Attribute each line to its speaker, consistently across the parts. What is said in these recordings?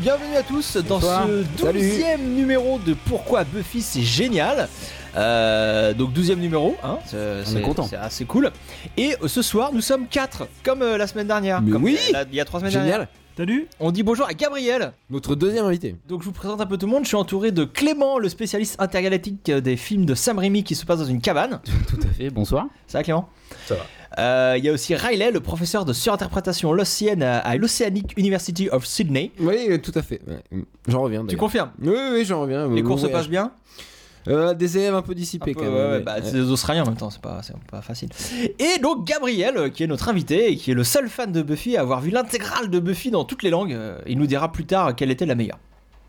Speaker 1: Bienvenue à tous dans
Speaker 2: Bonsoir.
Speaker 1: ce
Speaker 2: Salut.
Speaker 1: douzième numéro de Pourquoi Buffy c'est génial. Euh, donc douzième numéro, hein, c'est c'est-
Speaker 2: content.
Speaker 1: c'est assez cool. Et euh, ce soir nous sommes quatre, comme euh, la semaine dernière,
Speaker 2: Mais
Speaker 1: comme
Speaker 2: oui.
Speaker 1: euh, la- il y a trois semaines dernière.
Speaker 2: Génial.
Speaker 3: Salut
Speaker 1: On dit bonjour à Gabriel.
Speaker 2: Notre deuxième invité.
Speaker 1: Donc je vous présente un peu tout le monde. Je suis entouré de Clément, le spécialiste intergalactique euh, des films de Sam Raimi qui se passe dans une cabane.
Speaker 4: Tout à fait, bonsoir.
Speaker 1: Ça va Clément
Speaker 5: Ça va.
Speaker 1: Euh, Il y a aussi Riley, le professeur de surinterprétation lossienne à, à l'Oceanic University of Sydney.
Speaker 2: Oui, tout à fait. Ouais. J'en reviens.
Speaker 1: Tu
Speaker 2: d'ailleurs.
Speaker 1: confirmes
Speaker 2: Oui, oui, j'en reviens.
Speaker 1: Les
Speaker 2: Mon
Speaker 1: cours se
Speaker 2: voyage.
Speaker 1: passent bien
Speaker 2: Euh, Des élèves un peu
Speaker 1: Un
Speaker 2: dissipés
Speaker 1: peu,
Speaker 2: quand même.
Speaker 1: ouais, ouais,
Speaker 2: ouais.
Speaker 1: bah,
Speaker 2: Ouais.
Speaker 1: c'est des Australiens en même temps, c'est pas, c'est pas facile. Et donc Gabriel, euh, qui est notre invité et qui est le seul fan de Buffy à avoir vu l'intégrale de Buffy dans toutes les langues, euh, il nous dira plus tard quelle était la meilleure.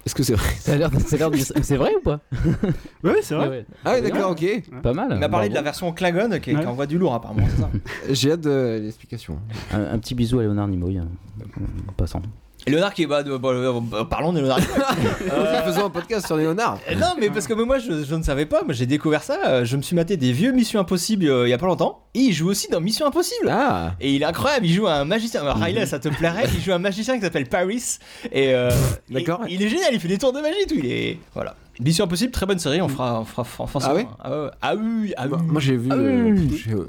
Speaker 2: Est-ce que c'est vrai
Speaker 4: Ça a l'air de- ça a l'air de- C'est vrai ou pas
Speaker 3: Ouais, ouais, c'est vrai.
Speaker 4: Ouais,
Speaker 2: Ah, oui, d'accord, ok.
Speaker 4: ouais. Pas mal.
Speaker 1: Il m'a parlé de la
Speaker 4: Ah, Bravo.
Speaker 1: version Klingon qui, qui
Speaker 3: Ouais.
Speaker 1: envoie du lourd apparemment, c'est ça.
Speaker 2: J'ai hâte de l'explication.
Speaker 4: Un, un petit bisou à Léonard Nimoy, euh, en passant.
Speaker 1: Et Léonard qui est... Bah, de- bah, euh, bah, parlons de Léonard.
Speaker 2: Faisons un podcast sur Léonard.
Speaker 1: Euh, non mais parce que moi je, je ne savais pas, mais j'ai découvert ça, euh, je me suis maté des vieux Mission Impossible euh, il y a pas longtemps, et il joue aussi dans Mission Impossible
Speaker 2: Ah
Speaker 1: Et il est incroyable, il joue un magicien. Alors, Riley, ça te plairait Il joue un magicien qui s'appelle Paris. Et euh,
Speaker 2: D'accord.
Speaker 1: il, il est génial, il fait des tours de magie et tout. Il est. Voilà. Mission Impossible, très bonne série, on fera, on fera for- forcément.
Speaker 2: Ah ouais
Speaker 1: ouais, ouais. Mhm. Ah oui, ah oui.
Speaker 2: Bah, Moi j'ai vu.
Speaker 1: Ah
Speaker 2: euh,
Speaker 1: oui.
Speaker 2: j'ai- euh,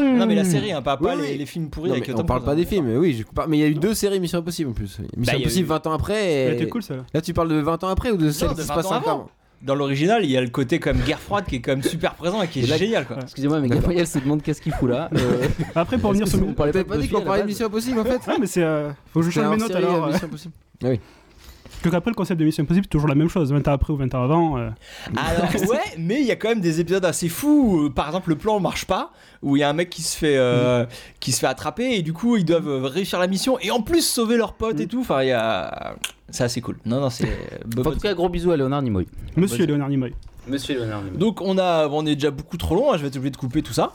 Speaker 1: Non, mais la série, hein, pas, pas
Speaker 2: Oui,
Speaker 1: les,
Speaker 2: oui.
Speaker 1: les films pourris
Speaker 2: non,
Speaker 1: avec le
Speaker 2: mais on
Speaker 1: Tom
Speaker 2: parle
Speaker 1: Cruise,
Speaker 2: pas des
Speaker 1: hein.
Speaker 2: films, mais oui, je parle- mais il y a eu deux séries Mission Impossible en plus. Mission
Speaker 1: il y a
Speaker 2: Impossible
Speaker 1: eu-
Speaker 2: 20 ans
Speaker 3: Elle
Speaker 2: après.
Speaker 3: était
Speaker 2: Et...
Speaker 3: cool, ça.
Speaker 2: Là, tu parles de 20 ans après ou de celle
Speaker 1: de
Speaker 2: qui se
Speaker 1: 20
Speaker 2: passe
Speaker 1: ans avant.
Speaker 2: encore
Speaker 1: Dans l'original, il y a le côté quand même guerre froide qui est quand même super présent et qui est
Speaker 4: Et là-
Speaker 1: génial quoi.
Speaker 4: Excusez-moi, mais Gabriel se demande qu'est-ce qu'il fout là. Euh,
Speaker 3: Bah, Après, pour revenir
Speaker 4: est-ce
Speaker 3: sur.
Speaker 4: que on parlait
Speaker 2: T'avais
Speaker 4: de
Speaker 2: pas dit
Speaker 4: Buffy
Speaker 2: qu'on
Speaker 4: à
Speaker 2: parlait
Speaker 4: la
Speaker 2: de
Speaker 4: base
Speaker 2: Mission Impossible en fait
Speaker 3: Ouais, mais c'est. euh, Faut que je
Speaker 2: C'est
Speaker 3: change mes
Speaker 2: hors
Speaker 3: notes
Speaker 2: série,
Speaker 3: alors.
Speaker 2: euh,
Speaker 3: euh,
Speaker 2: Mission Impossible.
Speaker 3: Parce qu'après, le concept de Mission Impossible, c'est toujours la même chose, 20 ans après ou 20 ans avant. euh.
Speaker 1: Alors ouais, mais il y a quand même des épisodes assez fous. euh, Par exemple, le plan marche pas, où il y a un mec qui se fait
Speaker 4: Mm.
Speaker 1: euh, qui se fait attraper et du coup ils doivent euh, réussir la mission et en plus sauver leur pote et tout. Enfin, il y a c'est assez cool. Non non c'est.
Speaker 4: Mm.
Speaker 1: euh,
Speaker 4: En tout cas, gros bisou à Léonard Nimoy.
Speaker 3: Monsieur
Speaker 4: Vas-y.
Speaker 3: Léonard Nimoy.
Speaker 4: Monsieur Léonard Nimoy.
Speaker 1: donc on a on est déjà beaucoup trop long. hein, je vais être obligé de couper tout ça.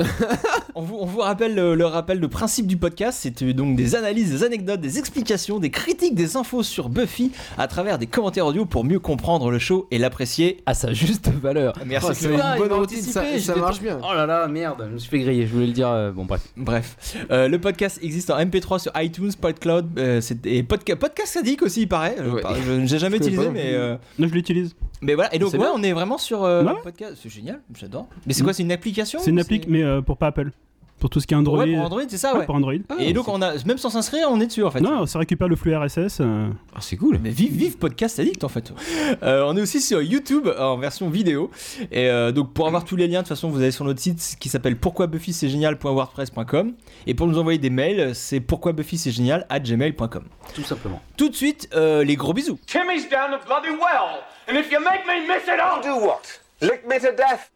Speaker 1: on, vous, on vous rappelle euh, le, le rappel de principe du podcast. C'était donc des analyses, des anecdotes, des explications, des critiques, des infos sur Buffy à travers des commentaires audio pour mieux comprendre le show et l'apprécier.
Speaker 4: À sa juste valeur.
Speaker 1: Merci.
Speaker 4: Oh,
Speaker 1: Clément.
Speaker 2: C'est
Speaker 4: Putain,
Speaker 2: une
Speaker 4: il
Speaker 2: bonne
Speaker 4: m'a
Speaker 2: routine, ça-
Speaker 4: anticipé,
Speaker 2: ça
Speaker 4: j'étais-
Speaker 2: marche bien.
Speaker 4: Oh là là, merde, je me suis fait griller, je voulais le dire. euh, bon, bref.
Speaker 1: Bref, Euh, le podcast existe en MP3 sur iTunes, PodCloud, euh, c'est- et Podca- Podcast Addict aussi, il paraît. Je
Speaker 2: Ouais.
Speaker 1: par- Je n'ai jamais
Speaker 2: Je connais
Speaker 1: utilisé,
Speaker 2: pas non
Speaker 1: mais
Speaker 2: plus.
Speaker 1: euh,
Speaker 3: Là, je l'utilise.
Speaker 1: mais voilà. Et donc,
Speaker 2: C'est
Speaker 1: ouais,
Speaker 2: bien.
Speaker 1: on est vraiment sur euh,
Speaker 3: Ouais. Mm.
Speaker 1: podcast. C'est génial, j'adore. Mais c'est quoi C'est une application
Speaker 3: C'est une appli, mais euh, pour pas Apple. Pour tout ce qui est Android.
Speaker 1: Ouais, pour Android, c'est ça,
Speaker 3: Ouais,
Speaker 1: ouais. Ah,
Speaker 3: pour Android.
Speaker 1: Et donc, on a même sans s'inscrire, on est dessus en fait.
Speaker 3: Non, ça récupère le flux RSS. euh,
Speaker 2: Ah, c'est cool.
Speaker 1: Mais vive, vive Podcast Addict en fait. Euh, on est aussi sur YouTube euh, en version vidéo. Et euh, donc pour avoir tous les liens, de toute façon, vous allez sur notre site qui s'appelle pourquoi Buffy c'est génial.wordpress.com. Et pour nous envoyer des mails, c'est pourquoi Buffy c'est génial at gmail.com.
Speaker 4: Tout simplement.
Speaker 1: Tout de suite, euh, les gros bisous.
Speaker 6: Timmy's down the bloody well, and if you make me miss it, I'll do what? Lick me to death.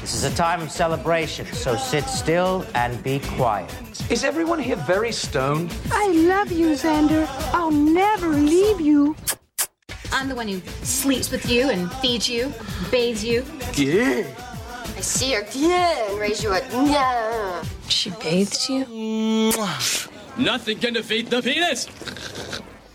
Speaker 7: This is a time of celebration, so sit still and be quiet.
Speaker 6: Is everyone here very stoned?
Speaker 8: I love you, Xander. I'll never leave you.
Speaker 9: I'm the one who sleeps with you and feeds you, bathes you. I see her yeah, and raise you a yeah. She bathes you?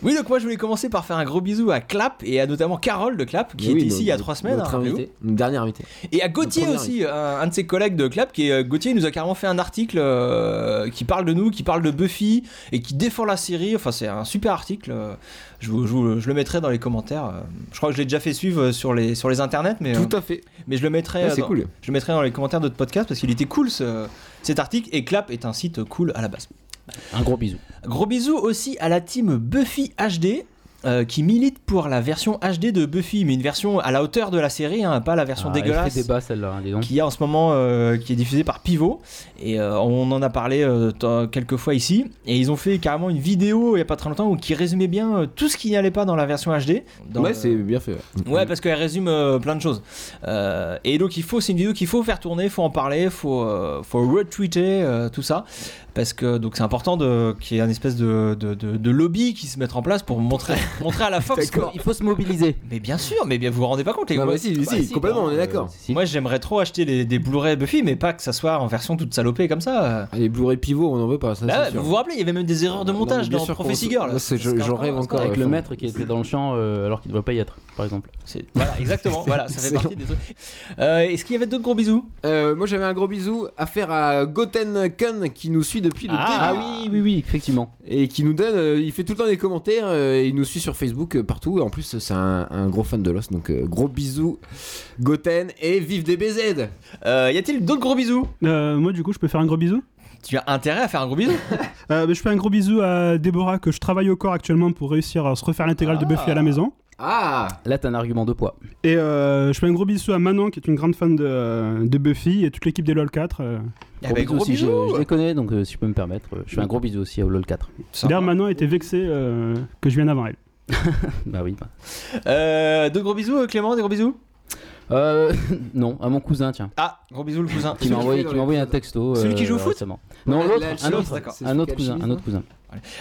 Speaker 1: Oui, donc moi je voulais commencer par faire un gros bisou à Clap et à notamment Carole de Clap qui
Speaker 2: Mais oui,
Speaker 1: était ici il y a
Speaker 2: notre-
Speaker 1: trois semaines.
Speaker 2: Notre
Speaker 1: hein,
Speaker 2: invité, notre dernier invité.
Speaker 1: Et à Gauthier
Speaker 2: Notre
Speaker 1: aussi, un, un de ses collègues de Clap, qui est, euh, Gauthier il nous a carrément fait un article euh, qui parle de nous, qui parle de Buffy et qui défend la série. Enfin, c'est un super article. euh, Je, vous- je vous- je le mettrai dans les commentaires. euh, Je crois que je l'ai déjà fait suivre euh, sur les, sur les internets, mais, euh,
Speaker 2: Tout à fait.
Speaker 1: mais je le mettrai.
Speaker 2: Ouais,
Speaker 1: euh,
Speaker 2: c'est
Speaker 1: dans-
Speaker 2: cool.
Speaker 1: Je le mettrai dans les commentaires de notre podcast parce qu'il était cool ce- cet article et Clap est un site cool à la base.
Speaker 4: Un gros bisou.
Speaker 1: Gros bisous aussi à la team Buffy HD. euh, qui milite pour la version HD de Buffy, mais une version à la hauteur de la série, hein, pas la version
Speaker 4: Ah, elle
Speaker 1: dégueulasse
Speaker 4: fait débat celle-là, hein, dis donc.
Speaker 1: qu'il y a en ce moment euh, qui est diffusé par Pivot et euh, on en a parlé euh, tant- quelques fois ici et ils ont fait carrément une vidéo il y a pas très longtemps où qui résumait bien euh, tout ce qui n'allait pas dans la version HD Dans
Speaker 2: ouais,
Speaker 1: le-
Speaker 2: c'est bien fait.
Speaker 1: Ouais, parce qu'elle résume euh, plein de choses. Euh, et donc, il faut, c'est une vidéo qu'il faut faire tourner, faut en parler, faut, euh, faut retweeter euh, tout ça, parce que donc c'est important de qu'il y ait un espèce de, de, de- de lobby qui se mette en place pour montrer, montrer à la Fox.
Speaker 2: D'accord.
Speaker 4: Il faut se mobiliser.
Speaker 1: Mais bien sûr, mais bien vous vous rendez pas compte les
Speaker 2: Non,
Speaker 1: gars.
Speaker 2: mais si,
Speaker 4: Bah,
Speaker 2: si, complètement, on est
Speaker 4: euh,
Speaker 2: d'accord.
Speaker 4: si, si.
Speaker 1: Moi, j'aimerais trop acheter les- des Blu-ray Buffy, mais pas que ça soit en version toute salopée comme ça.
Speaker 2: Ah, Les Blu-ray pivots, on n'en veut pas. Ça,
Speaker 1: Là,
Speaker 2: c'est sûr.
Speaker 1: vous vous rappelez, il y avait même des erreurs de
Speaker 2: Non,
Speaker 1: montage
Speaker 2: mais bien
Speaker 1: dans
Speaker 2: sûr qu'on-
Speaker 1: Prophecy Girl.
Speaker 2: Moi, c'est- je-
Speaker 1: Parce
Speaker 2: j'en
Speaker 1: qu'encore,
Speaker 2: rêve
Speaker 1: c'est
Speaker 2: encore,
Speaker 1: vrai.
Speaker 4: Avec le
Speaker 2: Ouais,
Speaker 4: maître qui était dans le champ euh, alors qu'il ne doit pas y être, par exemple.
Speaker 1: C'est- Voilà, exactement. voilà, ça fait partie des trucs. Euh, Est-ce qu'il y avait d'autres gros bisous
Speaker 2: Euh, moi j'avais un gros bisou à faire à Goten Kun qui nous suit depuis le
Speaker 1: Ah,
Speaker 2: début
Speaker 4: oui, oui, oui, effectivement.
Speaker 2: et qui nous donne, euh, il fait tout le temps des commentaires, euh, et il nous suit suis sur Facebook euh, partout. En plus, c'est un, un gros fan de Lost. Donc, euh, gros bisous, Goten et vive des BZ
Speaker 1: Euh, y a-t-il d'autres gros bisous
Speaker 3: Euh, moi, du coup, je peux faire un gros bisou
Speaker 1: Tu as intérêt à faire un gros bisou
Speaker 3: Euh, bah, Je fais un gros bisou à Déborah, que je travaille au corps actuellement pour réussir à se refaire l'intégrale de Buffy à la maison.
Speaker 2: Ah
Speaker 4: Là, t'as un argument de poids.
Speaker 3: Et euh, je fais un gros bisou à Manon, qui est une grande fan de, euh, de Buffy, et toute l'équipe des LOL 4. euh.
Speaker 1: Eh ben,
Speaker 4: aussi, je, je les connais, donc euh, si je peux me permettre, euh, je fais un gros bisou aussi au LOL 4.
Speaker 3: D'ailleurs, Manon était vexée euh, que je vienne avant elle.
Speaker 4: Bah oui. bah.
Speaker 1: Euh, D'autres gros bisous, euh, Clément Des gros bisous
Speaker 4: Euh, non, à mon cousin, tiens.
Speaker 1: Ah, gros bisous le cousin.
Speaker 4: Qui
Speaker 2: Celui
Speaker 4: m'a
Speaker 2: qui
Speaker 4: envoyé,
Speaker 2: fait
Speaker 4: qui
Speaker 2: dans
Speaker 4: m'a
Speaker 2: les
Speaker 4: envoyé un
Speaker 2: épisodes.
Speaker 4: texto.
Speaker 1: Celui qui
Speaker 4: euh,
Speaker 1: joue au foot
Speaker 4: récemment. Non,
Speaker 2: Ouais,
Speaker 4: l'autre,
Speaker 2: l'alchimiste,
Speaker 4: un autre,
Speaker 2: d'accord. C'est
Speaker 4: un autre
Speaker 2: celui qui
Speaker 4: cousin, un
Speaker 2: alchimiste,
Speaker 4: autre cousin.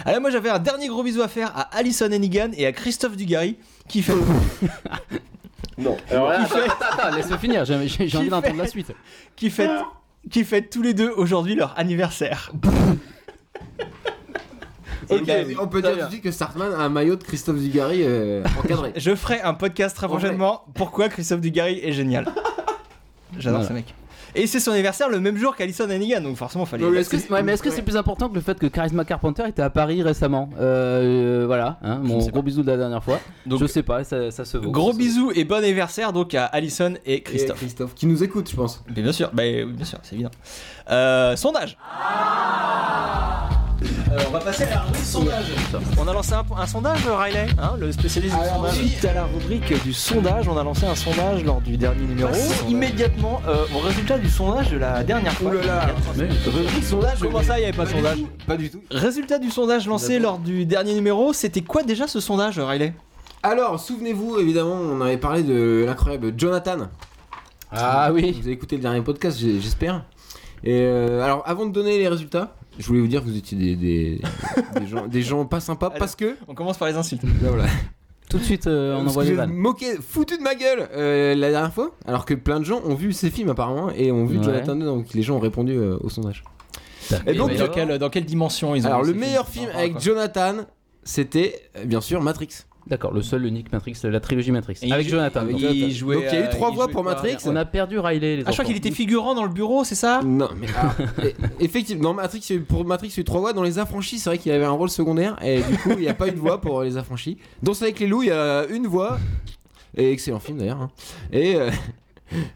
Speaker 1: Alors moi j'avais un dernier gros bisou à faire à Alison Hennigan et à Christophe Dugarry qui fait,
Speaker 6: Non. Alors là,
Speaker 4: Attends, attends,
Speaker 1: Ah,
Speaker 4: attends, laisse-le finir, j'ai j'ai- j'ai envie d'entendre la suite.
Speaker 1: qui fait,
Speaker 2: Ah.
Speaker 1: qui fête tous les deux aujourd'hui leur anniversaire. Et
Speaker 2: Ok,
Speaker 1: ben,
Speaker 2: On peut dire tout de suite que Startman a un maillot de Christophe Zigari euh, encadré.
Speaker 1: je ferai un podcast très
Speaker 2: En vrai.
Speaker 1: prochainement. Pourquoi Christophe Dugarry est génial. J'adore
Speaker 4: Voilà.
Speaker 1: ce mec. Et c'est son anniversaire le même jour qu'Alison Hennigan, donc forcément fallait.
Speaker 2: Ouais, ouais,
Speaker 4: Est-ce que c'est- ouais, mais est-ce que c'est plus important que le fait que Charisma Carpenter était à Paris récemment Euh, Voilà, hein, mon
Speaker 1: sais pas.
Speaker 4: gros bisou de la dernière fois.
Speaker 1: Donc,
Speaker 4: je sais pas, ça, ça se vaut.
Speaker 1: Gros
Speaker 4: Ça se vaut.
Speaker 1: bisous et bon anniversaire donc à Alison et
Speaker 2: Et
Speaker 1: Christophe.
Speaker 2: Christophe, qui nous écoute, je pense.
Speaker 1: Mais bien sûr, bah, oui, bien sûr, c'est évident. Euh, sondage. Euh, on va passer à la rubrique sondage. On a lancé un, un sondage, Riley, hein, le spécialiste du sondage. Suite à la rubrique du sondage, on a lancé un sondage lors du dernier numéro. Immédiatement euh, au résultat du sondage de la dernière fois. rubrique sondage. Comment ça, il n'y avait pas de sondage
Speaker 2: Pas du tout.
Speaker 1: Résultat du sondage lancé lors du dernier numéro, c'était quoi déjà ce sondage, Riley
Speaker 2: Alors, souvenez-vous, évidemment, on avait parlé de l'incroyable Jonathan.
Speaker 4: Ah oui
Speaker 2: Vous avez écouté le dernier podcast, j'ai- j'espère. Et euh, alors, avant de donner les résultats, je voulais vous dire que vous étiez des, des, des gens, des gens pas sympas parce que.
Speaker 1: On commence par les insultes.
Speaker 2: Là, voilà.
Speaker 4: Tout de suite, euh, on
Speaker 2: Parce
Speaker 4: envoie
Speaker 2: que
Speaker 4: les
Speaker 2: je
Speaker 4: vannes.
Speaker 2: moquais, foutu de ma gueule euh, la dernière fois, alors que plein de gens ont vu ces films apparemment et ont vu
Speaker 4: Ouais.
Speaker 2: Jonathan Jonathan donc les gens ont répondu euh, au sondage.
Speaker 1: Et donc,
Speaker 4: mais
Speaker 1: dans
Speaker 4: alors
Speaker 1: quelle, dans quelle dimension ils ont
Speaker 2: Alors,
Speaker 1: mis
Speaker 2: le
Speaker 1: ces
Speaker 2: meilleur
Speaker 1: films
Speaker 2: film
Speaker 1: Enfin,
Speaker 2: avec
Speaker 1: quoi.
Speaker 2: Jonathan, c'était euh, bien sûr Matrix.
Speaker 4: D'accord, le seul, l'unique Matrix, la trilogie Matrix.
Speaker 1: Et il
Speaker 4: avec
Speaker 1: joue-
Speaker 4: Jonathan.
Speaker 1: avec
Speaker 4: donc.
Speaker 1: Jonathan.
Speaker 2: Donc,
Speaker 1: jouait,
Speaker 2: il y a eu
Speaker 1: euh,
Speaker 2: trois
Speaker 1: il
Speaker 2: voix
Speaker 1: jouait
Speaker 2: pour
Speaker 1: quoi,
Speaker 2: Matrix.
Speaker 4: On a perdu
Speaker 1: Ah,
Speaker 4: Riley, les
Speaker 1: je crois
Speaker 4: enfants.
Speaker 1: qu'il était figurant dans le bureau, c'est ça
Speaker 2: Non, mais ah, et- effectivement, dans Matrix, il y a eu- pour Matrix, il y a eu trois voix. Dans Les Affranchis, c'est vrai qu'il avait un rôle secondaire et du coup, il n'y a pas eu de voix pour euh, Les Affranchis. Dans C'est avec les loups, il y a une voix. Et excellent film d'ailleurs. hein. Et, euh,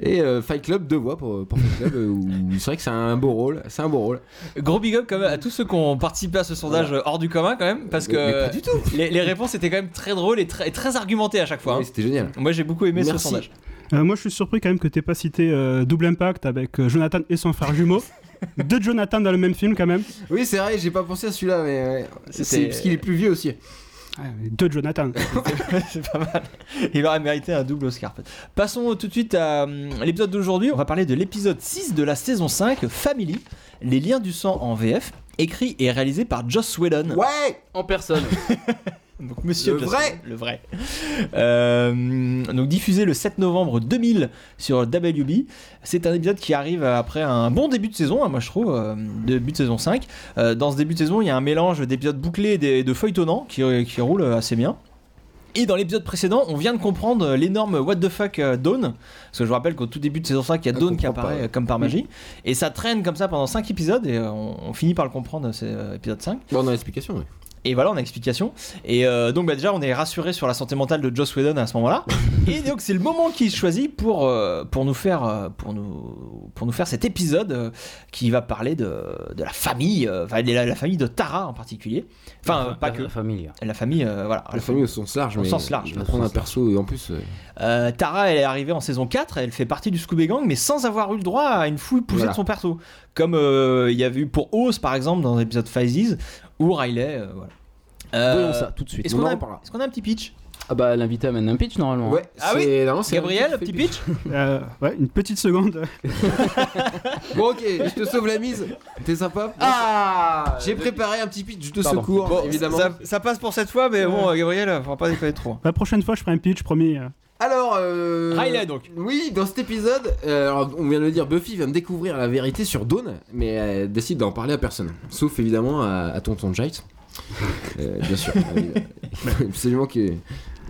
Speaker 2: et euh, Fight Club, deux voix pour, pour Fight Club. euh, où c'est vrai que c'est un beau rôle. C'est un beau rôle.
Speaker 1: Gros big up quand même à tous ceux qui ont participé à ce sondage euh, hors du commun quand même, parce
Speaker 2: Mais- mais
Speaker 1: que
Speaker 2: pas du tout.
Speaker 1: les, les réponses étaient quand même très drôles et très, et très argumentées à chaque fois. hein.
Speaker 2: Ouais, C'était génial.
Speaker 1: Moi j'ai beaucoup aimé ce
Speaker 2: Merci.
Speaker 1: sondage.
Speaker 3: Euh, moi, je suis surpris quand même que t'aies pas cité euh, Double Impact avec euh, Jonathan et son frère jumeau. Deux Jonathan dans le même film quand même.
Speaker 2: Oui, c'est vrai, j'ai pas pensé à celui-là, mais ouais.
Speaker 1: C'était-
Speaker 2: c'est parce qu'il est plus vieux aussi.
Speaker 3: Ah, Deux Jonathan.
Speaker 1: c'est pas mal. Il aurait mérité un double Oscar. peut-être. Passons tout de suite à hum, l'épisode d'aujourd'hui. On va parler de l'épisode 6 de la saison 5, Family, les liens du sang en VF, écrit et réalisé par Joss Whedon.
Speaker 2: Ouais
Speaker 4: en personne.
Speaker 1: Donc Monsieur
Speaker 2: Le
Speaker 1: Joss
Speaker 2: vrai.
Speaker 1: Whedon, le vrai. Euh, donc diffusé le 7 novembre 2000 sur WB. C'est un épisode qui arrive après un bon début de saison, hein, moi je trouve, euh, début de saison 5. Euh, dans ce début de saison, il y a un mélange d'épisodes bouclés et des- de feuilletonnants qui, euh, qui roulent assez bien. Et dans l'épisode précédent, on vient de comprendre l'énorme What the fuck euh, Dawn. Parce que je vous rappelle qu'au tout début de saison 5, il y a
Speaker 2: On
Speaker 1: Dawn qui
Speaker 2: comprend
Speaker 1: apparaît
Speaker 2: pas.
Speaker 1: euh, comme par magie. Et ça traîne comme ça pendant 5 épisodes et euh, on, on finit par le comprendre, c'est euh, épisode 5.
Speaker 2: Bon, on a l'explication, oui.
Speaker 1: Et voilà, on a explication. Et euh, donc bah, déjà, on est rassuré sur la santé mentale de Joss Whedon à ce moment-là. Et donc c'est le moment qu'il choisit pour euh, pour nous faire euh, pour nous pour nous faire cet épisode euh, qui va parler de, de la famille, euh, enfin, de la, la famille de Tara en particulier. Enfin, euh, pas que
Speaker 4: La famille.
Speaker 1: la famille, euh, voilà.
Speaker 2: La famille au sens large,
Speaker 1: Au
Speaker 2: mais
Speaker 1: sens large,
Speaker 2: je vais
Speaker 1: au
Speaker 2: prendre un
Speaker 1: sens
Speaker 2: perso et en plus. euh,
Speaker 1: Euh, Tara, elle est arrivée en saison 4, elle fait partie du Scooby Gang, mais sans avoir eu le droit à une fouille poussée
Speaker 2: Voilà.
Speaker 1: de son perso. Comme euh, il y avait eu pour Oz, par exemple, dans l'épisode Phases, ou Riley, euh, voilà. Euh,
Speaker 4: Voyons ça tout de suite.
Speaker 1: Est-ce qu'on
Speaker 2: On en
Speaker 1: a,
Speaker 2: reparlera.
Speaker 1: est-ce qu'on a un petit pitch
Speaker 4: Ah bah l'invité amène un pitch normalement.
Speaker 2: Ouais,
Speaker 1: Ah
Speaker 2: c'est-
Speaker 1: oui
Speaker 2: normalement, c'est
Speaker 1: Gabriel,
Speaker 2: un
Speaker 1: petit
Speaker 2: fait-
Speaker 1: pitch
Speaker 3: Euh, ouais, une petite seconde.
Speaker 2: Bon, ok, je te sauve la mise. T'es sympa
Speaker 4: Ah
Speaker 2: J'ai préparé un petit pitch de
Speaker 4: Pardon.
Speaker 2: secours,
Speaker 1: Bon,
Speaker 2: évidemment.
Speaker 1: Ça, ça passe pour cette fois, mais bon, euh, Gabriel, faut pas déconner trop.
Speaker 3: La prochaine fois, je ferai un pitch, promis. euh.
Speaker 2: Alors, euh...
Speaker 1: Riley, donc.
Speaker 2: Oui, dans cet épisode, euh, alors, on vient de le dire, Buffy vient de découvrir la vérité sur Dawn, mais elle décide d'en parler à personne. Sauf évidemment à, à Tonton Jite. Euh, bien sûr. Il faut absolument qu'elle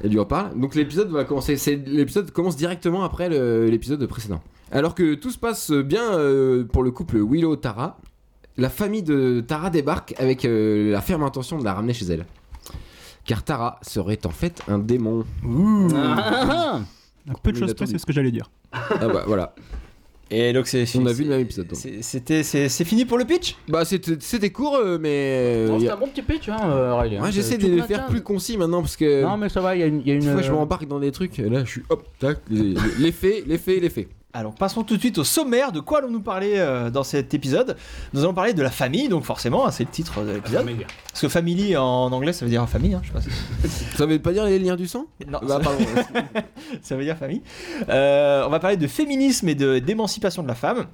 Speaker 2: lui en parle. Donc l'épisode va commencer. c'est- L'épisode commence directement après le- l'épisode précédent. Alors que tout se passe bien euh, pour le couple Willow-Tara, la famille de Tara débarque avec euh, la ferme intention de la ramener chez elle. car Tara serait en fait un démon.
Speaker 4: Ah,
Speaker 3: Un peu de choses près,
Speaker 2: inattendu.
Speaker 3: c'est ce que j'allais dire.
Speaker 2: Ah bah voilà,
Speaker 1: Et donc c'est.
Speaker 2: on a
Speaker 1: c'est-
Speaker 2: vu le même épisode. donc.
Speaker 1: c'est- C'était, c'est, c'est fini pour le pitch
Speaker 2: Bah c'était c'était court, euh, mais.
Speaker 4: bon,
Speaker 2: euh, y
Speaker 4: c'est
Speaker 2: a-
Speaker 4: un bon petit pitch, hein, euh, Riley.
Speaker 2: Ouais,
Speaker 4: hein,
Speaker 2: j'essaie
Speaker 4: c'est-
Speaker 2: de
Speaker 4: tout
Speaker 2: les
Speaker 4: matin.
Speaker 2: faire plus concis maintenant parce que.
Speaker 4: Non, mais ça va, il y a une. il Y a une
Speaker 2: Des fois, je
Speaker 4: euh,
Speaker 2: m'embarque dans des trucs, et là, je suis hop, tac, les, les faits, les faits, les faits.
Speaker 1: Alors passons tout de suite au sommaire de quoi allons-nous parler euh, dans cet épisode. Nous allons parler de la famille, donc forcément, hein, c'est le titre de l'épisode. Parce que family en anglais ça veut dire famille, hein, je sais pas. si-
Speaker 2: Ça veut pas dire les liens du sang
Speaker 1: Non,
Speaker 2: Bah, pardon.
Speaker 1: ça veut dire famille. Euh, on va parler de féminisme et de d'émancipation de la femme.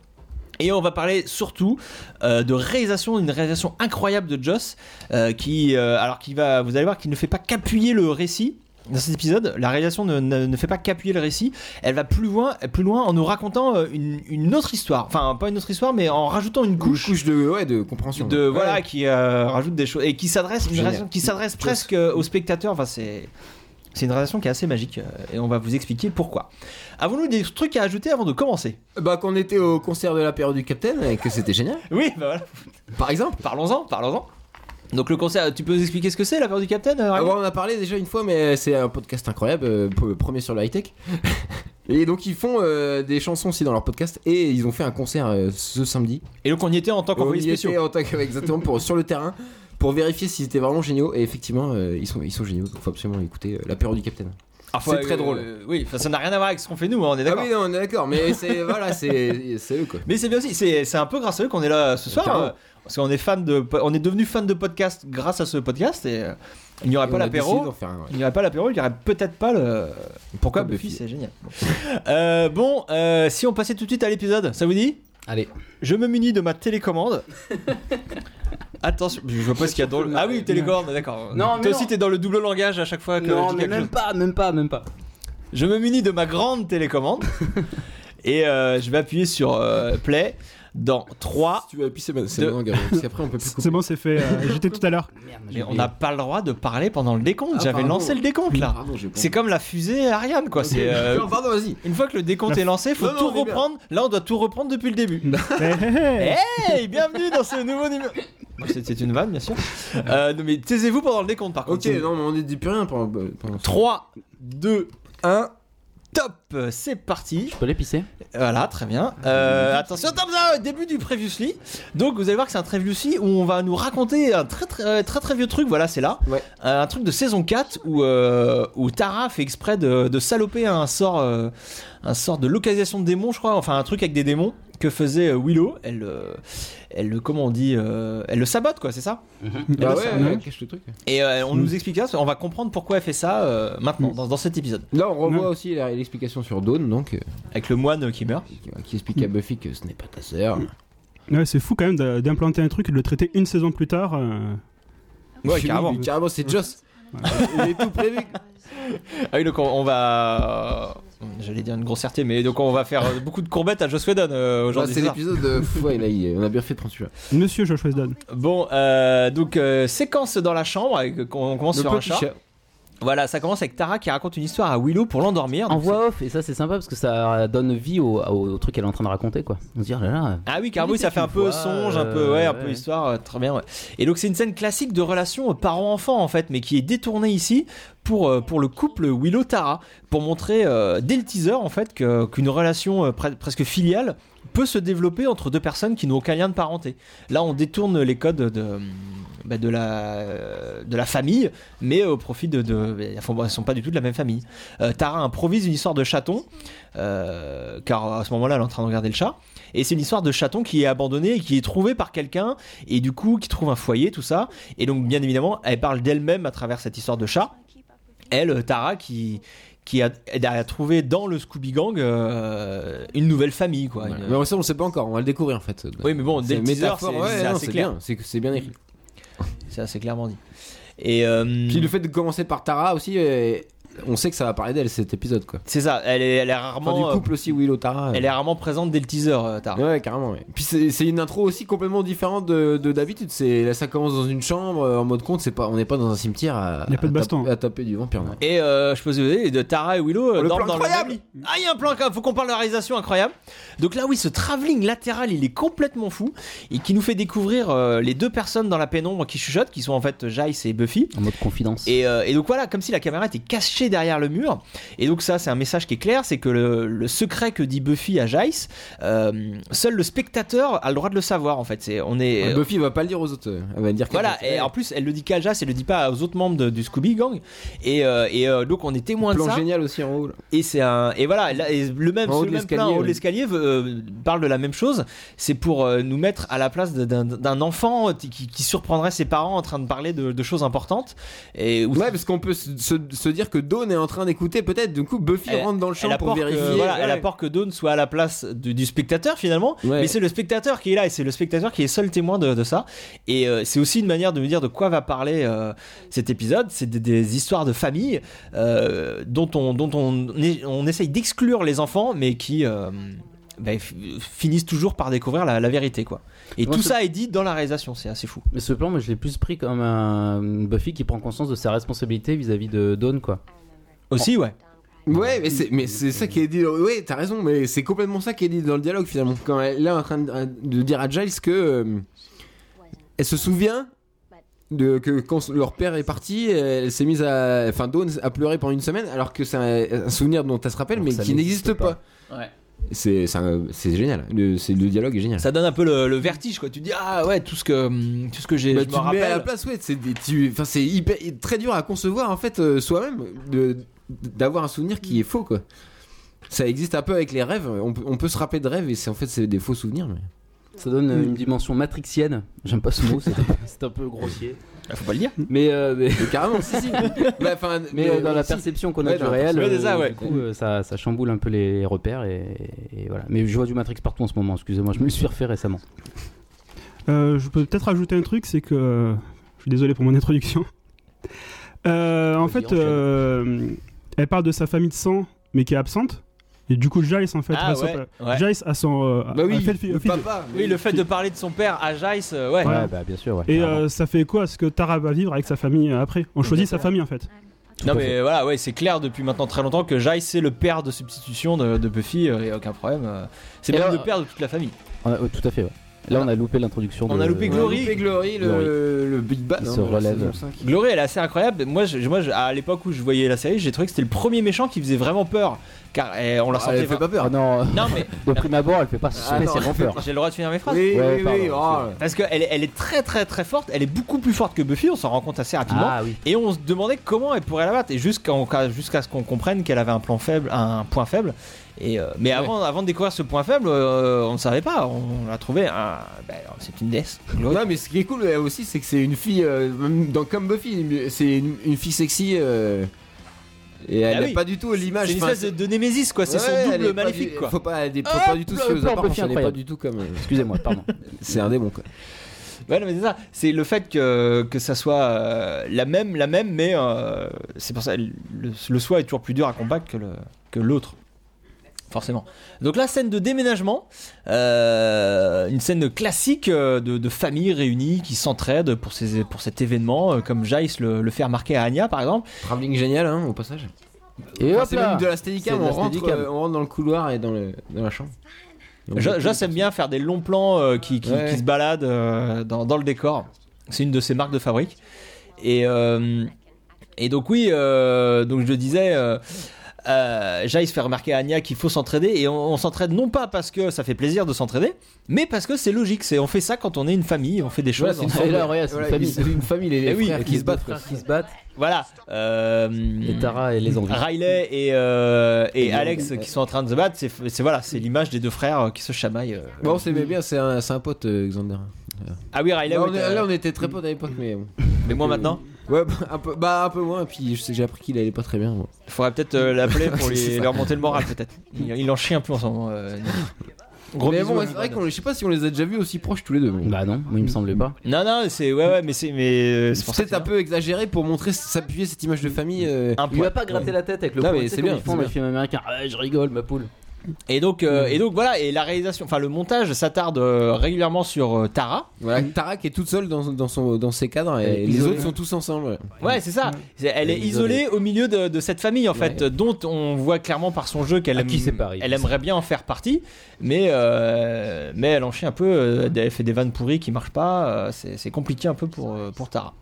Speaker 1: Et on va parler surtout euh, de réalisation, une réalisation incroyable de Joss, euh, qui, euh, alors qui va, vous allez voir, qui ne fait pas qu'appuyer le récit. Dans cet épisode, la réalisation ne, ne- ne fait pas qu'appuyer le récit, elle va plus loin, plus loin en nous racontant euh, une, une autre histoire. Enfin, pas une autre histoire, mais en rajoutant une couche
Speaker 2: couche de, ouais, de compréhension.
Speaker 1: de
Speaker 2: Mmh. Ouais.
Speaker 1: voilà qui euh, rajoute des choses et qui s'adresse une
Speaker 2: Génial.
Speaker 1: relation qui s'adresse presque euh, aux spectateurs enfin c'est c'est une relation qui est assez magique euh, et on va vous expliquer pourquoi avons-nous des trucs à ajouter avant de commencer
Speaker 2: Bah, qu'on était au concert de la période du Capitaine et que c'était génial,
Speaker 1: oui bah voilà
Speaker 2: par exemple.
Speaker 1: parlons-en parlons-en donc le concert tu peux nous expliquer ce que c'est la peur du capitaine euh,
Speaker 2: Ah,
Speaker 1: Raymond
Speaker 2: bon, on en a parlé déjà une fois, mais c'est un podcast incroyable, euh, p- premier sur le high-tech. Et donc, ils font euh, des chansons aussi dans leur podcast, et ils ont fait un concert euh, ce samedi.
Speaker 1: et donc on y était en tant
Speaker 2: On
Speaker 1: qu'envoyé
Speaker 2: y
Speaker 1: spéciaux
Speaker 2: était en tant que- exactement pour, sur le terrain pour vérifier s'ils étaient vraiment géniaux, et effectivement, euh, ils, sont, ils sont géniaux, donc faut absolument écouter euh, la période du Capitaine.
Speaker 1: Ah, faut-
Speaker 2: c'est très drôle.
Speaker 1: euh, oui enfin, ça n'a rien à voir avec ce qu'on fait nous hein, on est
Speaker 2: Ah
Speaker 1: d'accord
Speaker 2: oui, non, on est d'accord, mais c'est voilà, c'est c'est eux quoi.
Speaker 1: mais c'est bien aussi c'est c'est un peu grâce à eux qu'on est là ce soir
Speaker 2: Carrément.
Speaker 1: euh, parce qu'on est fan de po- on est devenu fan de podcast grâce à ce podcast et euh, il n'y aurait
Speaker 2: Et
Speaker 1: pas
Speaker 2: on a décidé
Speaker 1: l'apéro
Speaker 2: d'en faire un, ouais.
Speaker 1: Il n'y aurait pas l'apéro, il n'y aurait peut-être pas le. Pourquoi
Speaker 2: Pourquoi
Speaker 1: Buffy,
Speaker 2: Buffy
Speaker 1: C'est génial. Euh, bon, euh, si on passait tout de suite à l'épisode, ça vous dit
Speaker 4: Allez.
Speaker 1: Je me munis de ma télécommande. Attention, je vois pas ce qu'il y a dans le. Ah oui, télécommande, d'accord.
Speaker 4: Non, mais
Speaker 1: Toi aussi,
Speaker 4: non.
Speaker 1: t'es dans le double langage à chaque fois que je
Speaker 4: Non,
Speaker 1: dis
Speaker 4: mais
Speaker 1: quelque
Speaker 4: même
Speaker 1: chose.
Speaker 4: pas, même pas, même pas.
Speaker 1: Je me munis de ma grande télécommande. et euh, je vais appuyer sur euh, Play dans 3.
Speaker 2: Si tu veux appuyer, c'est bon, c'est
Speaker 1: Deux.
Speaker 2: bon, Gabriel, parce qu'après on peut plus couper.
Speaker 3: C'est bon, c'est fait. euh, J'étais tout à l'heure.
Speaker 4: Merde,
Speaker 1: Mais
Speaker 4: Ah, j'ai
Speaker 1: on
Speaker 4: oublié.
Speaker 1: n'a pas le droit de parler pendant le décompte.
Speaker 2: Ah,
Speaker 1: J'avais
Speaker 2: pardon.
Speaker 1: lancé le décompte là.
Speaker 2: Pardon, j'ai pas-
Speaker 1: C'est comme la fusée Ariane quoi. C'est. euh,
Speaker 2: Non, pardon, vas-y.
Speaker 1: Une fois que le décompte
Speaker 3: La-
Speaker 1: est lancé, faut
Speaker 2: Non, non,
Speaker 1: tout
Speaker 2: on est bien.
Speaker 1: reprendre. Là, on doit tout reprendre depuis le début.
Speaker 3: Eh, eh, eh.
Speaker 1: Hey, bienvenue dans ce nouveau numéro. C'était Oh, une vanne, bien sûr. Euh, non, mais taisez-vous pendant le décompte, par
Speaker 2: Ok,
Speaker 1: contre.
Speaker 2: non, mais on ne dit plus rien pendant. pendant-
Speaker 1: 3, 2, 1. Top, c'est parti.
Speaker 4: Je peux l'épicer
Speaker 1: Voilà, très bien. Euh, attention, thumbs up, début du Previously. Donc, vous allez voir que c'est un Previously où on va nous raconter un très très très, très, vieux truc. Voilà, c'est là. Euh,
Speaker 2: Ouais.
Speaker 1: Un truc de saison 4 où, euh, où Tara fait exprès de, de saloper un sort, euh, un sort de localisation de démons, je crois. Enfin, un truc avec des démons que faisait euh, Willow. Elle, euh, elle le, comment on dit, euh, elle le sabote, quoi, c'est ça
Speaker 2: Bah ouais,
Speaker 3: ça,
Speaker 2: ouais,
Speaker 3: ouais.
Speaker 2: cache le truc.
Speaker 1: Et euh, on
Speaker 3: Mm.
Speaker 1: nous explique ça. On va comprendre pourquoi elle fait ça euh, maintenant, dans, dans cet épisode.
Speaker 2: Là, on revoit
Speaker 3: Non.
Speaker 2: aussi la- l'explication sur Dawn, donc, euh,
Speaker 1: Avec le moine qui meurt.
Speaker 2: qui, qui explique à Buffy que ce n'est pas ta sœur.
Speaker 3: eh. Ouais, c'est fou quand même de- d'implanter un truc et de le traiter une saison plus tard. euh,
Speaker 1: Ouais,
Speaker 2: Chez lui,
Speaker 1: carrément.
Speaker 2: mais Carrément, c'est Joss. Il est tout prévu.
Speaker 1: Ah oui, donc on, on va. euh, J'allais dire une grossièreté, mais donc on va faire euh, beaucoup de courbettes à Joss Whedon euh,
Speaker 2: Genre,
Speaker 1: aujourd'hui.
Speaker 2: Bah, c'est
Speaker 1: c'est ça
Speaker 2: l'épisode. de- Pff, Ouais, là, il- on a bien fait de prendre celui-là.
Speaker 3: Monsieur Josh Whedon.
Speaker 1: Bon, euh, donc euh, séquence dans la chambre, avec, euh, on commence
Speaker 2: Le
Speaker 1: sur un
Speaker 2: petit
Speaker 1: chat. Voilà, ça commence avec Tara qui raconte une histoire à Willow pour l'endormir.
Speaker 4: En
Speaker 1: Donc,
Speaker 4: voix off, et ça c'est sympa parce que ça donne vie au, au- au truc qu'elle est en train de raconter quoi. On se dit, oh là là.
Speaker 1: Ah oui, car oui,
Speaker 4: Il
Speaker 1: ça
Speaker 4: était
Speaker 1: fait un
Speaker 4: une
Speaker 1: peu
Speaker 4: fois,
Speaker 1: songe, un
Speaker 4: euh,
Speaker 1: peu, ouais, un
Speaker 4: ouais.
Speaker 1: peu histoire, euh, très bien. ouais. Et donc c'est une scène classique de relation euh, parent-enfant en fait, mais qui est détournée ici pour euh, pour le couple Willow Tara, pour montrer euh, dès le teaser en fait que- qu'une relation euh, pre- presque filiale peut se développer entre deux personnes qui n'ont aucun lien de parenté. Là, on détourne les codes de bah, de la euh, de la famille, mais au profit de, de enfin, bon, elles sont pas du tout de la même famille. Euh, Tara improvise une histoire de chaton, euh, car à ce moment-là, elle est en train de regarder le chat. Et c'est une histoire de chaton qui est abandonné et qui est trouvé par quelqu'un, et du coup qui trouve un foyer, tout ça. Et donc, bien évidemment, elle parle d'elle-même à travers cette histoire de chat. Elle, euh, Tara, qui, qui a, elle a trouvé dans le Scooby Gang euh, une nouvelle famille, quoi.
Speaker 2: Ouais.
Speaker 1: Une-
Speaker 2: Mais ça, on le sait pas encore, on va le découvrir en fait.
Speaker 1: Oui, mais bon,
Speaker 2: C'est
Speaker 1: dès le
Speaker 2: une
Speaker 1: teaser, c'est
Speaker 2: métaphore, ouais,
Speaker 1: c'est
Speaker 2: non,
Speaker 1: assez
Speaker 2: c'est
Speaker 1: clair. Mm.
Speaker 2: bien, c'est c'est bien écrit.
Speaker 1: C'est assez clairement dit. Et euh,
Speaker 2: Puis le fait de commencer par Tara aussi, euh, on sait que ça va parler d'elle cet épisode quoi.
Speaker 1: C'est ça, elle est, elle est
Speaker 2: Enfin,
Speaker 1: rarement,
Speaker 2: du couple aussi Willow Tara.
Speaker 1: euh, elle est rarement présente dès le teaser, euh, Tara.
Speaker 2: Ouais, carrément. ouais. Puis c'est c'est une intro aussi complètement différente de de d'habitude. C'est là, ça commence dans une chambre euh, en mode compte. C'est pas, on n'est pas dans un cimetière à,
Speaker 3: Y a pas de
Speaker 2: à tape-
Speaker 3: baston. hein.
Speaker 2: à taper du vampire. non.
Speaker 1: Et euh, je peux vous dire, de Tara et Willow euh,
Speaker 2: Oh, le
Speaker 1: dorment
Speaker 2: plan
Speaker 1: dans
Speaker 2: incroyable
Speaker 1: le même lit. Ah, il y a un plan incroyable, faut qu'on parle de la réalisation incroyable. Donc là, oui, ce travelling latéral, il est complètement fou et qui nous fait découvrir euh, les deux personnes dans la pénombre qui chuchotent, qui sont en fait euh, Jace et Buffy.
Speaker 4: En mode confidence.
Speaker 1: Et, euh, et donc voilà, comme si la caméra était cachée derrière le mur. Et donc ça, c'est un message qui est clair, c'est que le, le secret que dit Buffy à Jace, euh, seul le spectateur a le droit de le savoir en fait. C'est on est
Speaker 2: Ouais, Buffy va pas le dire aux autres. euh, Elle va dire. qu'elle
Speaker 1: voilà,
Speaker 2: va-
Speaker 1: et en plus, elle le dit qu'à Jace, elle le dit pas aux autres membres de- du Scooby Gang. Et, euh, et euh, donc, on est témoin de
Speaker 2: plan
Speaker 1: ça.
Speaker 2: génial aussi en haut. là.
Speaker 1: Et c'est un et voilà là, et le même
Speaker 2: En haut
Speaker 1: ce
Speaker 2: de
Speaker 1: même
Speaker 2: l'escalier,
Speaker 1: plan en haut de
Speaker 2: oui.
Speaker 1: l'escalier euh, parle de la même chose. C'est pour euh, nous mettre à la place d'un- d'un enfant euh, qui, qui- qui surprendrait ses parents en train de parler de, de choses importantes et où
Speaker 2: Ouais, parce qu'on peut se, se- se dire que Dawn est en train d'écouter peut-être. Du coup, Buffy
Speaker 1: Elle-
Speaker 2: rentre dans le champ
Speaker 1: elle a
Speaker 2: pour
Speaker 1: peur que,
Speaker 2: vérifier.
Speaker 1: voilà,
Speaker 2: Ouais.
Speaker 1: elle a peur que Dawn soit à la place du, du spectateur finalement,
Speaker 2: Ouais.
Speaker 1: mais c'est le spectateur qui est là et c'est le spectateur qui est seul témoin de, de ça. Et euh, c'est aussi une manière de me dire de quoi va parler euh, cet épisode. C'est des, des histoires de famille euh, dont on dont on, on essaye d'exclure les enfants, mais qui euh, ben, f- finissent toujours par découvrir la, la vérité quoi. Et
Speaker 4: Moi,
Speaker 1: tout
Speaker 4: ce-
Speaker 1: ça est dit dans la réalisation, c'est assez fou.
Speaker 4: Mais ce plan, moi, je l'ai plus pris comme un Buffy qui prend conscience de sa responsabilité vis-à-vis de Dawn, quoi.
Speaker 1: Aussi ouais.
Speaker 2: Ouais, mais c'est, mais c'est ça qui est dit. Ouais, t'as raison, mais c'est complètement ça qui est dit dans le dialogue finalement. Quand elle est en train de, de dire à Giles que. euh, elle se souvient de, que quand leur père est parti, elle s'est mise à. Enfin, Dawn a pleuré pendant une semaine, alors que c'est un, un souvenir dont elle se rappelle,
Speaker 4: Donc
Speaker 2: mais
Speaker 4: ça
Speaker 2: qui n'existe
Speaker 4: n'existe
Speaker 2: pas.
Speaker 4: pas.
Speaker 2: C'est, c'est, un- c'est génial. Le, c'est- le dialogue est génial.
Speaker 1: Ça donne un peu le, le vertige quoi. Tu dis ah ouais tout ce que hum, tout ce que j'ai.
Speaker 2: Bah,
Speaker 1: je
Speaker 2: tu
Speaker 1: me
Speaker 2: te mets à la
Speaker 1: rappelle.
Speaker 2: place, ouais. C'est, des- tu- enfin, c'est hyper, très dur à concevoir en fait euh, soi-même de, d'avoir un souvenir qui est faux quoi. Ça existe un peu avec les rêves. On, peut- on peut se rappeler de rêves et c'est en fait c'est des faux souvenirs. mais-
Speaker 4: Ça donne euh, une dimension matrixienne. J'aime pas ce mot, c'est c'est un peu grossier.
Speaker 1: Ah, Faut pas le dire.
Speaker 4: Mais, euh, mais,
Speaker 2: Mais carrément, si si. Bah, enfin,
Speaker 4: mais, euh, dans la
Speaker 2: si.
Speaker 4: perception qu'on a
Speaker 2: Ouais,
Speaker 4: du
Speaker 2: dans la
Speaker 4: réel,
Speaker 1: perception. Ouais,
Speaker 4: euh,
Speaker 1: c'est ça, ouais.
Speaker 4: du coup, euh, ça, ça chamboule un peu les repères et, et voilà. Mais je vois du Matrix partout en ce moment. Excusez-moi, je me le suis refait récemment.
Speaker 3: Euh, je peux peut-être ajouter un truc, c'est que. euh, Je suis désolé pour mon introduction. Euh, en
Speaker 4: Vas-y,
Speaker 3: fait,
Speaker 4: enchaîne.
Speaker 3: euh, elle parle de sa famille de sang, mais qui est absente. Et du coup, Jace, en fait,
Speaker 1: Ah,
Speaker 3: a son-
Speaker 1: ouais, ouais.
Speaker 3: Jace a son. euh,
Speaker 2: Bah
Speaker 3: a
Speaker 2: oui,
Speaker 3: fait le fi-
Speaker 2: le
Speaker 3: le fil-
Speaker 2: papa.
Speaker 1: Oui, le fait de parler de son père à Jace, euh, ouais.
Speaker 3: Ouais.
Speaker 4: bah bien sûr. Ouais,
Speaker 3: Et
Speaker 4: clairement.
Speaker 3: euh, ça fait écho à ce que Tara va vivre avec sa famille euh, après. On choisit sa famille, en fait.
Speaker 1: non
Speaker 4: à
Speaker 1: mais voilà, ouais, c'est clair depuis maintenant très longtemps que Jace c'est le père de substitution de, de Buffy, il a aucun problème. euh. C'est
Speaker 4: Et
Speaker 1: même
Speaker 4: alors-
Speaker 1: le père de toute la famille.
Speaker 4: On a- ouais, tout à fait. ouais. Là, on a loupé l'introduction.
Speaker 1: On
Speaker 4: de-
Speaker 1: a loupé
Speaker 4: ouais.
Speaker 1: Glory.
Speaker 2: Et Glory, le,
Speaker 4: Glory.
Speaker 2: le Big Bad.
Speaker 4: Il
Speaker 2: hein,
Speaker 4: se
Speaker 2: de la
Speaker 4: relève.
Speaker 2: saison cinq.
Speaker 1: Glory, elle est assez incroyable. Moi, je- moi je- à l'époque où je voyais la série, j'ai trouvé que c'était le premier méchant qui faisait vraiment peur, car eh, on la
Speaker 2: Ah,
Speaker 1: sentait.
Speaker 2: elle fait
Speaker 1: vra-
Speaker 2: pas peur.
Speaker 4: Ah non,
Speaker 1: Non mais
Speaker 4: de prime abord, elle fait pas spécialement peur.
Speaker 1: j'ai le droit de finir mes phrases.
Speaker 2: Oui,
Speaker 4: Ouais,
Speaker 2: oui, oui.
Speaker 4: pardon,
Speaker 2: oh.
Speaker 1: Parce qu'elle elle est très très très forte. Elle est beaucoup plus forte que Buffy. On s'en rend compte assez rapidement.
Speaker 4: Ah oui.
Speaker 1: Et on se demandait comment elle pourrait la battre, et jusqu'à jusqu'à ce qu'on comprenne qu'elle avait un plan faible, un point faible. Et euh, mais avant, avant de découvrir ce point faible, euh, on ne savait pas. On l'a trouvé. un- ben, c'est une déesse. Glory.
Speaker 2: Non mais ce qui est cool euh, aussi c'est que c'est une fille euh, même dans comme Buffy mais c'est une, une fille sexy euh, et elle
Speaker 1: Ah
Speaker 2: n'a
Speaker 1: oui.
Speaker 2: pas du tout l'image
Speaker 1: C'est une
Speaker 2: enfin,
Speaker 1: espèce de, de Némésis quoi. Ah, C'est
Speaker 2: Ouais, elle
Speaker 1: son
Speaker 2: est
Speaker 1: double
Speaker 2: pas
Speaker 1: maléfique
Speaker 2: du-
Speaker 1: quoi.
Speaker 2: Faut pas, des- faut
Speaker 4: Hop,
Speaker 2: pas du tout
Speaker 4: le
Speaker 2: se aux
Speaker 4: plan
Speaker 2: apparences,
Speaker 4: Buffy
Speaker 2: elle est pas
Speaker 4: incroyable.
Speaker 2: du tout comme euh,
Speaker 4: Excusez-moi, pardon.
Speaker 2: c'est un démon quoi.
Speaker 1: Ouais, non, mais c'est ça. C'est le fait que, que ça soit euh, la même, la même, mais euh, c'est pour ça le, le soi est toujours plus dur à combattre que le que l'autre. Forcément. Donc la scène de déménagement, euh, une scène classique euh, de, de familles réunies qui s'entraident pour, ces, pour cet événement, euh, comme Jace le, le fait remarquer à Anya par exemple.
Speaker 2: Travelling génial hein, au passage.
Speaker 4: Et
Speaker 2: Enfin,
Speaker 4: hop
Speaker 2: c'est
Speaker 4: là.
Speaker 2: même de la
Speaker 4: C'est
Speaker 2: Steadicam,
Speaker 4: de la
Speaker 2: on rentre
Speaker 4: Steadicam.
Speaker 2: euh, on rentre dans le couloir et dans le dans la chambre. Donc,
Speaker 1: Ja- Jace aime bien faire des longs plans euh, qui, qui-
Speaker 2: Ouais.
Speaker 1: qui se baladent euh, dans, dans le décor. C'est une de ses marques de fabrique. Et, euh, et donc oui, euh, donc je disais, euh, euh, Jace fait remarquer à Anya qu'il faut s'entraider et on, on s'entraide non pas parce que ça fait plaisir de s'entraider, mais parce que c'est logique. C'est on fait ça quand on est une famille, on fait des
Speaker 2: Voilà,
Speaker 1: choses.
Speaker 2: c'est une
Speaker 1: ensemble.
Speaker 2: famille,
Speaker 4: là, ouais, c'est une
Speaker 2: Voilà,
Speaker 4: famille.
Speaker 2: c'est une famille les
Speaker 1: Eh oui,
Speaker 2: frères
Speaker 4: Et
Speaker 2: qui se battent quoi.
Speaker 4: Qui se battent. Hmm. Ah.
Speaker 1: Voilà. Euh,
Speaker 4: Et Tara, elle les envie.
Speaker 1: Riley et, euh, et
Speaker 2: Et
Speaker 1: Alex
Speaker 2: Logan.
Speaker 1: qui sont en train de se battre, c'est c'est- voilà, c'est l'image des deux frères euh, qui se chamaillent. euh.
Speaker 2: Bon, c'est mais bien, c'est un, c'est un pote, euh, Xander.
Speaker 1: Ah oui, Riley.
Speaker 2: Là
Speaker 1: oui,
Speaker 2: on, est-
Speaker 1: t'as-
Speaker 2: là, on était très potes à l'époque, mais bon.
Speaker 1: Mais moi maintenant,
Speaker 2: ouais, bah, un peu, bah un peu moins. Puis je sais- j'ai appris qu'il allait pas très bien. moi.
Speaker 1: il faudrait peut-être euh, l'appeler pour
Speaker 2: C'est
Speaker 1: lui,
Speaker 2: ça.
Speaker 1: leur monter le moral peut-être. Il, il en chie un peu en ce moment. euh, Nick. Gros
Speaker 2: mais
Speaker 1: bisous,
Speaker 2: bon,
Speaker 1: hein,
Speaker 2: c'est vrai
Speaker 1: Brad.
Speaker 2: qu'on je sais pas si on les a déjà vus aussi proches tous les deux. mais-
Speaker 4: Bah non, moi, il me semblait pas.
Speaker 1: Non, non, c'est. Ouais, ouais, mais c'est. Mais euh, c'est
Speaker 2: C'est
Speaker 1: pour ça. que
Speaker 2: peut-être un peu exagéré pour montrer s'appuyer cette image de famille. euh,
Speaker 1: Un
Speaker 4: Il
Speaker 1: poil.
Speaker 4: va pas gratter la tête avec le
Speaker 2: Non,
Speaker 4: poing,
Speaker 2: mais
Speaker 4: tu sais,
Speaker 2: c'est
Speaker 4: comme
Speaker 2: bien,
Speaker 4: ils font
Speaker 2: c'est
Speaker 4: dans les
Speaker 2: bien.
Speaker 4: films américains. Ah, je rigole, ma poule.
Speaker 1: Et donc,
Speaker 2: Mm.
Speaker 1: euh, et donc voilà, et la réalisation, enfin le montage s'attarde euh, régulièrement sur euh, Tara.
Speaker 2: Voilà, Tara qui est toute seule dans, dans, son, dans ses cadres
Speaker 4: Elle est
Speaker 2: et les
Speaker 4: isolée.
Speaker 2: autres sont tous ensemble.
Speaker 1: Ouais, c'est
Speaker 2: Mm.
Speaker 1: ça. C'est- Elle est isolée au milieu de, de cette famille en fait, dont on voit clairement par son jeu qu'elle
Speaker 4: À
Speaker 1: aime-
Speaker 4: qui c'est Paris,
Speaker 1: elle
Speaker 4: qui
Speaker 1: aimerait bien en faire partie, mais euh, mais elle en chie un peu. euh, Elle fait des vannes pourries qui marchent pas. euh, c'est c'est compliqué un peu pour euh, pour Tara.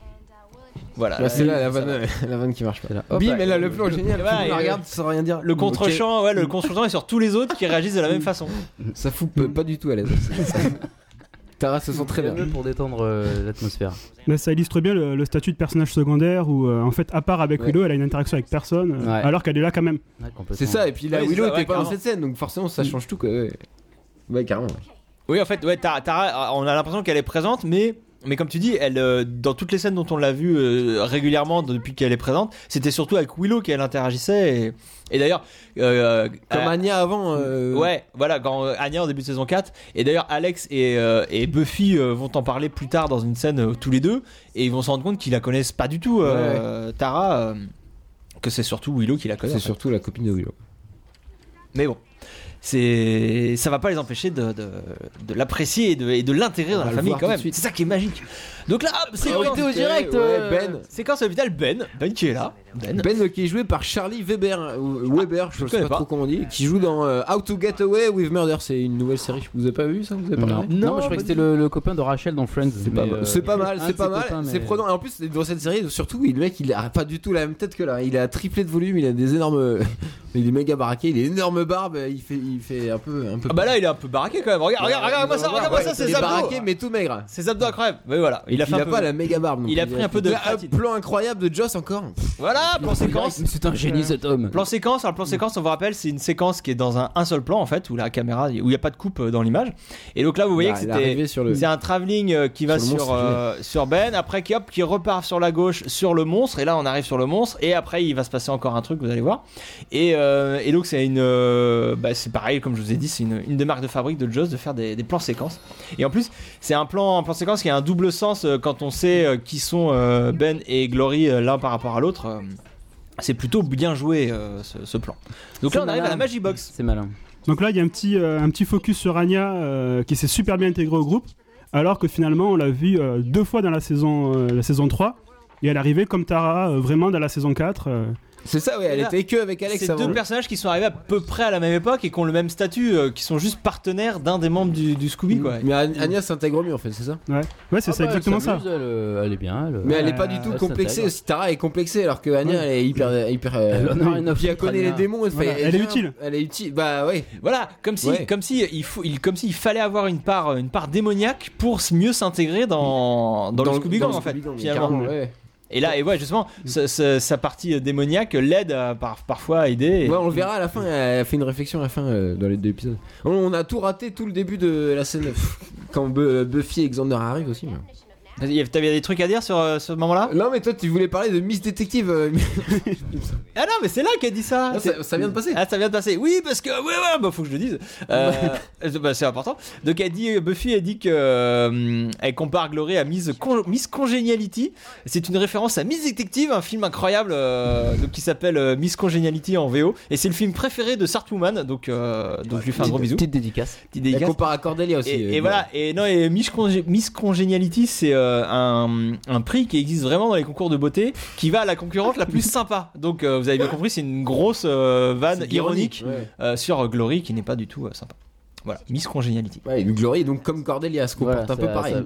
Speaker 1: Voilà.
Speaker 2: Là, Bah, c'est là la
Speaker 1: Ça va.
Speaker 2: vanne, euh, la vanne qui marche pas.
Speaker 4: C'est là. Hop,
Speaker 2: Bim,
Speaker 4: ouais.
Speaker 2: elle a le plan génial.
Speaker 1: voilà,
Speaker 2: tout le monde
Speaker 1: et
Speaker 2: la
Speaker 1: le-
Speaker 2: regarde sans rien dire.
Speaker 1: Le contre-champ, ouais, le contre-champ est sur tous les autres qui réagissent de la même façon.
Speaker 2: Ok, Ça fout peu- pas du tout à l'aise. Tara se sent très bien.
Speaker 4: C'est mieux pour détendre euh, l'atmosphère.
Speaker 3: Mais ça illustre bien le, le statut de personnage secondaire où, euh, en fait, à part avec
Speaker 2: Ouais.
Speaker 3: Willow, elle a une interaction avec personne, euh,
Speaker 4: Ouais.
Speaker 3: alors qu'elle est là quand même.
Speaker 4: Ouais, complètement.
Speaker 2: C'est ça, et puis là,
Speaker 1: Ouais,
Speaker 2: Willow
Speaker 1: c'est ça,
Speaker 2: était
Speaker 1: ouais,
Speaker 2: pas dans
Speaker 1: carrément.
Speaker 2: cette scène, donc forcément ça change tout quoi. Ouais, Ouais, carrément.
Speaker 1: Euh, Oui, en fait, ouais, Tara, Tara, on a l'impression qu'elle est présente, mais, mais comme tu dis, elle, euh, dans toutes les scènes dont on l'a vue euh, régulièrement depuis qu'elle est présente, c'était surtout avec Willow qu'elle interagissait. Et, et d'ailleurs, euh,
Speaker 2: Comme
Speaker 1: euh,
Speaker 2: Anya avant. euh,
Speaker 1: Ouais, voilà, quand euh, Anya en début de saison 4. Et d'ailleurs, Alex et, euh, et Buffy euh, vont en parler plus tard dans une scène euh, tous les deux. Et ils vont se rendre compte qu'ils la connaissent pas du tout, euh, Tara. euh, que c'est surtout Willow qui la connaît. en
Speaker 2: C'est
Speaker 1: fait.
Speaker 2: surtout la copine de Willow.
Speaker 1: Mais bon, c'est ça va pas les empêcher de, de, de l'apprécier et de, et de l'intégrer
Speaker 2: On
Speaker 1: dans la
Speaker 2: va le
Speaker 1: famille
Speaker 2: voir
Speaker 1: quand
Speaker 2: tout de
Speaker 1: même. C'est
Speaker 2: suite.
Speaker 1: ça qui est magique. Donc là, hop, c'est
Speaker 2: Priorité
Speaker 1: au
Speaker 2: au
Speaker 1: direct.
Speaker 2: direct,
Speaker 1: euh,
Speaker 2: ouais, Ben.
Speaker 1: Séquence à l'hôpital Ben. Ben qui est là. Ben.
Speaker 2: Ben qui est joué par Charlie Weber, ou Weber, je, sais
Speaker 1: Ah, connais
Speaker 2: pas,
Speaker 1: pas.
Speaker 2: trop comment on dit, qui joue dans euh, How to Get Away with Murder. C'est une nouvelle série. Vous avez pas vu ça Vous avez pas
Speaker 4: Non,
Speaker 2: regardé
Speaker 1: Non,
Speaker 4: Non, mais je
Speaker 1: pas
Speaker 4: croyais
Speaker 1: du
Speaker 4: que c'était le, le copain de Rachel dans Friends.
Speaker 2: C'est pas,
Speaker 4: mais, euh,
Speaker 2: mal, c'est pas mal,
Speaker 4: un de
Speaker 2: c'est pas
Speaker 4: ses
Speaker 2: mal,
Speaker 4: copains,
Speaker 2: c'est
Speaker 4: mais-
Speaker 2: prenant. Et en plus, dans cette série, surtout, le mec, il a pas du tout la même tête que là. Il a triplé de volume, il a des énormes. Il est méga baraqué, il a une énorme barbe, il fait, il fait un peu. Un peu
Speaker 1: Ah bah là, il est un peu baraqué quand même. Regarde, regarde, regarde, moi ça, regarde, moi ça, c'est
Speaker 2: Il est
Speaker 1: Zabdo.
Speaker 2: baraqué, mais tout maigre.
Speaker 1: C'est Zabdo incroyable. Mais voilà, il a fait
Speaker 2: Il
Speaker 1: un
Speaker 2: a
Speaker 1: peu-
Speaker 2: pas la méga barbe. non
Speaker 1: Il a
Speaker 2: plus.
Speaker 1: pris un peu de
Speaker 2: Ah,
Speaker 1: créatine.
Speaker 2: Plan incroyable de Joss encore.
Speaker 1: Voilà, plan séquence.
Speaker 4: C'est un génie cet homme.
Speaker 1: Plan séquence, alors plan séquence, on vous rappelle, c'est une séquence qui est dans un, un seul plan en fait, où la caméra, où il n'y a pas de coupe euh, dans l'image. Et donc là, vous voyez
Speaker 2: Bah,
Speaker 1: que
Speaker 2: il est
Speaker 1: c'était,
Speaker 2: arrivé sur le-
Speaker 1: c'est un travelling euh, qui va
Speaker 2: Sur
Speaker 1: sur
Speaker 2: le
Speaker 1: sur,
Speaker 2: monstre,
Speaker 1: euh, sur Ben, après qui hop, qui repart sur la gauche sur le monstre, et là on arrive sur le monstre, et après il va se passer encore un truc, vous allez voir. Et, euh, et donc c'est une, euh, bah, c'est pareil comme je vous ai dit, c'est une, une des marques de fabrique de Jaws de faire des, des plans séquences. Et en plus, c'est un plan, un plan séquence qui a un double sens euh, quand on sait euh, qui sont euh, Ben et Glory euh, l'un par rapport à l'autre. euh, c'est plutôt bien joué euh, ce, ce plan. Donc là,
Speaker 4: C'est
Speaker 1: on arrive à la
Speaker 4: malin.
Speaker 1: Magic Box.
Speaker 4: C'est malin.
Speaker 3: Donc là, il y a un petit, euh, un petit focus sur Anya euh, qui s'est super bien intégrée au groupe, alors que finalement, on l'a vu euh, deux fois dans la saison, euh, la saison 3. Et elle est arrivée comme Tara, euh, vraiment dans la saison 4. euh.
Speaker 2: C'est ça, ouais, elle
Speaker 1: Et là,
Speaker 2: était que avec Alex
Speaker 1: C'est
Speaker 2: avant.
Speaker 1: deux personnages qui sont arrivés à peu près à la même époque et qui ont le même statut, euh, qui sont juste partenaires d'un des membres du, du Scooby, quoi.
Speaker 2: Mais Agnès s'intègre mieux en fait, c'est ça
Speaker 3: Ouais, ouais
Speaker 2: Ah
Speaker 3: c'est ça,
Speaker 2: bah,
Speaker 3: exactement ça.
Speaker 4: Elle, euh, elle est bien. Elle,
Speaker 2: Mais elle
Speaker 3: Ouais,
Speaker 2: est pas du tout
Speaker 4: elle
Speaker 2: complexée.
Speaker 4: s'intègre.
Speaker 2: aussi. Tara est complexée alors que Anya
Speaker 3: Oui.
Speaker 2: elle est hyper. hyper euh,
Speaker 4: elle en a rien à
Speaker 2: Puis elle
Speaker 4: foutre,
Speaker 2: connaît les
Speaker 4: Anya.
Speaker 2: démons. Elle,
Speaker 3: Voilà,
Speaker 2: fait-
Speaker 3: elle est
Speaker 2: vient,
Speaker 3: utile.
Speaker 2: Elle est utile. Bah ouais.
Speaker 1: Voilà, comme si,
Speaker 2: Ouais.
Speaker 1: comme si euh, il faut, il, comme s'il fallait avoir une part, euh, une part démoniaque pour s- mieux s'intégrer dans, Mm. dans, le Scooby Gang, Mm. en fait.
Speaker 2: Scooby-Gang,
Speaker 1: finalement.
Speaker 2: carrément, ouais.
Speaker 1: Et là, et ouais, justement, ce- ce- sa partie euh, démoniaque l'aide à, par, parfois à aider. et-
Speaker 2: Ouais, on le verra à la fin. Elle fait une réflexion à la fin euh, dans les deux épisodes. On, on a tout raté tout le début de la scène pff, quand Bu- Buffy et Xander arrivent aussi. mais-
Speaker 1: Il y avait- T'avais des trucs à dire sur euh, ce moment-là
Speaker 2: Non mais toi tu voulais parler de Miss Détective. euh,
Speaker 1: Ah non, mais c'est là qu'elle dit ça.
Speaker 2: Là,
Speaker 1: C'est-
Speaker 2: ça, ça vient de passer.
Speaker 1: Ah, ça vient de passer. Oui, parce que, ouais, ouais, bah, faut que je le dise. Euh, euh, bah, c'est important. Donc, elle dit, Buffy, elle dit que, euh, elle compare Glory à Miss, Con- Miss Congeniality. C'est une référence à Miss Detective, un film incroyable, euh, donc, qui s'appelle euh, Miss Congeniality en VO. Et c'est le film préféré de Sartwoman. Donc, euh, donc, je lui fais un gros bisou.
Speaker 4: Petite dédicace.
Speaker 1: Petit
Speaker 2: Elle
Speaker 1: dédicace.
Speaker 2: compare à Cordelia aussi.
Speaker 1: Et,
Speaker 2: euh,
Speaker 1: et voilà, et non, et Miss, Congé- Miss Congeniality, c'est euh, un, un prix qui existe vraiment dans les concours de beauté, qui va à la concurrente la plus sympa. Donc euh, vous avez bien compris, c'est une grosse euh, vanne
Speaker 2: C'est
Speaker 1: ironique,
Speaker 2: ouais.
Speaker 1: euh, sur euh, Glory qui n'est pas du tout euh, sympa. Voilà, Miss Congeniality.
Speaker 2: Ouais, et Glory donc comme Cordelia se comporte
Speaker 4: Voilà,
Speaker 2: un peu
Speaker 4: ça-
Speaker 2: pareil.
Speaker 4: Ça,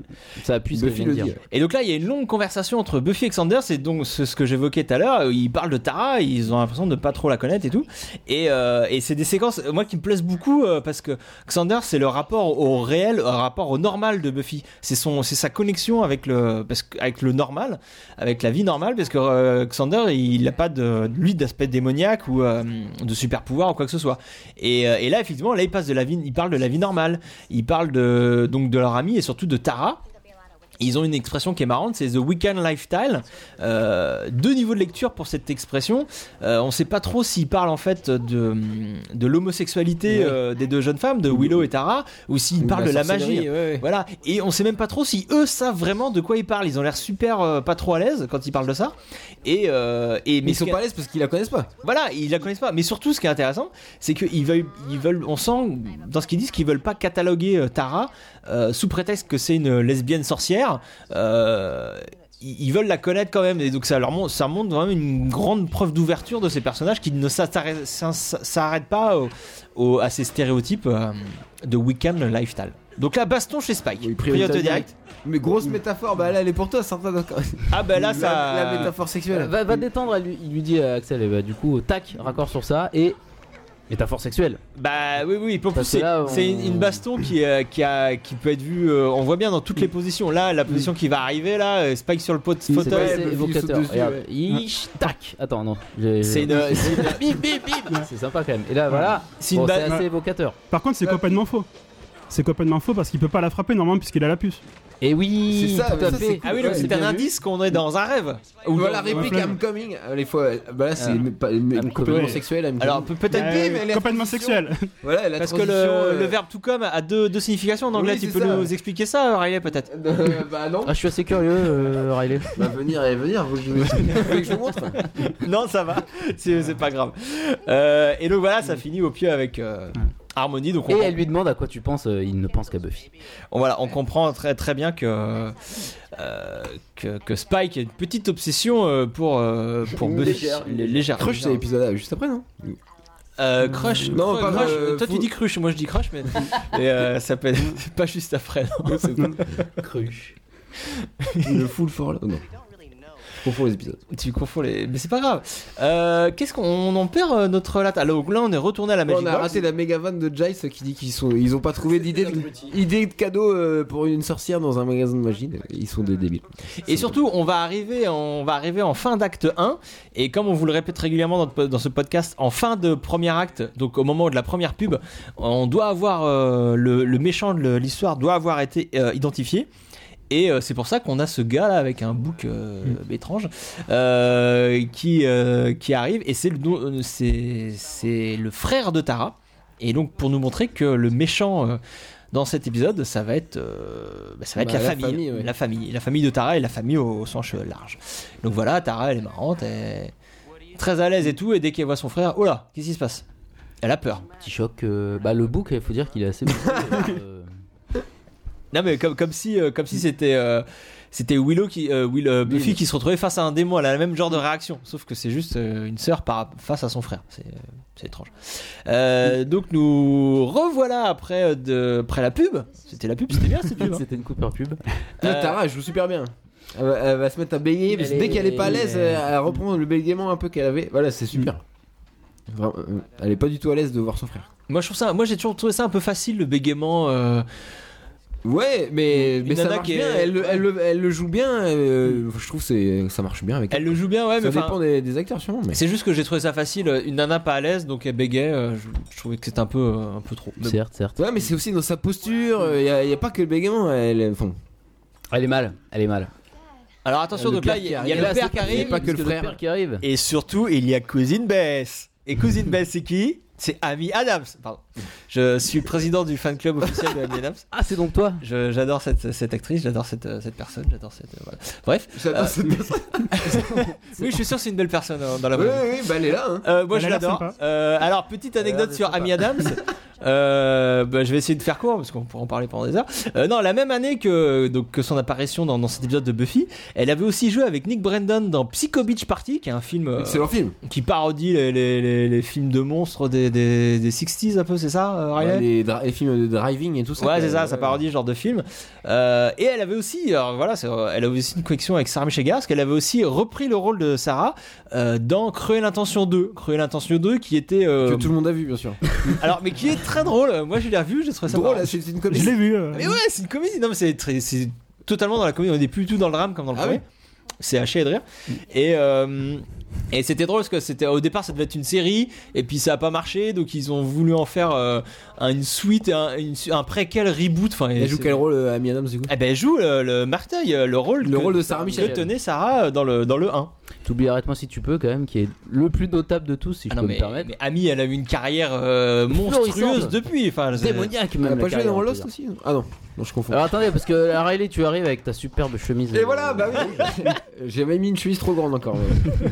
Speaker 4: ça appuie ce que je
Speaker 2: Buffy
Speaker 4: viens de
Speaker 2: le
Speaker 4: dire.
Speaker 2: dit.
Speaker 1: Et donc là, il y a une longue conversation entre Buffy et Xander, c'est donc ce, ce que j'évoquais tout à l'heure, ils parlent de Tara, ils ont l'impression de ne pas trop la connaître et tout. Et, euh, et c'est des séquences, euh, moi, qui me plaisent beaucoup, euh, parce que Xander, c'est le rapport au réel, le rapport au normal de Buffy. C'est son, c'est sa connexion avec le, parce que, avec le normal, avec la vie normale, parce que euh, Xander, il n'a pas de, lui, d'aspect démoniaque ou euh, de super pouvoir ou quoi que ce soit. Et, euh, et là, effectivement, là, il passe de la vie, il parle de la vie normale, il parle de, donc de leur ami et surtout de Tara. Ils ont une expression qui est marrante, c'est The Weekend Lifestyle. Euh, deux niveaux de lecture pour cette expression. Euh, on ne sait pas trop s'ils parlent en fait de, de l'homosexualité euh, des deux jeunes femmes, de Willow et Tara, ou s'ils
Speaker 2: Ou
Speaker 1: parlent
Speaker 2: la
Speaker 1: de la
Speaker 2: sorcellerie,
Speaker 1: magie.
Speaker 2: ouais, ouais.
Speaker 1: Voilà. Et on ne sait même pas trop si eux savent vraiment de quoi ils parlent. Ils ont l'air super euh, pas trop à l'aise quand ils parlent de ça. Et, euh, et
Speaker 2: Mais
Speaker 1: mais
Speaker 2: ils
Speaker 1: ce
Speaker 2: sont
Speaker 1: qui-
Speaker 2: pas à l'aise parce qu'ils la connaissent pas.
Speaker 1: voilà, ils la connaissent pas. Mais surtout, ce qui est intéressant, c'est qu'ils veulent, ils veulent, on sent dans ce qu'ils disent qu'ils veulent pas cataloguer euh, Tara euh, sous prétexte que c'est une lesbienne sorcière. Euh, ils ils veulent la connaître quand même, et donc ça leur montre, ça montre vraiment une grande preuve d'ouverture de ces personnages qui ne s'arrêtent s'in- s'arrêtent pas au- au- à ces stéréotypes euh, de week-end lifestyle. Donc là, baston chez Spike, Priorité direct.
Speaker 2: Mais grosse métaphore, bah là elle est pour toi, Santa. d'accord.
Speaker 1: Ah bah là,
Speaker 2: La-
Speaker 1: ça.
Speaker 2: La, métaphore sexuelle.
Speaker 4: Va, va détendre, elle lui- il lui dit à Axel, et bah, du coup, tac, raccord sur ça, et métaphore sexuelle.
Speaker 1: Bah oui, oui, pour
Speaker 4: Parce que
Speaker 1: c'est
Speaker 4: là, on-
Speaker 1: c'est une, une baston qui, euh, qui, a, qui peut être vue, euh, on voit bien dans toutes les positions. Là, la position qui va arriver, là, euh, Spike sur le pot de
Speaker 4: C'est pas-
Speaker 1: fauteuil.
Speaker 4: c'est
Speaker 2: elle peut
Speaker 4: évocateur,
Speaker 2: sauter dessus,
Speaker 4: regarde.
Speaker 2: ouais. Ah.
Speaker 4: Ish, tac. Attends, non. j'ai-
Speaker 1: C'est une, c'est une-
Speaker 4: Bim, bim, bim. C'est sympa quand même. Et là, voilà.
Speaker 1: c'est une
Speaker 4: Bon,
Speaker 1: ba-
Speaker 4: c'est assez évocateur.
Speaker 3: Par contre, c'est
Speaker 2: Euh,
Speaker 3: complètement faux. C'est complètement faux parce qu'il peut pas la frapper normalement puisqu'il a la puce.
Speaker 4: Et oui,
Speaker 2: C'est ça,
Speaker 4: tout
Speaker 2: mais
Speaker 4: à
Speaker 2: ça,
Speaker 4: fait.
Speaker 2: c'est cool.
Speaker 1: Ah oui, donc
Speaker 2: Ouais,
Speaker 1: c'est
Speaker 2: bien
Speaker 1: un
Speaker 2: vu.
Speaker 1: indice qu'on est dans un rêve.
Speaker 2: Ou
Speaker 1: Ou
Speaker 2: la
Speaker 1: dans-
Speaker 2: réplique
Speaker 3: flamme.
Speaker 2: I'm coming. euh, Les fois, euh, bah là c'est
Speaker 1: Ah.
Speaker 2: pas- mais
Speaker 4: I'm
Speaker 2: complètement
Speaker 3: coming.
Speaker 2: sexuel. I'm
Speaker 1: Alors
Speaker 2: coming.
Speaker 1: peut- peut-être
Speaker 3: Euh,
Speaker 2: oui, mais elle est
Speaker 3: complètement
Speaker 2: transition.
Speaker 3: sexuel.
Speaker 2: Voilà, la
Speaker 1: parce que le,
Speaker 2: transition, euh,
Speaker 1: le verbe to come a deux, deux significations en anglais.
Speaker 2: Oui,
Speaker 1: tu
Speaker 2: c'est
Speaker 1: peux
Speaker 2: ça.
Speaker 1: nous expliquer ça, Riley, peut-être
Speaker 2: Euh, bah non.
Speaker 4: Ah, je suis assez curieux, euh, Riley.
Speaker 2: Bah venir et venir, faut que je vous- faut que je vous montre.
Speaker 1: Non, ça va, c'est c'est pas grave. Euh, et donc voilà, ça finit au pieu avec euh, Harmonie. Donc on
Speaker 4: Et elle lui demande à quoi tu penses. euh, il ne pense qu'à Buffy.
Speaker 1: On- voilà, on comprend très très bien que, euh, que, que Spike a une petite obsession euh, pour, euh, pour
Speaker 2: Une
Speaker 1: Buffy.
Speaker 2: légère, une
Speaker 1: Lé- légère.
Speaker 2: Crush, c'est
Speaker 1: légère.
Speaker 2: l'épisode là, juste après, non
Speaker 1: Euh, crush.
Speaker 2: Non,
Speaker 1: cru-
Speaker 2: pas-
Speaker 1: crush.
Speaker 2: euh,
Speaker 1: Toi tu
Speaker 2: faut-
Speaker 1: dis crush, moi je dis crush, mais mais, euh, ça peut être pas juste après. non.
Speaker 4: Cruche.
Speaker 2: Le full for love. Non. Je confonds les épisodes.
Speaker 1: tu confonds les. Mais c'est pas grave. Euh, Qu'est-ce qu'on on en perd euh, notre latte Alors là on est retourné à la Magic
Speaker 2: on a
Speaker 1: Box.
Speaker 2: raté la méga vanne de Jice qui dit qu'ils sont, ils ont pas trouvé d'idée de, idée de cadeau euh, pour une sorcière dans un magasin de magie. Ils sont des débiles.
Speaker 1: Et surtout, on va arriver, on va arriver en fin d'acte 1. Et comme on vous le répète régulièrement dans, dans ce podcast, en fin de premier acte, donc au moment de la première pub, on doit avoir euh, le, le méchant de l'histoire doit avoir été euh, identifié. Et euh, c'est pour ça qu'on a ce gars là avec un bouc euh,
Speaker 2: Mm.
Speaker 1: étrange euh, qui euh, qui arrive et c'est le don- euh, c'est c'est le frère de Tara. Et donc pour nous montrer que le méchant euh, dans cet épisode, ça va être, euh, bah, ça va être
Speaker 2: Bah,
Speaker 1: la,
Speaker 2: la
Speaker 1: famille,
Speaker 2: famille, ouais.
Speaker 1: la famille, la famille de Tara et la famille au, au sens euh, large. Donc voilà, Tara, elle est marrante, elle est très à l'aise et tout, et dès qu'elle voit son frère, oh là, qu'est-ce qui se passe Elle a peur.
Speaker 4: Petit choc. euh, bah, le book, il faut dire qu'il est assez. euh,
Speaker 1: Non mais comme comme si euh, comme si c'était euh, c'était Willow qui euh, Will- euh, Buffy qui se retrouvait face à un démon, elle a le même genre de réaction, sauf que c'est juste euh, une sœur par face à son frère. C'est euh, c'est étrange. Euh, donc nous revoilà après euh, de après la pub. C'était la pub, c'était bien cette pub. hein.
Speaker 4: C'était une coupe en pub.
Speaker 1: Euh,
Speaker 2: Tara, elle joue super bien. Elle va, elle va se mettre à bégayer parce que
Speaker 4: Elle
Speaker 2: dès qu'elle est pas à
Speaker 4: est-
Speaker 2: l'aise, elle, elle reprend le bégaiement un peu qu'elle avait. Voilà, c'est super. Vraiment, euh, elle est pas du tout à l'aise de voir son frère.
Speaker 1: Moi je trouve ça, moi j'ai toujours trouvé ça un peu facile le bégaiement. euh,
Speaker 2: Ouais, mais,
Speaker 1: Une
Speaker 2: mais ça
Speaker 1: nana
Speaker 2: marche
Speaker 1: qui est-
Speaker 2: bien. Elle, le- elle le- elle le joue bien. euh, Je trouve que c'est- ça marche bien avec
Speaker 1: Elle le joue bien, ouais, mais
Speaker 2: Ça
Speaker 1: enfin,
Speaker 2: dépend des, des acteurs, sûrement. Mais...
Speaker 1: c'est juste que j'ai trouvé ça facile. euh, Une nana pas à l'aise, donc elle bégayait. euh, Je, je trouvais que c'était un peu, euh, un peu trop. Mais bon.
Speaker 4: Certes, certes.
Speaker 2: Ouais, mais c'est aussi dans sa posture. Il n'y a, pas que le bégaiement. Elle, euh, enfin,
Speaker 4: Elle est mal. Elle est mal.
Speaker 1: Alors attention,
Speaker 2: Le
Speaker 1: donc là
Speaker 2: père
Speaker 1: il y,
Speaker 2: qui
Speaker 1: a- il y
Speaker 2: arrive.
Speaker 1: a
Speaker 4: Et
Speaker 1: le
Speaker 4: là,
Speaker 1: père
Speaker 4: c'est
Speaker 1: qui arrive.
Speaker 2: il y a pas que le frère.
Speaker 4: père qui arrive.
Speaker 1: Et surtout, il y a Cousine Bess. Et Cousine Bess, c'est qui C'est Amy Adams. Pardon. Je suis président du fan club officiel de Amy Adams.
Speaker 4: Ah, c'est donc toi.
Speaker 1: Je- J'adore cette, cette actrice, j'adore cette, euh, cette personne, j'adore cette. euh, voilà. Bref.
Speaker 2: j'adore
Speaker 1: Euh,
Speaker 2: cette
Speaker 1: Oui, je suis sûr que c'est une belle personne euh, dans la
Speaker 2: Oui,
Speaker 1: vraie vie.
Speaker 2: oui, bah elle est là. hein.
Speaker 1: Euh, moi
Speaker 3: Elle
Speaker 1: je
Speaker 3: a l'air
Speaker 1: l'adore.
Speaker 3: sympa.
Speaker 1: Euh, alors petite anecdote sur Amy Adams. Euh, bah, je vais essayer de faire court parce qu'on pourra en parler pendant des heures. Euh, non, la même année que donc que son apparition dans, dans cet épisode de Buffy, elle avait aussi joué avec Nick Brandon dans Psycho Beach Party, qui est un film euh,
Speaker 2: Excellent film.
Speaker 1: qui parodie les, les- les- les films de monstres des, des, des 60s un peu, c'est ça, euh, Riley
Speaker 2: Ouais, les, dra- les films de driving et tout ça. euh,
Speaker 1: Ouais,
Speaker 2: quoi.
Speaker 1: c'est ça, ça parodie ce genre de film. Euh, et elle avait aussi, alors voilà, c'est- elle avait aussi une connexion avec Sarah Michel Gellar, parce qu'elle avait aussi repris le rôle de Sarah euh, dans Cruel Intention 2. Cruel Intention 2 qui était. euh,
Speaker 2: Que tout le monde a vu, bien sûr.
Speaker 1: alors, mais qui est très drôle. Moi, je l'ai revu, j'ai trouvé Ah, ça
Speaker 2: Drôle,
Speaker 1: marrant.
Speaker 2: là, c'est une
Speaker 3: Je
Speaker 2: comédie.
Speaker 1: Ah
Speaker 3: l'ai vu. euh,
Speaker 1: Mais ouais, c'est une comédie. Non, mais c'est très- c'est totalement dans la comédie. On n'est plus du tout dans le drame comme dans le
Speaker 2: Ah
Speaker 1: premier. C'est haché de rire. Et. euh, et c'était drôle parce que c'était au départ ça devait être une série et puis ça a pas marché donc ils ont voulu en faire euh, une suite, un, une su- un préquel reboot. Enfin, et
Speaker 2: Elle joue
Speaker 1: c'est-
Speaker 2: quel rôle, euh, Amy Adams, du coup
Speaker 1: Eh ben elle joue le, le Marteil, euh, le rôle
Speaker 2: Le
Speaker 1: que-
Speaker 2: rôle de Sarah Michel.
Speaker 1: que tenait Sarah euh, dans le dans le 1.
Speaker 4: T'oublies arrête-moi si tu peux quand même, qui est le plus notable de tous si je
Speaker 1: Ah non,
Speaker 4: peux
Speaker 1: mais,
Speaker 4: me permettre.
Speaker 1: mais Amy, elle a eu une carrière euh, monstrueuse
Speaker 4: Florissante.
Speaker 1: depuis. Enfin, c'est-
Speaker 4: Démoniaque
Speaker 2: Elle
Speaker 4: même.
Speaker 2: a
Speaker 4: la
Speaker 2: pas joué
Speaker 4: carrière, on
Speaker 2: dans
Speaker 4: peut
Speaker 2: Lost
Speaker 4: dire.
Speaker 2: aussi Ah non, non, je confonds.
Speaker 4: Alors attendez parce que euh, Riley tu arrives avec ta superbe chemise.
Speaker 2: Et
Speaker 4: euh,
Speaker 2: voilà, bah oui J'ai même mis une chemise trop grande encore. mais-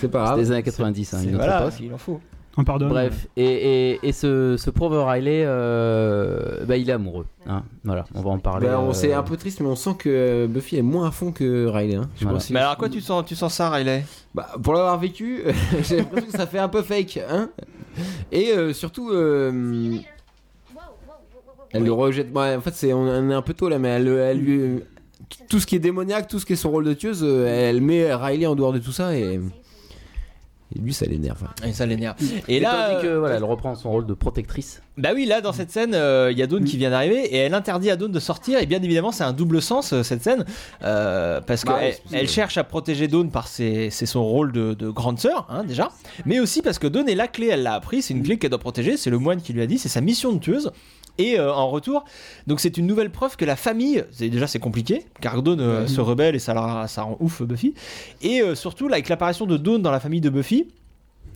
Speaker 2: C'est pas grave.
Speaker 4: des années 90, hein,
Speaker 1: c'est-
Speaker 4: une autre
Speaker 1: voilà,
Speaker 4: époque.
Speaker 1: il en faut.
Speaker 3: On pardonne.
Speaker 4: Bref, et, et, et ce, ce pauvre Riley, euh, bah, il est amoureux. hein. Voilà, on va en parler.
Speaker 2: Bah, on
Speaker 4: euh,
Speaker 2: c'est un peu triste, mais on sent que Buffy est moins à fond que Riley. hein. Je
Speaker 4: Voilà.
Speaker 2: pense que-
Speaker 1: Mais alors, à quoi tu sens, tu sens ça, Riley
Speaker 2: Bah, pour l'avoir vécu, j'ai l'impression que ça fait un peu fake, hein. Et euh, surtout, euh, elle le rejette. Ouais, en fait, c'est on, on est un peu tôt là, mais elle, elle lui- tout ce qui est démoniaque, tout ce qui est son rôle de tueuse, euh, elle met Riley en dehors de tout ça et, et lui, ça l'énerve.
Speaker 1: Et ça l'énerve. Et
Speaker 4: Et
Speaker 1: là, euh,
Speaker 4: tandis que, voilà, elle reprend son rôle de protectrice.
Speaker 1: bah oui, là dans cette scène, euh, il y a Dawn qui vient d'arriver et elle interdit à Dawn de sortir. Et bien évidemment, c'est un double sens euh, cette scène euh, parce
Speaker 2: Bah oui,
Speaker 1: qu'elle
Speaker 2: c'est possible.
Speaker 1: elle cherche à protéger Dawn par ses, c'est son rôle de, de grande sœur hein, déjà, mais aussi parce que Dawn est la clé. Elle l'a appris, c'est une clé qu'elle doit protéger. C'est le moine qui lui a dit, c'est sa mission de tueuse. Et euh, en retour, donc c'est une nouvelle preuve que la famille, c'est- déjà c'est compliqué, car Dawn euh, se rebelle et ça, la- ça rend ouf euh, Buffy. Et euh, surtout, là, avec l'apparition de Dawn dans la famille de Buffy,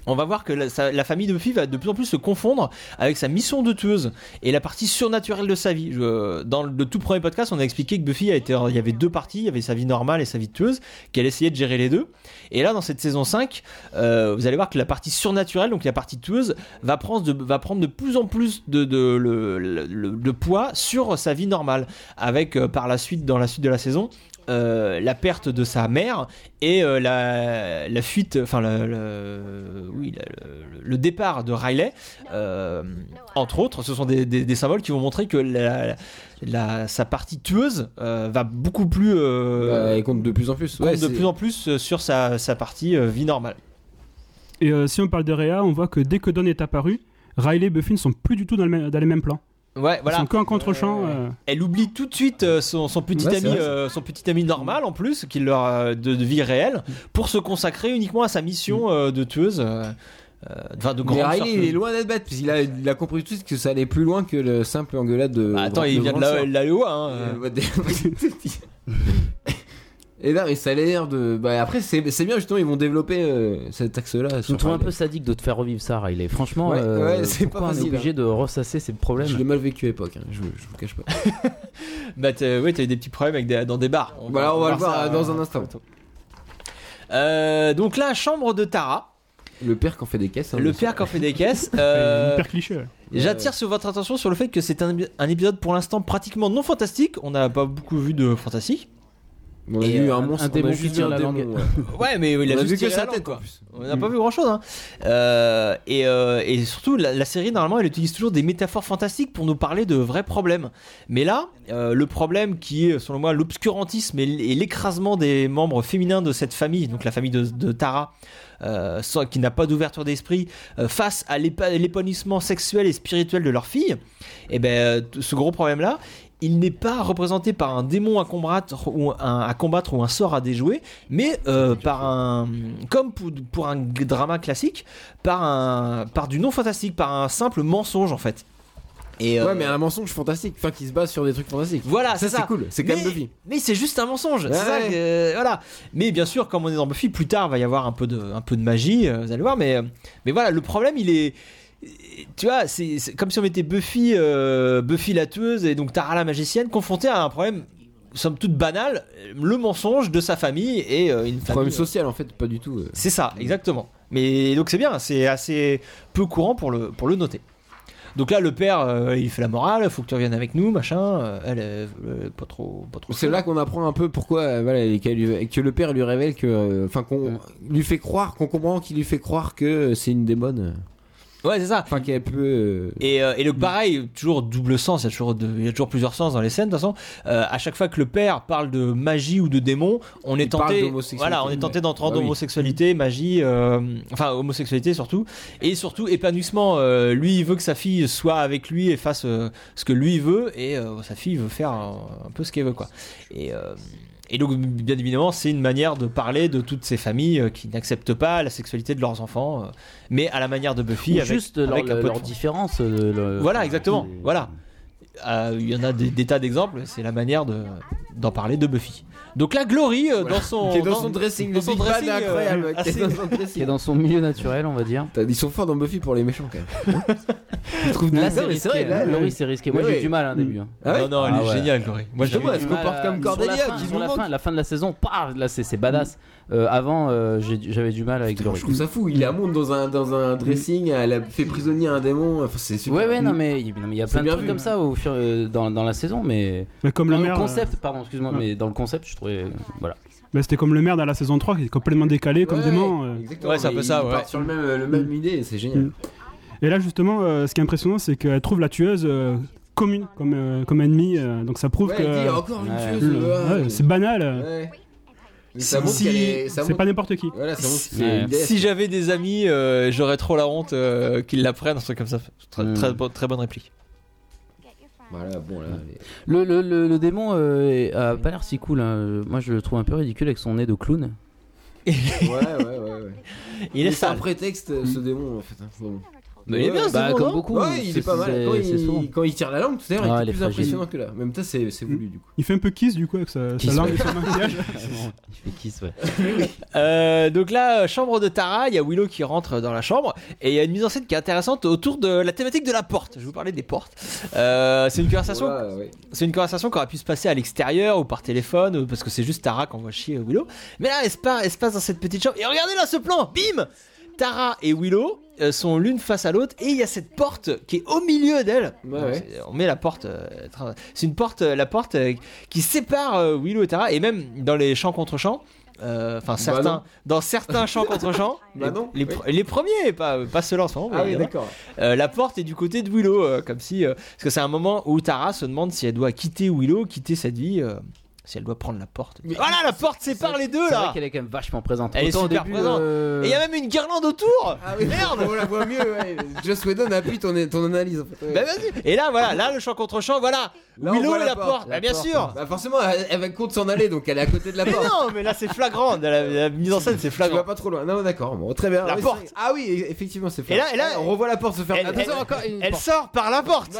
Speaker 1: on va voir que la, sa- la famille de Buffy va de plus en plus se confondre avec sa mission de tueuse et la partie surnaturelle de sa vie. Je- dans le tout premier podcast, on a expliqué que Buffy a été, il y avait deux parties, il y avait sa vie normale et sa vie de tueuse, qu'elle essayait de gérer les deux. Et là, dans cette saison 5, euh, vous allez voir que la partie surnaturelle, donc la partie tueuse, va prendre de, va prendre de plus en plus de, de, le- le- le- de poids sur sa vie normale, avec euh, par la suite, dans la suite de la saison, euh, la perte de sa mère et euh, la, la fuite, enfin le, le- oui, le, le- le départ de Riley, euh, entre autres, ce sont des, des- des symboles qui vont montrer que la, la- sa partie tueuse euh, va beaucoup plus euh,
Speaker 2: Euh, elle compte de plus en plus.
Speaker 1: compte
Speaker 2: Ouais,
Speaker 1: de
Speaker 2: c'est-
Speaker 1: plus en plus euh, sur sa, sa partie euh, vie normale.
Speaker 3: Et euh, si on parle de Rhea, on voit que dès que Dawn est apparue, Riley et Buffy ne sont plus du tout dans le même, dans les mêmes plans.
Speaker 1: Ouais,
Speaker 3: Ils
Speaker 1: voilà.
Speaker 3: sont que en contre-champ. euh,
Speaker 1: Elle oublie tout de suite euh, son, son petit
Speaker 2: Ouais, c'est
Speaker 1: ami,
Speaker 2: vrai, ça.
Speaker 1: euh, son petit ami normal en plus, qui leur euh, de, de vie réelle, pour se consacrer uniquement à sa mission euh, de tueuse, euh, euh, enfin de
Speaker 2: Mais
Speaker 1: grande
Speaker 2: Riley,
Speaker 1: sœur
Speaker 2: il
Speaker 1: tueuse.
Speaker 2: est loin d'être bête, parce qu'il a, il a compris tout de suite que ça allait plus loin que le simple engueulade de.
Speaker 1: Bah, attends, il vient de
Speaker 2: grande
Speaker 1: la,
Speaker 2: sœur.
Speaker 1: la LOA, hein,
Speaker 2: Euh,
Speaker 1: euh.
Speaker 2: what the- Et là, mais ça a l'air de. Bah, après, c'est c'est bien justement, ils vont développer euh, cet axe-là.
Speaker 4: Je
Speaker 2: sur
Speaker 4: me trouve un
Speaker 2: Riley.
Speaker 4: peu sadique de te faire revivre ça, Riley. Franchement,
Speaker 2: Ouais,
Speaker 4: euh,
Speaker 2: ouais, c'est pas
Speaker 4: pourquoi on est
Speaker 2: facile,
Speaker 4: obligé de ressasser ces problèmes.
Speaker 2: Je l'ai mal vécu à l'époque, hein, je, je vous cache pas.
Speaker 1: Bah t'as- ouais, t'as eu des petits problèmes avec des- dans des bars.
Speaker 2: voilà, on va le voir
Speaker 1: ça,
Speaker 2: euh, dans un instant.
Speaker 1: Euh, donc là, chambre de Tara,
Speaker 2: Le père qui en fait des caisses. hein,
Speaker 1: le
Speaker 2: bien sûr.
Speaker 1: père qui en fait des caisses.
Speaker 3: c'est
Speaker 1: euh,
Speaker 3: Hyper cliché. ouais.
Speaker 1: J'attire sur votre attention sur le fait que c'est un, épi- un épisode pour l'instant pratiquement non fantastique. On n'a pas beaucoup vu de fantastique.
Speaker 2: On a
Speaker 4: Et,
Speaker 2: eu
Speaker 4: euh,
Speaker 2: un
Speaker 4: un
Speaker 2: monstre, on a
Speaker 4: démon
Speaker 2: juste
Speaker 4: qui
Speaker 2: vu
Speaker 4: tire
Speaker 2: un
Speaker 4: la
Speaker 2: démon,
Speaker 4: langue.
Speaker 2: ouais.
Speaker 1: Ouais, mais il a
Speaker 2: On a
Speaker 1: juste
Speaker 2: vu que
Speaker 1: tiré
Speaker 2: sa
Speaker 1: la langue,
Speaker 2: tête Mm.
Speaker 1: quoi.
Speaker 2: en plus.
Speaker 1: On n'a pas vu grand chose. Euh, et, euh, et surtout, la, la série, normalement, elle utilise toujours des métaphores fantastiques pour nous parler de vrais problèmes. Mais là, euh, le problème qui est, selon moi, l'obscurantisme et l- et l'écrasement des membres féminins de cette famille, donc la famille de, de Tara, euh, sans- qui n'a pas d'ouverture d'esprit, euh, face à l'épa- l'épanouissement sexuel et spirituel de leur fille, et ben, euh, t- ce gros problème-là, il n'est pas représenté par un démon à combattre ou un, à combattre ou un sort à déjouer, mais euh, par un, comme pour, pour un g- drama classique, par un, par du non fantastique, par un simple mensonge en fait. Et, euh,
Speaker 2: Ouais, mais un mensonge fantastique, enfin qui se base sur des trucs fantastiques.
Speaker 1: voilà,
Speaker 2: ça
Speaker 1: c'est
Speaker 2: c'est cool, c'est quand même
Speaker 1: mais,
Speaker 2: Buffy.
Speaker 1: mais c'est juste un mensonge.
Speaker 2: Ouais,
Speaker 1: c'est ça
Speaker 2: ouais.
Speaker 1: que, euh, voilà. Mais bien sûr, comme on est dans Buffy, plus tard, il va y avoir un peu de, un peu de magie. euh, vous allez voir. Mais, mais voilà, le problème, il est. Tu vois, c'est c'est comme si on mettait Buffy, euh, Buffy la tueuse et donc Tara la magicienne confrontée à un problème, somme toute banal, le mensonge de sa famille et euh, une famille.
Speaker 2: Problème social en fait, pas du tout. euh.
Speaker 1: C'est ça, exactement. Mais donc c'est bien, c'est assez peu courant pour le, pour le noter. Donc là, le père, euh, il fait la morale, faut que tu reviennes avec nous, machin. euh, elle, euh, euh, pas trop, pas trop.
Speaker 2: C'est là qu'on apprend un peu pourquoi euh, voilà, et qu'elle lui- que le père lui révèle que euh, enfin qu'on lui fait croire qu'on comprend qu'il lui fait croire que euh, c'est une démon
Speaker 1: Ouais, c'est ça.
Speaker 2: enfin qu'elle peut euh,
Speaker 1: Et, euh, et le pareil, toujours double sens, il y a toujours, de- il y a toujours plusieurs sens dans les scènes. De toute façon, Euh, à chaque fois que le père parle de magie ou de démon, on est
Speaker 2: Il parle
Speaker 1: tenté,
Speaker 2: d'homosexualité,
Speaker 1: voilà, on est tenté
Speaker 2: ouais.
Speaker 1: d'entrer
Speaker 2: Bah
Speaker 1: dans
Speaker 2: oui.
Speaker 1: homosexualité, magie, euh, enfin homosexualité surtout, et surtout épanouissement. Euh, lui, il veut que sa fille soit avec lui et fasse euh, ce que lui veut, et euh, sa fille veut faire euh, un peu ce qu'elle veut, quoi. Et euh, Et donc, bien évidemment, c'est une manière de parler de toutes ces familles euh, qui n'acceptent pas la sexualité de leurs enfants, euh, mais à la manière de Buffy,
Speaker 4: Ou
Speaker 1: avec,
Speaker 4: juste leur,
Speaker 1: avec un peu de
Speaker 4: leur
Speaker 1: fond.
Speaker 4: différence. euh, le-
Speaker 1: Voilà, exactement,
Speaker 4: et-
Speaker 1: voilà. Euh, Il y en a des, des tas d'exemples, c'est la manière de- d'en parler de Buffy. Donc là, Glory, euh, dans son.
Speaker 2: Qui est dans son dressing,
Speaker 1: dans
Speaker 2: le
Speaker 1: son
Speaker 2: Big Bad
Speaker 1: dressing,
Speaker 2: est
Speaker 1: euh,
Speaker 2: incroyable. qui est
Speaker 1: assez-
Speaker 2: dans son
Speaker 4: Qui est
Speaker 2: dressing.
Speaker 4: dans son milieu naturel, on va dire.
Speaker 2: T'as- Ils sont forts dans Buffy pour les méchants quand même. Ils trouvent
Speaker 4: Là,
Speaker 2: des-
Speaker 4: c'est
Speaker 2: Non, mais
Speaker 4: risqué.
Speaker 2: vrai, là,
Speaker 4: hein. Laurie,
Speaker 2: le-
Speaker 4: c'est risqué. Moi,
Speaker 2: Mais
Speaker 4: j'ai
Speaker 2: oui.
Speaker 4: eu du mal hein, début. hein.
Speaker 2: Ah ouais
Speaker 1: non, non, elle
Speaker 4: Ah
Speaker 1: est
Speaker 4: ouais.
Speaker 1: géniale, Glory. Moi, j'ai-
Speaker 2: Justement, elle se
Speaker 4: Du mal
Speaker 2: comporte
Speaker 4: à-
Speaker 2: comme
Speaker 4: sur
Speaker 2: Cordelia,
Speaker 4: la fin,
Speaker 2: qui
Speaker 4: sur
Speaker 2: nous
Speaker 4: la
Speaker 2: manque.
Speaker 4: fin, la fin de la saison, paf, là, c'est c'est badass. Euh, avant, euh, j'ai du- j'avais du mal avec
Speaker 2: Putain,
Speaker 4: Glory.
Speaker 2: Je trouve ça fou, il la monte dans un, dans un dressing, elle a fait prisonnier un démon, enfin, c'est super.
Speaker 4: Ouais, ouais, non, mais il non, mais il y a
Speaker 2: C'est
Speaker 4: plein de
Speaker 2: bien
Speaker 4: trucs
Speaker 2: vu.
Speaker 4: comme ça au fur, euh, dans, dans la saison, mais.
Speaker 3: Mais comme euh,
Speaker 4: Dans
Speaker 3: le
Speaker 4: le
Speaker 3: maire.
Speaker 4: euh, concept, pardon, excuse-moi,
Speaker 3: Ouais.
Speaker 4: mais dans le concept, je trouvais. Voilà.
Speaker 3: euh, bah, c'était comme le maire dans la saison 3 qui est complètement décalé comme
Speaker 2: Ouais,
Speaker 3: dément. euh.
Speaker 2: exactement,
Speaker 1: Ouais, c'est un peu
Speaker 2: mais
Speaker 1: ça,
Speaker 2: ils
Speaker 1: ouais.
Speaker 2: partent sur le même, le même idée, c'est génial.
Speaker 3: Mm. Et là justement, euh, ce qui est impressionnant, c'est qu'elle trouve la tueuse euh, commune comme, euh, comme ennemie. euh, donc ça prouve
Speaker 2: Ouais,
Speaker 3: que.
Speaker 2: elle dit encore une
Speaker 4: Ouais.
Speaker 2: tueuse.
Speaker 3: le-
Speaker 2: ouais.
Speaker 3: ouais, c'est banal. euh.
Speaker 2: Ouais. Mais ça
Speaker 1: Si-
Speaker 2: montre qu'elle
Speaker 1: si-
Speaker 2: est. ça
Speaker 3: C'est
Speaker 2: montre-
Speaker 3: pas n'importe qui.
Speaker 2: Voilà, ça montre que
Speaker 4: Ouais.
Speaker 2: c'est une
Speaker 1: Si
Speaker 2: déesse.
Speaker 1: j'avais des amis, euh, j'aurais trop la honte euh, qu'ils l'apprennent, un truc comme ça. Très,
Speaker 2: Hmm.
Speaker 4: Mm.
Speaker 1: très bon- très bonne réplique.
Speaker 2: Voilà, bon, là. les-
Speaker 4: Le, le, le, le démon euh, est- a pas l'air si cool. hein. Moi, je le trouve un peu ridicule avec son nez de clown.
Speaker 2: Ouais, ouais, ouais. ouais.
Speaker 1: Il est
Speaker 2: c'est un
Speaker 1: sale.
Speaker 2: prétexte, ce démon, en fait. hein. Bon.
Speaker 4: Mais il est bien, ce
Speaker 2: bah,
Speaker 4: démon,
Speaker 2: comme
Speaker 4: non
Speaker 2: beaucoup.
Speaker 4: C'est-
Speaker 2: Ouais, il est pas mal.
Speaker 4: c'est-
Speaker 2: Quand
Speaker 4: c'est souvent.
Speaker 2: il, quand il tire la langue, tout à l'heure,
Speaker 4: Ah,
Speaker 2: il
Speaker 4: elle
Speaker 2: était
Speaker 4: est
Speaker 2: plus
Speaker 4: fragile.
Speaker 2: impressionnant que là. En même temps, c'est c'est voulu, du coup.
Speaker 3: Il fait un peu kiss du coup avec sa, sa
Speaker 4: Kiss,
Speaker 3: langue
Speaker 4: ouais.
Speaker 3: et son maquillage.
Speaker 4: Il fait kiss, ouais.
Speaker 1: Euh, donc là, euh, chambre de Tara, il y a Willow qui rentre dans la chambre et il y a une mise en scène qui est intéressante autour de la thématique de la porte. Je vous parlais des portes. Euh, c'est une conversation,
Speaker 2: Voilà, ouais.
Speaker 1: c'est une conversation qui aurait pu se passer à l'extérieur ou par téléphone ou- parce que c'est juste Tara qu'on voit chier euh, Willow. Mais là, elle se, pa- elle se passe dans cette petite chambre et regardez là ce plan, bim. Tara et Willow euh, sont l'une face à l'autre et il y a cette porte qui est au milieu d'elle.
Speaker 2: Ouais,
Speaker 1: Donc,
Speaker 2: ouais.
Speaker 1: c'est- On met la porte, euh, tra- c'est une porte, euh, la porte euh, qui sépare euh, Willow et Tara et même dans les champs contre champs. euh, Enfin, certains,
Speaker 2: Bah non.
Speaker 1: dans certains champs contre champs,
Speaker 2: Bah
Speaker 1: les,
Speaker 2: non,
Speaker 1: les
Speaker 2: oui.
Speaker 1: pr- les premiers, pas, pas ceux-là en ce moment,
Speaker 2: Ah
Speaker 1: mais
Speaker 2: oui,
Speaker 1: il y en a.
Speaker 2: d'accord.
Speaker 1: Euh, la porte est du côté de Willow, euh, comme si. euh, parce que c'est un moment où Tara se demande si elle doit quitter Willow, quitter cette vie, euh, si elle doit prendre la porte.
Speaker 2: Mais-
Speaker 1: voilà, la porte sépare les deux
Speaker 4: C'est vrai
Speaker 1: là
Speaker 4: qu'elle est quand même vachement présente.
Speaker 1: Elle est
Speaker 4: Autant au
Speaker 1: super
Speaker 4: début,
Speaker 1: présente.
Speaker 4: euh,
Speaker 1: Et il y a même une guirlande autour
Speaker 2: Ah oui, merde, on la voit mieux. Ouais. Joss Whedon appuie ton, ton analyse. En fait. ouais.
Speaker 1: Bah vas-y Et là, voilà, là, le champ contre champ, voilà
Speaker 2: euh, Là, on
Speaker 1: Willow
Speaker 2: voit
Speaker 1: et
Speaker 2: la
Speaker 1: la
Speaker 2: porte,
Speaker 1: porte,
Speaker 4: la
Speaker 1: Bah, bien
Speaker 4: porte.
Speaker 1: sûr
Speaker 2: Bah forcément, elle, elle va compte s'en aller, donc elle est à côté de la
Speaker 1: Mais
Speaker 2: porte.
Speaker 1: non, mais là, c'est flagrant, dans la, la mise en scène, c'est
Speaker 2: Tu vas
Speaker 1: flagrant.
Speaker 2: pas trop loin. Non, d'accord. Bon, très bien.
Speaker 1: La
Speaker 2: Oui,
Speaker 1: porte.
Speaker 2: c'est- Ah oui, effectivement, c'est
Speaker 1: Et là- et là,
Speaker 2: Ah, on revoit la porte se faire.
Speaker 1: elle-
Speaker 2: Attends,
Speaker 1: elle-
Speaker 2: encore une
Speaker 1: Elle
Speaker 2: porte.
Speaker 1: sort par la porte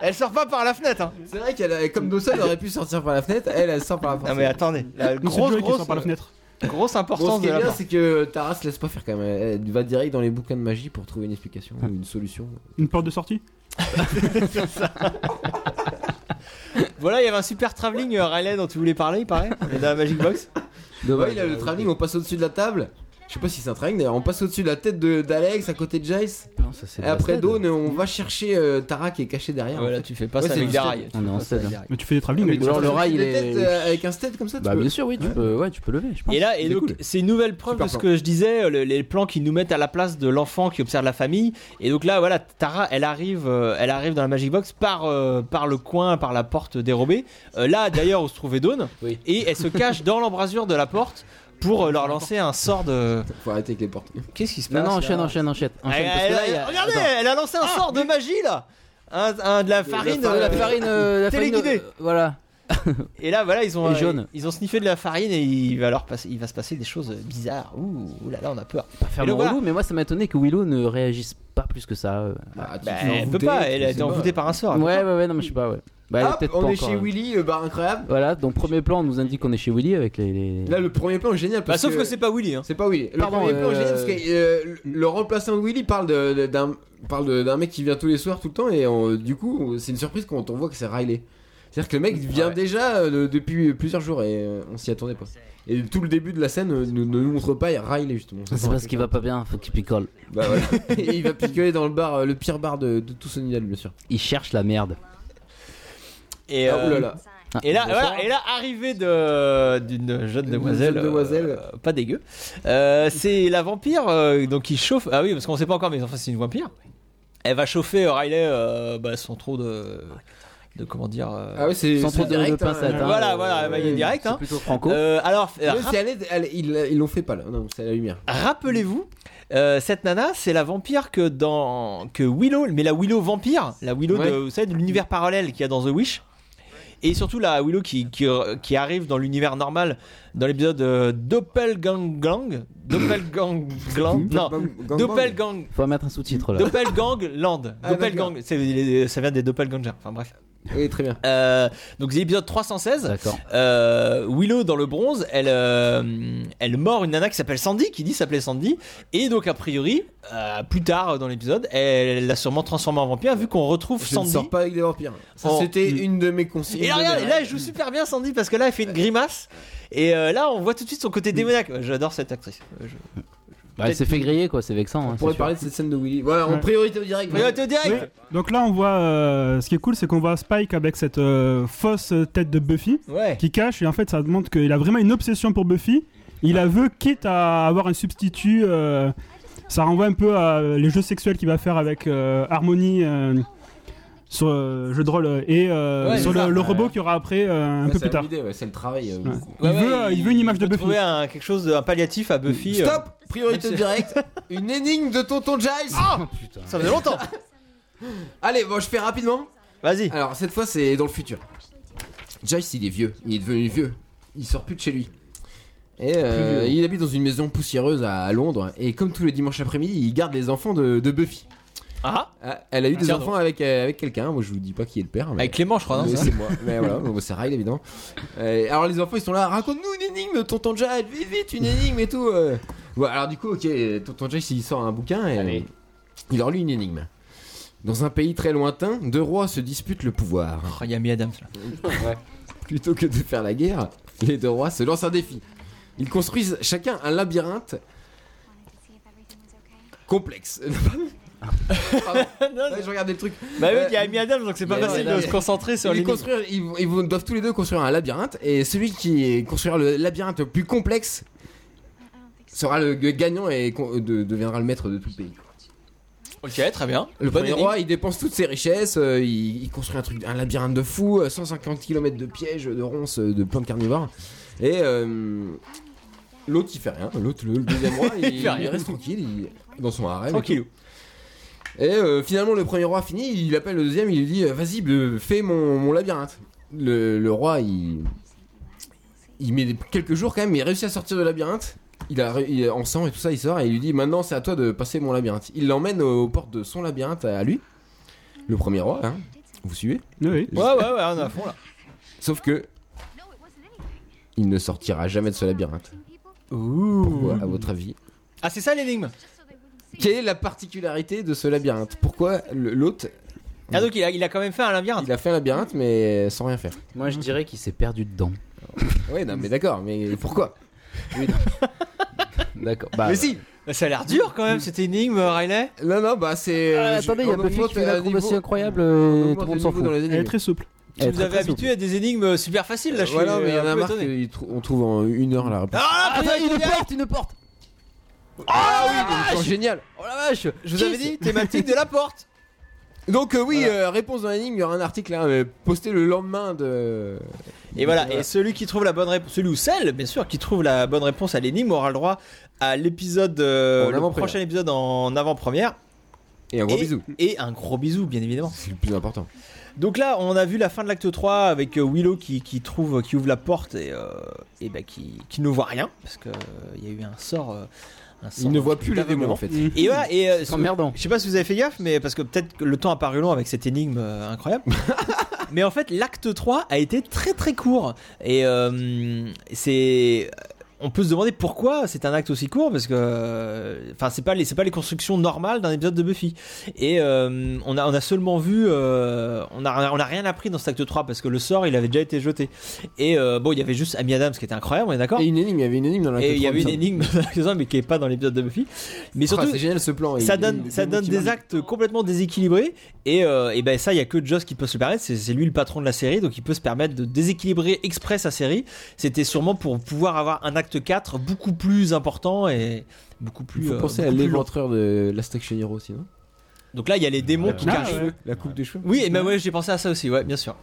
Speaker 1: Elle sort pas par la fenêtre, hein
Speaker 2: C'est vrai qu'elle, a- comme Dawson aurait pu sortir par la fenêtre, elle, elle sort par la porte.
Speaker 1: Non, mais attendez, la
Speaker 3: Donc, c'est
Speaker 1: grosse,
Speaker 3: Joey qui
Speaker 1: grosse,
Speaker 3: sort par la fenêtre.
Speaker 1: grosse
Speaker 2: Bon,
Speaker 1: importance
Speaker 2: ce qui
Speaker 1: de
Speaker 2: est
Speaker 1: la
Speaker 2: bien,
Speaker 1: porte.
Speaker 2: c'est que Tara se laisse pas faire quand même. Elle elle va direct dans les bouquins de magie pour trouver une explication,
Speaker 4: Ah.
Speaker 2: ou une solution.
Speaker 3: Une porte de sortie.
Speaker 1: Voilà, il y avait un super travelling, euh, Riley, dont tu voulais parler, il paraît, on est dans la Magic Box.
Speaker 2: Ouais,
Speaker 4: euh,
Speaker 2: euh, il a le travelling, on passe au-dessus de la table. Je sais pas si c'est un travelling d'ailleurs, on passe au-dessus de la tête de- d'Alex à côté de Jace.
Speaker 4: Non, ça, c'est
Speaker 2: Et
Speaker 4: de la
Speaker 2: après
Speaker 4: scène.
Speaker 2: Dawn, on va chercher euh, Tara qui est cachée derrière.
Speaker 1: Voilà,
Speaker 2: en fait.
Speaker 1: tu fais pas
Speaker 2: Ouais,
Speaker 1: ça
Speaker 2: c'est
Speaker 1: avec
Speaker 2: le
Speaker 1: des
Speaker 2: stade.
Speaker 1: rails.
Speaker 4: On est en
Speaker 1: Tu fais pas ça
Speaker 4: stade,
Speaker 1: avec
Speaker 4: hein.
Speaker 1: des rails.
Speaker 3: Mais tu fais des travelling.
Speaker 2: Mais
Speaker 3: avec
Speaker 2: tu
Speaker 4: genre,
Speaker 2: sors
Speaker 4: le rail,
Speaker 2: des
Speaker 4: il
Speaker 2: têtes,
Speaker 4: est-
Speaker 2: euh, Avec un stead comme ça, tu
Speaker 4: Bah,
Speaker 2: peux-
Speaker 4: bien sûr, oui, tu peux, ouais, tu peux lever, je pense.
Speaker 1: Et là, et
Speaker 2: C'est
Speaker 1: donc,
Speaker 2: cool.
Speaker 1: c'est une nouvelle preuve
Speaker 2: Super
Speaker 1: de ce
Speaker 2: plan.
Speaker 1: que je disais, euh, le- les plans qui nous mettent à la place de l'enfant qui observe la famille. Et donc là, voilà, Tara, elle arrive, euh, elle arrive dans la Magic Box par, euh, par le coin, par la porte dérobée. Euh, là, d'ailleurs, où se trouvait Dawn.
Speaker 4: Oui.
Speaker 1: Et elle se cache dans l'embrasure de la porte pour euh, leur lancer un sort de.
Speaker 2: Faut arrêter avec les portes.
Speaker 1: Qu'est-ce qui se
Speaker 4: Non,
Speaker 1: passe
Speaker 4: non,
Speaker 1: là
Speaker 4: enchaîne, enchaîne, enchaîne. enchaîne,
Speaker 1: Elle-
Speaker 4: parce que
Speaker 1: elle-
Speaker 4: là, il y a-
Speaker 1: Regardez,
Speaker 4: Attends. Ah,
Speaker 1: elle a lancé un sort de magie là un, un de la
Speaker 2: De la
Speaker 1: farine,
Speaker 2: farine,
Speaker 1: euh,
Speaker 4: La farine, euh, la farine,
Speaker 1: Téléguidée.
Speaker 4: euh, voilà.
Speaker 1: Et là, voilà, ils ont,
Speaker 4: Et
Speaker 1: euh,
Speaker 4: jaune.
Speaker 1: ils ont sniffé de la farine et il va, leur passer, il va se passer des choses bizarres. Ouh, ouh là là, on a peur.
Speaker 4: Pas faire
Speaker 1: Et le
Speaker 4: mon
Speaker 1: voilà.
Speaker 4: relou, mais moi ça m'a étonné que Willow ne réagisse pas plus que ça. euh.
Speaker 2: Bah, tu
Speaker 1: Bah,
Speaker 2: te fais
Speaker 1: elle peut
Speaker 2: envoûter,
Speaker 1: pas,
Speaker 2: tu
Speaker 1: elle
Speaker 2: sais
Speaker 1: a été
Speaker 2: pas.
Speaker 1: envoûtée par un sort. elle peut
Speaker 4: ouais,
Speaker 1: pas.
Speaker 4: ouais, ouais, non, mais je sais pas, ouais. Bah, elle est
Speaker 2: Hop,
Speaker 4: peut-être
Speaker 2: on
Speaker 4: pas
Speaker 2: est
Speaker 4: encore,
Speaker 2: chez
Speaker 4: euh.
Speaker 2: Willy, le bar incroyable.
Speaker 4: Voilà, donc premier plan, on nous indique qu'on est chez Willy avec les. les-
Speaker 2: Là, le premier plan est génial.
Speaker 1: Bah,
Speaker 2: Parce
Speaker 1: sauf que, c'est pas Willy. Hein.
Speaker 2: C'est pas Willy. Le
Speaker 4: Pardon,
Speaker 2: premier plan est
Speaker 4: euh,
Speaker 2: génial parce que euh, le remplaçant de Willy parle de- de- d'un parle de- d'un mec qui vient tous les soirs tout le temps et on- du coup on- c'est une surprise quand on voit que c'est Riley. C'est-à-dire que le mec vient
Speaker 1: ouais.
Speaker 2: déjà euh, de- depuis plusieurs jours et euh, on s'y attendait pas. Et tout le début de la scène euh, ne ne nous montre pas Riley justement. Ça
Speaker 4: C'est
Speaker 2: sent
Speaker 4: parce qu'il va pas bien, faut qu'il picole.
Speaker 2: la- Bah ouais. Et il va picoler dans le bar, euh, le pire bar de, de tout Sunnydale bien sûr.
Speaker 4: Il cherche la merde.
Speaker 1: Et,
Speaker 2: Ah
Speaker 1: euh,
Speaker 2: oulala.
Speaker 4: Ah,
Speaker 1: et là,
Speaker 4: bonsoir.
Speaker 1: voilà, et là, arrivée de- euh, d'une jeune
Speaker 2: Une
Speaker 1: demoiselle,
Speaker 2: jeune demoiselle.
Speaker 1: euh, pas dégueu. Euh, c'est la vampire, euh, donc qui chauffe. Ah oui, parce qu'on sait pas encore, mais enfin c'est une vampire. Elle va chauffer euh, Riley euh, bah, sans trop de, de comment dire. euh,
Speaker 2: Ah ouais c'est
Speaker 4: Sans
Speaker 2: c'est
Speaker 4: trop de-
Speaker 2: direct,
Speaker 4: de pincettes,
Speaker 2: hein.
Speaker 4: hein.
Speaker 1: Voilà, voilà, elle va y aller
Speaker 2: ouais.
Speaker 1: direct.
Speaker 4: C'est
Speaker 1: hein.
Speaker 4: plutôt Franco.
Speaker 1: Euh, alors, euh,
Speaker 2: Ouais, c'est à l'aide- à l'aide- ils ils l'ont fait pas là, non c'est à la lumière.
Speaker 1: Rappelez-vous, euh, cette nana, c'est la vampire que dans que Willow, mais la Willow vampire, la Willow, de,
Speaker 2: Ouais.
Speaker 1: vous savez, de l'univers parallèle qu'il y a dans The Wish. Et surtout la Willow qui, qui, qui arrive dans l'univers normal dans l'épisode euh, Doppelgangland. Doppelgangland. non,
Speaker 2: Gangbang.
Speaker 1: Doppelgang.
Speaker 4: Faut mettre un sous-titre là.
Speaker 1: Doppelgangland.
Speaker 2: Ah,
Speaker 1: Doppelgang. C'est- les- Ça vient des Doppelgangers. Enfin bref.
Speaker 2: Oui, très bien.
Speaker 1: Euh, donc c'est l'épisode 316.
Speaker 4: D'accord.
Speaker 1: Euh, Willow dans le bronze, elle, euh, elle mord une nana qui s'appelle Sandy, qui dit s'appelait Sandy, et donc a priori, euh, plus tard dans l'épisode, elle l'a sûrement transformée en vampire vu qu'on retrouve
Speaker 2: Je ne
Speaker 1: Sandy.
Speaker 2: sors pas avec des vampires. Ça,
Speaker 1: Oh.
Speaker 2: C'était une de mes consignes.
Speaker 1: Et là,
Speaker 2: de
Speaker 1: regarde,
Speaker 2: base.
Speaker 1: là, elle joue super bien Sandy parce que là, elle fait une grimace. Et euh, là, on voit tout de suite son côté démoniaque. J'adore cette actrice. Euh, je-
Speaker 4: Bah, elle s'est fait griller quoi, c'est vexant. hein,
Speaker 2: On
Speaker 4: c'est
Speaker 2: pourrait
Speaker 4: sûr.
Speaker 2: parler de cette scène de Willy. Voilà, en
Speaker 3: Ouais.
Speaker 2: priorité au direct.
Speaker 1: Mais, euh, t'es au direct.
Speaker 3: Oui. Donc là, on voit. euh, ce qui est cool, c'est qu'on voit Spike avec cette euh, fausse tête de Buffy
Speaker 1: Ouais.
Speaker 3: qui cache. Et en fait, ça montre qu'il a vraiment une obsession pour Buffy. Il la veut, quitte à avoir un substitut. euh, ça renvoie un peu à euh, les jeux sexuels qu'il va faire avec euh, Harmony. euh, sur euh, jeu de rôle euh, et euh,
Speaker 1: Ouais,
Speaker 3: sur
Speaker 1: c'est
Speaker 3: le,
Speaker 1: ça.
Speaker 3: le robot qu'il y aura après euh, un
Speaker 2: Ouais,
Speaker 3: peu
Speaker 2: c'est
Speaker 3: plus
Speaker 2: la
Speaker 3: tard.
Speaker 2: idée, ouais, c'est le travail. euh,
Speaker 3: Ouais.
Speaker 2: beaucoup.
Speaker 3: Il, veut, euh, il veut une image de
Speaker 1: peut
Speaker 3: Buffy.
Speaker 1: Trouver un, quelque chose, de- un palliatif à Buffy. euh,
Speaker 2: Stop Priorité
Speaker 1: même si-
Speaker 2: directe Une énigme de Tonton Giles
Speaker 3: Ah
Speaker 1: Ça faisait longtemps.
Speaker 2: Allez, bon, je fais rapidement.
Speaker 1: Vas-y.
Speaker 2: Alors, cette fois, c'est dans le futur. Giles, il est vieux. Il est devenu vieux. Il sort plus de chez lui. Et euh, il habite dans une maison poussiéreuse à à Londres. Et comme tous les dimanches après-midi, il garde les enfants de, de Buffy.
Speaker 1: Ah.
Speaker 2: Ah, elle a eu des
Speaker 1: Tiens
Speaker 2: enfants avec, euh, avec quelqu'un. Moi, je vous dis pas qui est le père. Mais...
Speaker 1: Avec Clément, je crois. non,
Speaker 2: Mais
Speaker 1: ça
Speaker 2: c'est moi. Mais voilà, bon, bah, c'est Ryle évidemment. Euh, alors les enfants ils sont là, raconte-nous une énigme, tonton Jack, vite vite une énigme et tout. euh. Ouais, alors du coup, ok, tonton Jack il sort un bouquin et euh,
Speaker 4: Allez.
Speaker 2: il leur lit une énigme. Dans un pays très lointain, deux rois se disputent le pouvoir.
Speaker 1: Oh, Il y a Amy Adams là.
Speaker 2: Plutôt que de faire la guerre, les deux rois se lancent un défi. Ils construisent chacun un labyrinthe complexe. Pardon. Ouais, je regardais le truc.
Speaker 1: Bah oui,
Speaker 2: Euh,
Speaker 1: il y a Amy Adams, donc c'est pas
Speaker 2: mais
Speaker 1: facile
Speaker 2: ouais,
Speaker 1: de
Speaker 2: ouais.
Speaker 1: se concentrer sur
Speaker 2: ils,
Speaker 1: les
Speaker 2: construire- ils, vont- ils vont- doivent tous les deux construire un labyrinthe et celui qui construira le labyrinthe le plus complexe sera le gagnant et con- de- deviendra le maître de tout le pays.
Speaker 1: Ok, très bien.
Speaker 2: Le
Speaker 1: Bonne
Speaker 2: premier
Speaker 1: énigme.
Speaker 2: roi, il dépense toutes ses richesses, euh, il, il construit un truc, un labyrinthe de fou, euh, 150 km de pièges, de ronces, euh, de plein de carnivores. Et euh, l'autre, il fait rien. L'autre, le, le deuxième roi, il,
Speaker 1: Il fait rien.
Speaker 2: il reste tranquille, il- dans son harem. et
Speaker 1: Tranquillou.
Speaker 2: et euh, finalement, le premier roi fini, il appelle le deuxième, il lui dit euh, Vas-y, bleu, fais mon, mon labyrinthe. Le, le roi, il. Il met quelques jours quand même, mais il réussit à sortir du labyrinthe. Il a, ré- il est en sang et tout ça, il sort et il lui dit Maintenant, c'est à toi de passer mon labyrinthe. Il l'emmène aux portes de son labyrinthe à lui, le premier roi, hein. Vous suivez
Speaker 3: Oui.
Speaker 1: Ouais, ouais, ouais, on est à fond là.
Speaker 2: Sauf que. Il ne sortira jamais de ce labyrinthe. Pourquoi, à votre avis
Speaker 1: Ah, c'est ça l'énigme
Speaker 2: Mm. Quelle est la particularité de ce labyrinthe Pourquoi le- l'hôte,
Speaker 1: Ah, donc il a, il a quand même fait un labyrinthe.
Speaker 2: il a fait un labyrinthe mais sans rien faire
Speaker 4: Moi je dirais qu'il s'est perdu dedans.
Speaker 2: Ouais, non, mais d'accord, mais pourquoi
Speaker 4: D'accord. Bah,
Speaker 2: Mais si
Speaker 1: Bah, Ça a l'air dur quand
Speaker 2: Mm.
Speaker 1: même cette énigme, euh, Riley.
Speaker 2: Non, non, bah c'est.
Speaker 4: Ah,
Speaker 2: euh,
Speaker 4: attendez, il y
Speaker 2: on
Speaker 4: a Buffy
Speaker 2: augmente
Speaker 4: qui fait une
Speaker 2: un
Speaker 4: acrobatie
Speaker 2: niveau-
Speaker 4: incroyable
Speaker 2: on
Speaker 4: et tout
Speaker 2: augmente
Speaker 4: le monde
Speaker 2: le
Speaker 4: s'en
Speaker 2: niveau
Speaker 4: fout.
Speaker 2: dans les
Speaker 3: Elle est
Speaker 2: énigmes.
Speaker 3: très souple.
Speaker 1: Tu nous avais habitué à des énigmes euh, super faciles là, je suis
Speaker 2: Euh, Voilà, mais il y en
Speaker 1: un
Speaker 2: a
Speaker 1: peu
Speaker 2: marre
Speaker 1: étonné.
Speaker 2: qu'on trouve en une heure là.
Speaker 1: Ah, la
Speaker 4: Attends,
Speaker 1: priorité
Speaker 4: une
Speaker 1: directe.
Speaker 4: porte, une porte
Speaker 2: Ah, génial
Speaker 4: Oh la vache
Speaker 1: Je vous avais dit, thématique de la porte.
Speaker 2: Donc, euh, oui, euh, réponse dans l'énigme, il y aura un article hein, euh, posté le lendemain de.
Speaker 1: Et voilà, et celui qui trouve la bonne réponse, celui ou celle, bien sûr, qui trouve la bonne réponse à l'énigme aura le droit à l'épisode, euh,
Speaker 2: En
Speaker 1: le
Speaker 2: avant-première.
Speaker 1: prochain épisode en avant-première.
Speaker 2: Et un gros
Speaker 1: et-
Speaker 2: bisou.
Speaker 1: Et un gros bisou, bien évidemment.
Speaker 2: C'est le plus important.
Speaker 1: Donc là, on a vu la fin de l'acte 3 avec euh, Willow qui, qui trouve, qui ouvre la porte et, euh, et bah, qui, qui ne voit rien parce que euh, il y a eu un sort. euh, un
Speaker 2: Il
Speaker 1: sort
Speaker 2: ne voit plus les démons en fait.
Speaker 3: Mm.
Speaker 1: Et voilà, et euh,
Speaker 4: C'est emmerdant.
Speaker 1: je sais pas si vous avez fait gaffe, mais parce que peut-être que le temps a paru long avec cette énigme euh, incroyable. mais en fait, l'acte 3 a été très très court. Et euh, c'est. On peut se demander pourquoi c'est un acte aussi court, parce que. euh, Enfin, c'est pas, les- c'est pas les constructions normales d'un épisode de Buffy. Et euh, on, a, on a seulement vu. euh, on, a, on a rien appris dans cet acte 3, parce que le sort, il avait déjà été jeté. Et euh, bon, il y avait juste Amy Adams qui était incroyable, on est d'accord
Speaker 2: Et une énigme, il y avait une énigme dans la
Speaker 1: Et il y avait une énigme dans l'acte 3, mais qui est pas dans l'épisode de Buffy. Mais
Speaker 2: Surtout,
Speaker 1: surtout,
Speaker 2: Ah, c'est génial ce plan.
Speaker 1: ça
Speaker 2: Il-
Speaker 1: donne,
Speaker 2: il-
Speaker 1: ça
Speaker 2: il-
Speaker 1: donne
Speaker 2: il-
Speaker 1: des actes complètement déséquilibrés et, euh, et ben ça il y a que Joss qui peut se le permettre c'est c'est lui le patron de la série donc il peut se permettre de déséquilibrer exprès sa série c'était sûrement pour pouvoir avoir un acte 4 beaucoup plus important et beaucoup
Speaker 2: Il
Speaker 1: plus,
Speaker 2: faut
Speaker 1: euh,
Speaker 2: penser à
Speaker 1: beaucoup plus long.
Speaker 2: l'éventreur de Last Action Hero aussi, non
Speaker 1: donc là il y a les démons qui
Speaker 3: Ah,
Speaker 1: cachent
Speaker 3: ouais.
Speaker 2: La coupe des cheveux
Speaker 1: oui et ben ouais j'ai pensé à ça aussi ouais bien sûr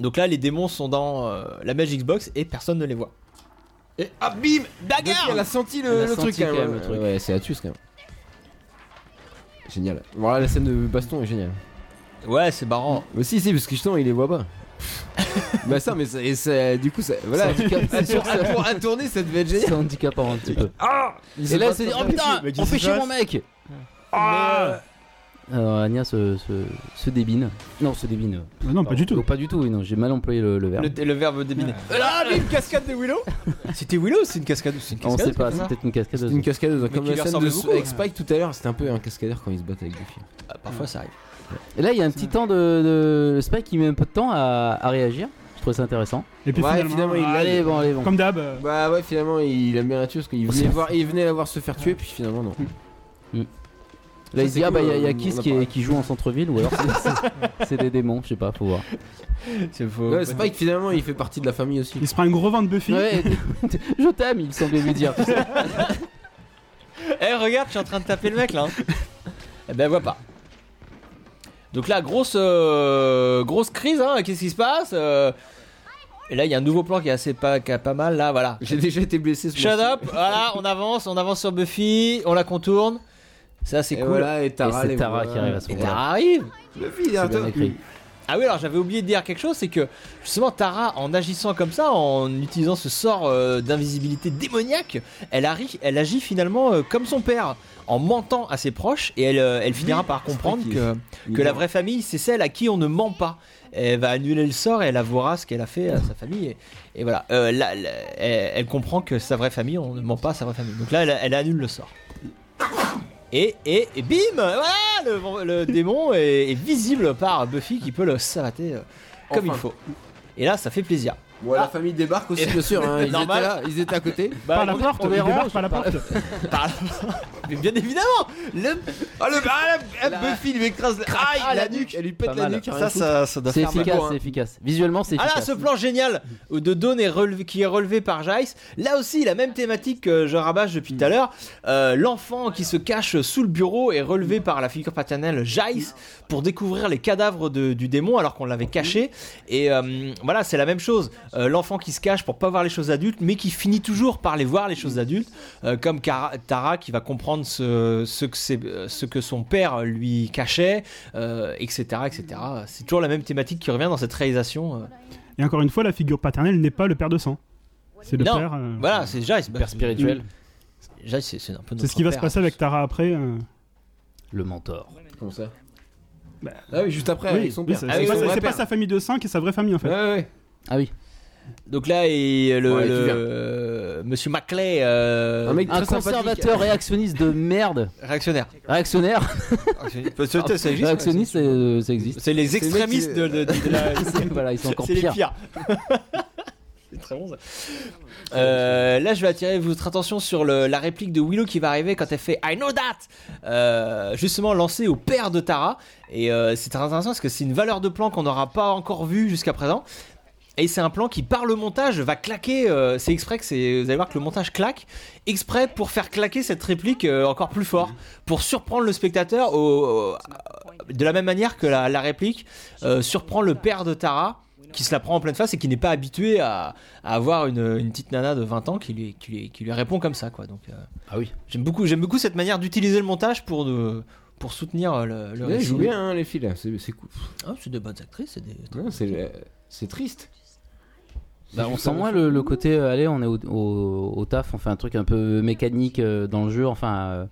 Speaker 1: donc là les démons sont dans euh, la Magic Box et personne ne les voit et ah bim
Speaker 2: Buffy,
Speaker 1: bagarre
Speaker 2: elle a senti
Speaker 4: Elle
Speaker 2: le,
Speaker 4: a
Speaker 2: le
Speaker 4: senti
Speaker 2: truc quand
Speaker 4: quand
Speaker 2: même.
Speaker 4: même, le truc.
Speaker 2: Ouais, c'est Atus quand même. Génial. Voilà, la scène de baston est géniale.
Speaker 1: ouais c'est marrant
Speaker 2: Mais si, si, parce que justement, il les voit pas. bah ça, mais ça- et ça- du coup, ça, voilà, à, tour- à tour- à tourner, ça devait être
Speaker 4: C'est
Speaker 2: génial.
Speaker 4: handicapant un petit peu.
Speaker 2: Ils
Speaker 4: Et là,
Speaker 2: ont
Speaker 4: elle s'est dit Oh putain,
Speaker 5: Mais qui
Speaker 4: on
Speaker 5: se
Speaker 4: fait chier
Speaker 5: passe
Speaker 4: mon mec Alors Agnès se, se, se débine. Non, se débine. euh,
Speaker 3: Mais Ah non, pas
Speaker 4: pardon.
Speaker 3: du tout.
Speaker 4: Non, pas du tout, oui, non, j'ai mal employé le, le verbe.
Speaker 1: Le, le verbe débiner. Ah, mais une cascade de Willow C'était Willow ou c'est une cascade C'est une
Speaker 4: On
Speaker 1: cascade
Speaker 4: sait pas, c'est peut-être une cascadeuse.
Speaker 2: Une cascadeuse,
Speaker 1: qui
Speaker 2: comme la
Speaker 1: lui
Speaker 2: scène de
Speaker 1: ressemblait
Speaker 2: s-
Speaker 1: beaucoup,
Speaker 2: avec
Speaker 1: hein.
Speaker 2: Spike tout à l'heure, c'était un peu un cascadeur quand il se battait avec Buffy.
Speaker 1: Ah, Parfois ça arrive.
Speaker 4: Et là, il y a un petit temps de, de Spike qui met un peu de temps à, à réagir. Je trouvais ça intéressant.
Speaker 3: Et puis
Speaker 2: Ouais,
Speaker 3: finalement,
Speaker 2: finalement, il-
Speaker 3: ah,
Speaker 2: l'a
Speaker 4: allez,
Speaker 2: dit.
Speaker 4: bon, allez, bon.
Speaker 3: comme d'hab, euh,
Speaker 2: Bah ouais, finalement, il aime bien la tuer parce qu'il
Speaker 4: On
Speaker 2: venait,
Speaker 4: s'en
Speaker 2: voir, il venait la voir se faire tuer, puis finalement, non.
Speaker 4: Là,
Speaker 2: Ça,
Speaker 4: il se dit
Speaker 2: c'est euh,
Speaker 4: Ah bah, il y a,
Speaker 2: cool,
Speaker 4: il y a
Speaker 2: on-
Speaker 4: Kiss
Speaker 2: on en
Speaker 4: qui, est-
Speaker 2: parle.
Speaker 4: qui joue en centre-ville, ou alors c'est- c'est- c'est des démons, je sais pas, faut voir.
Speaker 1: C'est faux.
Speaker 2: Ouais, Spike finalement, il fait partie de la famille aussi.
Speaker 3: il se prend un gros vent de Buffy.
Speaker 4: Ouais, je t'aime, il semblait lui dire. tu sais.
Speaker 1: Eh regarde, je suis en train de taper le mec là. hein. eh ben, elle voit pas. Donc là, grosse, euh, grosse crise, hein. Qu'est-ce qui se passe Euh, Et là, il y a un nouveau plan qui est assez pas, qui a pas mal. Là, voilà.
Speaker 2: J'ai déjà été blessé ce
Speaker 1: Shut
Speaker 2: mois-ci.
Speaker 1: up. voilà, on avance, on avance sur Buffy, on la contourne. Ça, c'est
Speaker 2: Et
Speaker 1: cool.
Speaker 2: voilà, et Tara,
Speaker 4: Et c'est
Speaker 2: les
Speaker 4: Tara
Speaker 2: voit.
Speaker 4: qui arrive à ce
Speaker 1: Et
Speaker 4: moment-là.
Speaker 1: Tara arrive.
Speaker 2: Buffy,
Speaker 4: C'est
Speaker 2: attends.
Speaker 4: bien écrit.
Speaker 1: Ah oui, alors j'avais oublié de dire quelque chose, c'est que justement Tara, en agissant comme ça, en utilisant ce sort euh, d'invisibilité démoniaque, elle, arri- elle agit finalement euh, comme son père, en mentant à ses proches, et elle, euh, elle finira par comprendre
Speaker 2: vrai
Speaker 1: que,
Speaker 2: Il
Speaker 1: que
Speaker 2: est
Speaker 1: la
Speaker 2: mort.
Speaker 1: vraie famille, c'est celle à qui on ne ment pas. Elle va annuler le sort et elle avouera ce qu'elle a fait à sa famille. Et, et voilà, Euh, là, là, elle, elle comprend que sa vraie famille, on ne ment pas à sa vraie famille. Donc là, elle, elle annule le sort. Et, et, et bim Voilà le, le démon est, est visible par Buffy qui peut le savater euh, comme
Speaker 2: Enfin.
Speaker 1: il faut. Et là, ça fait plaisir.
Speaker 2: Bon, la famille débarque aussi,
Speaker 1: Et-
Speaker 2: bien sûr. hein, Ils étaient
Speaker 1: Normal.
Speaker 2: là, ils étaient à côté.
Speaker 1: Bah,
Speaker 3: Par la
Speaker 1: on-
Speaker 3: porte,
Speaker 1: on
Speaker 3: il
Speaker 1: verra,
Speaker 3: débarque par la porte.
Speaker 1: par la- Mais bien évidemment le... Ah, le... ah, la-
Speaker 2: La-
Speaker 1: Buffy lui écrase la... Aïe,
Speaker 2: Ah, la nuque, elle lui pète
Speaker 4: Pas
Speaker 2: la
Speaker 4: mal.
Speaker 2: nuque. rien
Speaker 1: Ça,
Speaker 2: à foutre.
Speaker 1: ça, ça doit
Speaker 4: C'est
Speaker 1: faire mal.
Speaker 4: efficace,
Speaker 2: hein.
Speaker 4: c'est efficace. Visuellement, c'est
Speaker 1: Ah
Speaker 4: efficace.
Speaker 1: là, ce plan génial où de Dawn est relevé- qui est relevé par Jace. Là aussi, la même thématique que je rabâche depuis tout à l'heure. Euh, L'enfant qui se cache sous le bureau est relevé par la figure paternelle Jace pour découvrir les cadavres de- du démon alors qu'on l'avait caché. Et euh, voilà, c'est la même chose. Euh, L'enfant qui se cache pour pas voir les choses adultes, mais qui finit toujours par les voir les choses adultes, Euh, comme Cara- Tara qui va comprendre ce, ce que c'est- euh, ce que son père lui cachait, euh, etc., etc. C'est toujours la même thématique qui revient dans cette réalisation. euh,
Speaker 3: Et encore une fois, la figure paternelle n'est pas le père de sang. C'est le
Speaker 1: Non, Bah,
Speaker 3: père. euh,
Speaker 1: Voilà, c'est Jace.
Speaker 4: Père spirituel,
Speaker 1: Jace, c'est c'est un peu
Speaker 3: C'est ce qui va se passer avec Tara après. euh.
Speaker 4: le mentor.
Speaker 2: Comment ça
Speaker 3: Bah,
Speaker 2: Ah oui, juste après,
Speaker 3: Oui,
Speaker 2: avec son
Speaker 3: oui,
Speaker 2: père. Ah
Speaker 3: c'est
Speaker 1: Ah
Speaker 2: Avec
Speaker 3: c'est
Speaker 2: son
Speaker 3: pas, c'est
Speaker 2: vrai
Speaker 3: pas
Speaker 2: père.
Speaker 3: sa famille de sang qui est sa vraie famille en fait.
Speaker 2: Ouais, ouais.
Speaker 4: Ah oui,
Speaker 1: Donc là, et le,
Speaker 2: Ouais, tu
Speaker 1: le-
Speaker 2: viens.
Speaker 1: euh, Monsieur Maclay, euh,
Speaker 2: Un mec
Speaker 4: un
Speaker 2: très sympathique.
Speaker 4: conservateur réactionniste de merde.
Speaker 1: réactionnaire.
Speaker 4: Réactionnaire
Speaker 1: Ah, Parce que ça existe,
Speaker 4: Réactionniste, euh, ça
Speaker 1: ouais.
Speaker 4: existe.
Speaker 1: C'est les
Speaker 2: le mec
Speaker 1: extrémistes
Speaker 2: qui-
Speaker 1: de, de- de la.
Speaker 4: voilà, ils sont encore
Speaker 1: c'est les
Speaker 4: pires.
Speaker 1: pires. C'est très bon ça. Euh, là, je vais attirer votre attention sur le- la réplique de Willow qui va arriver quand elle fait I know that, Euh, justement lancée au père de Tara. Et euh, c'est très intéressant parce que c'est une valeur de plan qu'on n'aura pas encore vue jusqu'à présent. Et c'est un plan qui, par le montage, va claquer. euh, c'est exprès que c'est. Vous allez voir que le montage claque exprès pour faire claquer cette réplique euh, encore plus fort, pour surprendre le spectateur au- au- de la même manière que la, la réplique euh, surprend le père de Tara qui se la prend en pleine face et qui n'est pas habitué à, à avoir une, une petite nana de 20 ans qui lui, qui lui, qui lui répond comme ça quoi. Donc euh,
Speaker 4: Ah oui.
Speaker 1: j'aime beaucoup j'aime beaucoup cette manière d'utiliser le montage pour nous- pour soutenir euh, le, le
Speaker 2: Ouais, ils
Speaker 1: récit.
Speaker 2: jouent bien, hein, les filles, là. C'est c'est cool.
Speaker 1: Ah, c'est des bonnes actrices, c'est des-
Speaker 2: Non, c'est euh, c'est triste.
Speaker 4: Bah, on
Speaker 2: juste
Speaker 4: sent
Speaker 2: un
Speaker 4: moins
Speaker 2: enfant.
Speaker 4: le, le côté, euh, allez, on est au, au- au taf, on fait un truc un peu mécanique euh, dans le jeu, enfin, euh,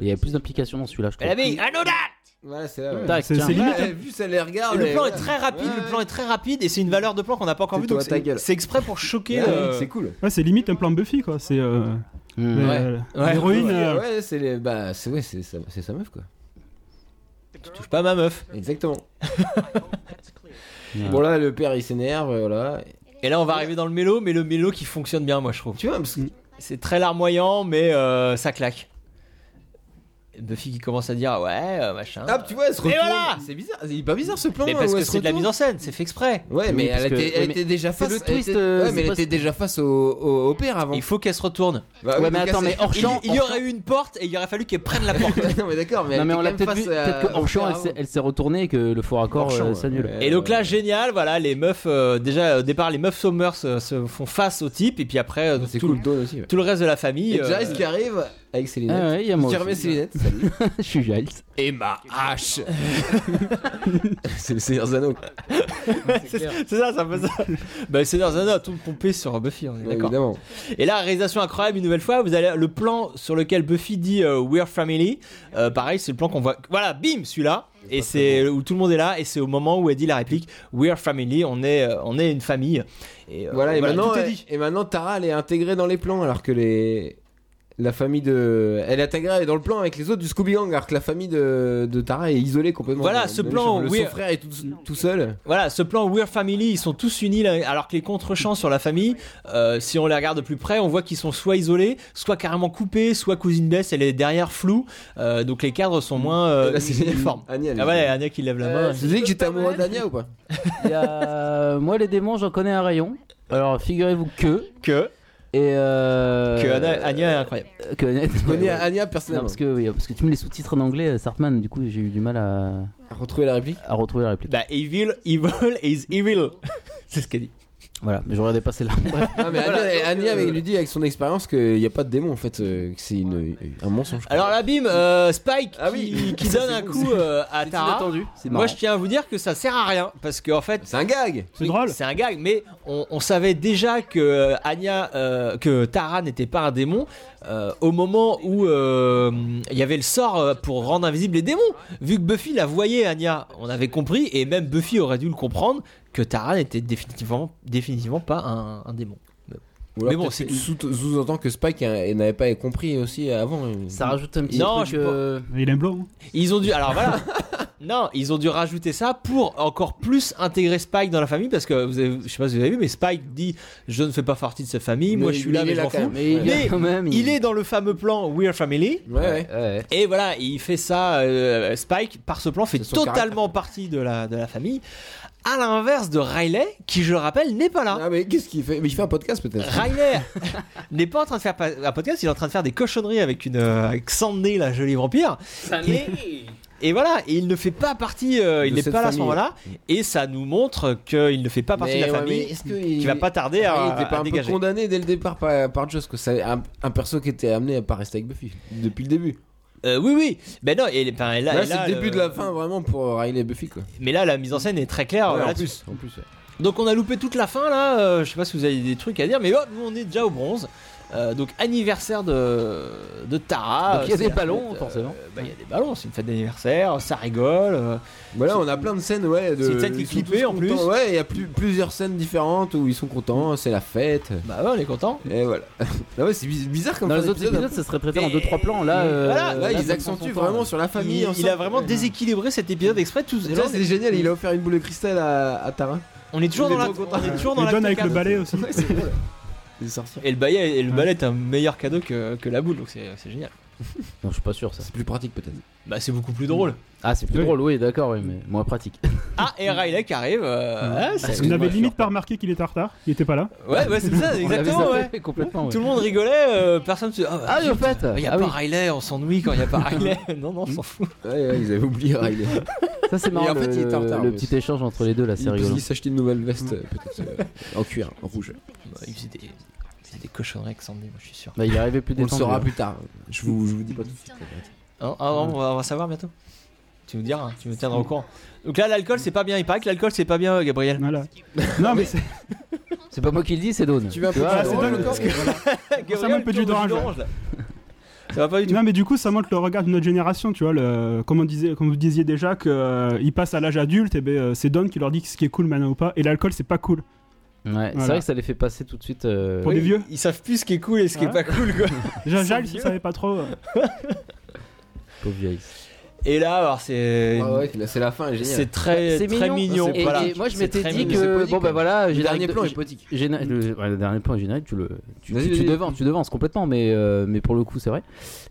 Speaker 4: il y a plus d'implication dans celui-là, je
Speaker 1: Elle
Speaker 4: trouve.
Speaker 1: avait I know that
Speaker 2: Voilà, c'est là.
Speaker 3: Ouais,
Speaker 2: ouais.
Speaker 4: Tac,
Speaker 3: c'est
Speaker 4: tiens.
Speaker 3: c'est limite.
Speaker 2: Ouais, vu, ça les Ah regarde.
Speaker 1: hein. Et le
Speaker 2: et
Speaker 1: plan est
Speaker 2: voilà.
Speaker 1: très rapide,
Speaker 2: Ouais,
Speaker 1: le plan est très rapide et c'est une valeur de plan qu'on n'a pas encore vue.
Speaker 2: Tais-toi
Speaker 1: donc
Speaker 2: à ta
Speaker 1: c'est-
Speaker 2: gueule.
Speaker 1: C'est exprès pour choquer.
Speaker 2: ouais,
Speaker 1: euh,
Speaker 2: C'est cool.
Speaker 3: Ouais, c'est limite un plan Buffy quoi. C'est euh,
Speaker 4: Hmm.
Speaker 1: Ouais.
Speaker 3: euh,
Speaker 1: Ouais.
Speaker 3: l'héroïne.
Speaker 2: Ouais,
Speaker 3: euh,
Speaker 2: ouais, c'est les- bah, c'est ouais, c'est sa c'est sa meuf, quoi.
Speaker 1: Tu touches pas ma meuf.
Speaker 2: Exactement.
Speaker 4: Ouais.
Speaker 2: Bon, là, le père, il s'énerve, euh, voilà.
Speaker 1: Et là on va arriver dans le mélo, mais le mélo qui fonctionne bien moi je trouve.
Speaker 2: Tu vois, parce que-
Speaker 1: C'est très larmoyant, mais euh, ça claque. Buffy qui commence à dire ouais, euh, machin.
Speaker 2: Ah, tu vois, elle se
Speaker 1: Et
Speaker 2: retourne.
Speaker 1: voilà
Speaker 2: C'est bizarre, il est pas bizarre ce plan.
Speaker 1: mais
Speaker 2: hein,
Speaker 1: parce
Speaker 2: où
Speaker 1: que
Speaker 2: elle se
Speaker 1: c'est de la
Speaker 2: retourne.
Speaker 1: mise en scène, c'est fait exprès.
Speaker 2: Ouais,
Speaker 4: Oui,
Speaker 2: mais
Speaker 4: parce
Speaker 2: elle
Speaker 4: que-
Speaker 2: était, elle
Speaker 4: ouais,
Speaker 2: était déjà
Speaker 4: c'est
Speaker 2: face.
Speaker 4: le
Speaker 2: elle
Speaker 4: twist,
Speaker 2: était-
Speaker 4: euh,
Speaker 2: ouais,
Speaker 4: c'est
Speaker 2: mais elle
Speaker 4: pas-
Speaker 2: était déjà face au, au, au père avant.
Speaker 1: Il faut qu'elle se retourne.
Speaker 2: Bah,
Speaker 4: Ouais, mais
Speaker 2: donc,
Speaker 4: attends,
Speaker 2: elle
Speaker 4: mais
Speaker 2: s'est-
Speaker 4: hors
Speaker 1: Il,
Speaker 4: champ.
Speaker 1: il y aurait eu une porte et il aurait fallu qu'elle prenne la porte.
Speaker 2: non, mais d'accord, mais
Speaker 4: Non,
Speaker 2: elle
Speaker 4: mais on
Speaker 2: était
Speaker 4: l'a
Speaker 2: quand
Speaker 4: peut-être
Speaker 2: même
Speaker 4: vu,
Speaker 2: face à-
Speaker 4: peut-être
Speaker 2: au
Speaker 4: qu'en champ,
Speaker 2: père
Speaker 4: elle s'est-
Speaker 2: avant.
Speaker 4: elle s'est retournée et que le faux raccord
Speaker 2: Hors champ,
Speaker 4: euh, s'annule.
Speaker 2: ouais.
Speaker 1: Et donc là, génial, voilà, les meufs, euh, déjà au départ, les meufs Somers euh, se font face au type, et puis après, euh,
Speaker 2: C'est
Speaker 1: tout,
Speaker 2: cool, Dawn aussi. ouais.
Speaker 1: tout le reste de la famille.
Speaker 2: Et
Speaker 1: euh,
Speaker 2: Jace qui arrive avec ses
Speaker 4: Ah
Speaker 2: lunettes.
Speaker 4: ouais, il y a moi.
Speaker 2: Tu remets
Speaker 4: aussi.
Speaker 2: ses lunettes, salut.
Speaker 4: Je suis Giles.
Speaker 2: Emma H. c'est le Seigneur Zano.
Speaker 1: C'est ça, ça fait ça. bah, c'est Zana a tout pompé sur Buffy, on est d'accord.
Speaker 2: Évidemment.
Speaker 1: Et là, réalisation incroyable une nouvelle fois. Vous allez le plan sur lequel Buffy dit euh, We're Family. euh, pareil, c'est le plan qu'on voit. Voilà, bim, celui-là. Et c'est où tout le monde est là. Et c'est au moment où elle dit la réplique We're Family. On est, euh, on est une famille. Et euh,
Speaker 2: Voilà, et, maintenant,
Speaker 1: tout est
Speaker 2: elle-
Speaker 1: dit.
Speaker 2: et maintenant Tara elle est intégrée dans les plans alors que les la famille de elle est intégrée elle est dans le plan avec les autres du Scooby Gang alors que la famille de, de Tara est isolée complètement.
Speaker 1: Voilà,
Speaker 2: Dans-
Speaker 1: ce
Speaker 2: dans les
Speaker 1: plan,
Speaker 2: chambres. le
Speaker 1: oui.
Speaker 2: son frère est tout, tout seul.
Speaker 1: Voilà, ce plan We're Family, ils sont tous unis là, alors que les contre-champs sur la famille, euh, si on les regarde de plus près, on voit qu'ils sont soit isolés, soit carrément coupés, soit cousine Bess, elle est derrière floue. Euh, donc les cadres sont moins euh,
Speaker 2: Et là, c'est
Speaker 1: uniformes.
Speaker 2: Annie, elle est-
Speaker 1: Ah ouais, Anna qui lève la main.
Speaker 2: Euh, je te dis que j'étais amoureux d'Ania ou pas
Speaker 4: Il y a- euh, Moi, les démons, j'en connais un rayon. Alors, figurez-vous que.
Speaker 1: que
Speaker 4: Et euh...
Speaker 1: que Anna, Anya est incroyable.
Speaker 4: que-
Speaker 2: Je connais Anya
Speaker 4: Non,
Speaker 2: personnellement.
Speaker 4: parce que, oui, parce que tu me les sous-titres en anglais, euh, Sartman, du coup j'ai eu du mal à,
Speaker 2: Retrouver la réplique.
Speaker 4: à retrouver la réplique.
Speaker 1: Bah, evil, evil is evil. C'est ce qu'elle dit.
Speaker 4: Voilà, mais j'aurais dépassé là.
Speaker 2: Non mais Anya, Anya
Speaker 1: euh,
Speaker 2: avec, lui dit avec son expérience qu'il n'y a pas de démon en fait, euh, que c'est une, un mensonge.
Speaker 1: Alors là, bim, euh, Spike
Speaker 2: Ah
Speaker 1: qui,
Speaker 2: oui.
Speaker 1: qui donne un coup euh, à Tara.
Speaker 4: c'est
Speaker 1: Moi, je tiens à vous dire que ça sert à rien parce qu'en fait,
Speaker 2: C'est un gag
Speaker 3: C'est
Speaker 1: Oui,
Speaker 3: drôle.
Speaker 1: C'est un gag, mais on, on savait déjà que euh, Anya, euh, que Tara n'était pas un démon euh, au moment où euh, il y avait le sort euh, pour rendre invisible les démons. Vu que Buffy la voyait, Anya, on avait compris, et même Buffy aurait dû le comprendre, que Tara n'était définitivement, définitivement pas un, un démon.
Speaker 2: Ou alors
Speaker 1: Mais bon,
Speaker 2: peut-être
Speaker 1: c'est-
Speaker 2: qu'il sous- sous-entend que Spike euh, n'avait pas compris aussi avant. euh.
Speaker 4: Ça rajoute un petit
Speaker 1: Non,
Speaker 4: truc.
Speaker 1: je sais pas.
Speaker 4: euh,
Speaker 3: Il est blanc. hein.
Speaker 1: Ils ont dû, alors voilà, non, ils ont dû rajouter ça pour encore plus intégrer Spike dans la famille, parce que vous avez- je sais pas si vous avez vu, mais Spike dit je ne fais pas partie de cette famille, moi
Speaker 2: Mais
Speaker 1: je suis
Speaker 2: il
Speaker 1: là,
Speaker 2: est
Speaker 1: mais je
Speaker 2: là
Speaker 1: m'en
Speaker 2: quand
Speaker 1: fous.
Speaker 2: même.
Speaker 4: Mais il, y a
Speaker 1: Mais
Speaker 4: quand même,
Speaker 1: Il est dans le fameux plan We're Family.
Speaker 2: Ouais, ouais.
Speaker 4: Ouais.
Speaker 1: Et voilà, il fait ça. euh, Spike, par ce plan, fait
Speaker 2: C'est son
Speaker 1: totalement partie de la, de la famille. À l'inverse de Riley, qui, je le rappelle, n'est pas là.
Speaker 2: Ah mais qu'est-ce qu'il fait Mais il fait un podcast peut-être.
Speaker 1: Riley n'est pas en train de faire pa- un podcast, il est en train de faire des cochonneries avec une euh, avec Sandy, la jolie vampire. Et, et voilà, et il ne fait pas partie, euh, il
Speaker 2: De
Speaker 1: n'est
Speaker 2: cette
Speaker 1: pas là à ce
Speaker 2: famille.
Speaker 1: moment-là, et ça nous montre qu'il ne fait pas partie
Speaker 2: Mais
Speaker 1: de la
Speaker 2: ouais, mais
Speaker 1: famille,
Speaker 2: est-ce que il-
Speaker 1: qui va pas tarder à,
Speaker 2: Ah, il était
Speaker 1: à
Speaker 2: pas un peu
Speaker 1: dégager.
Speaker 2: condamné dès le départ par, par Joss, que c'est un, un perso qui était amené à pas rester avec Buffy depuis le début.
Speaker 1: Euh, oui, oui, ben non, et, ben, et là,
Speaker 2: là,
Speaker 1: et là,
Speaker 2: c'est le début
Speaker 1: le-
Speaker 2: de la fin vraiment pour Riley et Buffy quoi.
Speaker 1: Mais là, la mise en scène est très claire.
Speaker 2: Ouais,
Speaker 1: là,
Speaker 2: en plus, en plus. ouais.
Speaker 1: Donc on a loupé toute la fin là, euh, je sais pas si vous avez des trucs à dire, mais hop, nous on est déjà au bronze. Euh, donc anniversaire de, de Tara.
Speaker 4: Donc, il y a
Speaker 1: Ah, C'est
Speaker 4: des
Speaker 1: la
Speaker 4: ballons,
Speaker 1: fête,
Speaker 4: forcément.
Speaker 1: euh, bah, il y a des ballons, c'est une fête d'anniversaire, ça rigole. euh.
Speaker 2: Voilà, on a plein de scènes ouais. De,
Speaker 1: C'est une scène qui
Speaker 2: ils sont
Speaker 1: clippait,
Speaker 2: tous
Speaker 1: en plus.
Speaker 2: contents. Ouais, il y a plus- plusieurs scènes différentes où ils sont contents, c'est la fête.
Speaker 1: Bah ouais, on est content.
Speaker 2: Et voilà. ah ouais, c'est bi- bizarre comme
Speaker 4: Dans
Speaker 2: fin
Speaker 4: les autres
Speaker 2: d'épisode,
Speaker 4: épisodes, ça serait traité en
Speaker 1: Mais-
Speaker 4: 2-3 plans. Là, euh,
Speaker 1: Voilà,
Speaker 2: hein. Là,
Speaker 4: ça
Speaker 2: ils
Speaker 4: prend
Speaker 2: accentuent
Speaker 4: son temps.
Speaker 2: vraiment sur la famille.
Speaker 1: Il,
Speaker 2: ensemble.
Speaker 1: il a vraiment déséquilibré cet épisode exprès. Tout,
Speaker 2: Ça,
Speaker 1: là, on,
Speaker 2: c'est
Speaker 1: est,
Speaker 2: génial, il a offert une boule de cristal à, à Tara.
Speaker 1: on est toujours
Speaker 2: il est
Speaker 1: dans la,
Speaker 2: trop content.
Speaker 1: on est toujours dans
Speaker 3: Il
Speaker 1: la
Speaker 3: donne avec le
Speaker 1: cocade.
Speaker 3: balai aussi.
Speaker 2: Ouais, c'est drôle. Les sorcières.
Speaker 1: Et le balai, et le balai est un meilleur cadeau que, que la boule, donc c'est c'est génial.
Speaker 4: Non, je suis pas sûr ça.
Speaker 2: C'est plus pratique peut-être.
Speaker 1: Bah c'est beaucoup plus drôle.
Speaker 4: Ah, c'est plus
Speaker 3: Oui.
Speaker 4: drôle, oui, d'accord, oui, mais moins pratique.
Speaker 1: Ah et Riley qui arrive. euh, ouais, c'est-
Speaker 3: On avait limite pas remarqué qu'il était en retard. Il était pas là.
Speaker 1: ouais, ouais, c'est ça,
Speaker 4: On l'avait
Speaker 1: exactement.
Speaker 4: zappé
Speaker 1: Ouais.
Speaker 4: complètement. ouais.
Speaker 1: Tout le monde rigolait, euh, personne se. Ah,
Speaker 4: Ah, oui, en fait
Speaker 1: Il n'y a
Speaker 4: Ah
Speaker 1: pas
Speaker 4: oui.
Speaker 1: Riley, on s'ennuie quand il n'y a pas Riley. non, non, on s'en fout.
Speaker 2: Ouais, ouais, ils avaient oublié Riley.
Speaker 4: Ça, c'est marrant.
Speaker 2: en fait,
Speaker 4: le-
Speaker 2: il était en retard,
Speaker 4: Le
Speaker 2: mais
Speaker 4: petit
Speaker 2: c'est-
Speaker 4: échange entre les deux, là, c'est
Speaker 2: Il
Speaker 4: rigolo.
Speaker 2: peut s'acheter une nouvelle veste, euh, peut-être euh, en cuir, en rouge.
Speaker 1: il faisait des, cochonneries avec Sandy, moi je suis sûr.
Speaker 4: Bah, il est arrivé plus
Speaker 2: On le
Speaker 4: détendu.
Speaker 2: saura
Speaker 4: là.
Speaker 2: plus tard. Je vous, je vous dis pas tout de suite.
Speaker 1: Ah, ah, on, va, on va savoir bientôt. Tu nous diras, hein, tu me tiendras au courant. Donc là, l'alcool c'est pas bien, il paraît que l'alcool c'est pas bien, euh, Gabriel.
Speaker 3: Voilà. Non mais c'est
Speaker 4: C'est pas moi qui le dis, c'est Dawn.
Speaker 2: Tu veux un peu
Speaker 4: vois,
Speaker 3: Ah,
Speaker 2: de
Speaker 3: c'est
Speaker 2: orange,
Speaker 3: dingue, parce
Speaker 2: euh, voilà.
Speaker 1: Gabriel,
Speaker 3: Ça manque pas
Speaker 1: tourne
Speaker 3: du d'orange, ouais.
Speaker 1: là. Ça va pas du tout.
Speaker 3: non mais du coup ça montre le regard de notre génération, tu vois. Le... Comme on disait, comme vous disiez déjà que euh, ils passent à l'âge adulte, et ben euh, c'est Don qui leur dit ce qui est cool maintenant ou pas. Et l'alcool c'est pas cool
Speaker 4: Ouais, c'est
Speaker 3: Voilà.
Speaker 4: vrai que ça les fait passer tout de suite. euh,
Speaker 3: pour des vieux.
Speaker 1: Ils savent plus ce qui est cool et ce qui est
Speaker 3: Ouais.
Speaker 1: pas cool quoi.
Speaker 3: Déjà
Speaker 1: C'est Ah,
Speaker 3: Giles il
Speaker 1: vieux.
Speaker 3: savait pas trop. euh.
Speaker 4: pauvres vieilles.
Speaker 1: Et là, alors c'est.
Speaker 2: Ah ouais, là, c'est la fin, elle est géniale.
Speaker 1: C'est très, très mignon.
Speaker 4: Et,
Speaker 1: voilà.
Speaker 4: et moi, je
Speaker 1: C'est
Speaker 4: m'étais
Speaker 1: très
Speaker 4: dit
Speaker 1: mignon.
Speaker 2: C'est
Speaker 4: que
Speaker 2: poétique,
Speaker 4: bon,
Speaker 2: quoi.
Speaker 4: bah voilà,
Speaker 2: Le
Speaker 4: générique
Speaker 2: dernier
Speaker 4: de-
Speaker 2: plan est
Speaker 4: gé-
Speaker 2: poétique.
Speaker 4: géné- le, ouais, le dernier plan en générique, tu le, tu,
Speaker 2: Vas-y,
Speaker 4: tu- tu
Speaker 2: vas-y.
Speaker 4: devances, tu devances complètement, mais euh, mais pour le coup, c'est vrai.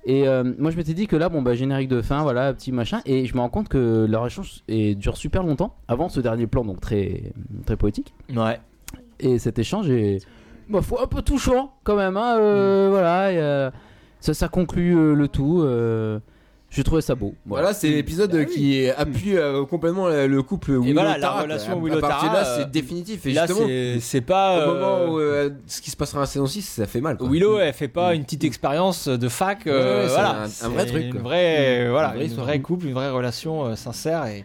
Speaker 4: Et euh, moi, je m'étais dit que là, bon, bah générique de fin, voilà, petit machin, et je me rends compte que leur échange est- dure super longtemps avant ce dernier plan, donc très très poétique.
Speaker 1: Ouais.
Speaker 4: Et cet échange est, bah, faut un peu
Speaker 2: Mm.
Speaker 4: touchant quand même, hein, euh, voilà. et, euh, ça, ça conclut euh, le tout. euh, J'ai trouvé ça beau.
Speaker 1: Bah,
Speaker 4: Voilà.
Speaker 2: Voilà, c'est l'épisode qui appuie euh, complètement euh, le couple Willow
Speaker 1: voilà, la
Speaker 2: Tara, quoi.
Speaker 1: relation
Speaker 2: À-
Speaker 1: Willow
Speaker 2: À partir de
Speaker 1: Tara,
Speaker 2: là,
Speaker 1: euh,
Speaker 2: c'est définitif. Et
Speaker 1: Là,
Speaker 2: justement,
Speaker 1: c'est c'est pas.
Speaker 2: au
Speaker 1: euh,
Speaker 2: moment où euh, ce qui se passera en saison 6, ça fait mal. quoi. Mm.
Speaker 1: Willow, elle fait pas une petite expérience de fac. euh,
Speaker 2: Ouais, ouais, c'est
Speaker 1: voilà,
Speaker 2: un- un vrai
Speaker 1: C'est
Speaker 2: truc,
Speaker 1: Une
Speaker 2: quoi. Mm.
Speaker 1: vraie, euh, voilà,
Speaker 2: vraie
Speaker 1: une
Speaker 2: histoire.
Speaker 1: vraie couple, une vraie relation euh, sincère et,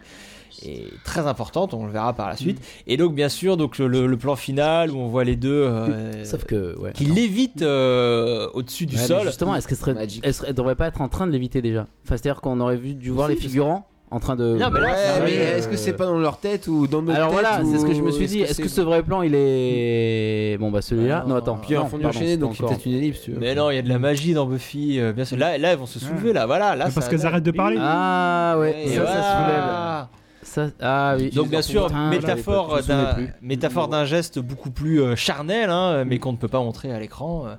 Speaker 1: et très importante. On le verra par la suite.
Speaker 2: Mm.
Speaker 1: Et donc, bien sûr, donc le, le- le plan final où on voit les deux. euh,
Speaker 4: Sauf que, ouais.
Speaker 1: qui lévitent euh, au-dessus du
Speaker 4: Ouais, mais
Speaker 1: sol.
Speaker 4: Justement, est-ce qu'elle serait,
Speaker 2: Magic.
Speaker 4: elle serait- elle devrait pas être en train de l'éviter déjà Enfin, c'est-à-dire qu'on aurait vu, dû voir les figurants en train de.
Speaker 1: Non, mais là,
Speaker 2: Ouais,
Speaker 1: Ah
Speaker 2: mais
Speaker 1: oui, euh,
Speaker 2: est-ce que c'est pas dans leur tête ou dans notre
Speaker 4: Alors
Speaker 2: tête
Speaker 4: voilà, c'est ce que je me
Speaker 2: ou
Speaker 4: suis dit. Est-ce que
Speaker 2: c'est-
Speaker 4: ce vrai plan, il est bon bah celui-là Non, attends.
Speaker 2: Puis
Speaker 4: non,
Speaker 2: un fondu
Speaker 4: Ah, pardon,
Speaker 2: enchaîné,
Speaker 4: c'est
Speaker 2: donc c'est
Speaker 4: encore-
Speaker 2: peut-être une ellipse. tu vois.
Speaker 1: Mais non, il y a de la magie dans Buffy. euh, bien sûr. Là, là, elles vont se soulever. Là, voilà. Là,
Speaker 3: Mais parce
Speaker 1: ça-
Speaker 3: qu'elles arrêtent de parler.
Speaker 4: Ah ouais,
Speaker 1: Et
Speaker 4: ça, ça
Speaker 1: voilà.
Speaker 4: se soulève. Ça, ah oui.
Speaker 1: Donc bien sûr,
Speaker 4: Putain,
Speaker 1: métaphore
Speaker 4: j'avais pas-
Speaker 1: d'un
Speaker 4: je me souvenais plus.
Speaker 1: métaphore d'un geste beaucoup plus euh, charnel, hein, mais qu'on ne peut pas montrer à l'écran. euh,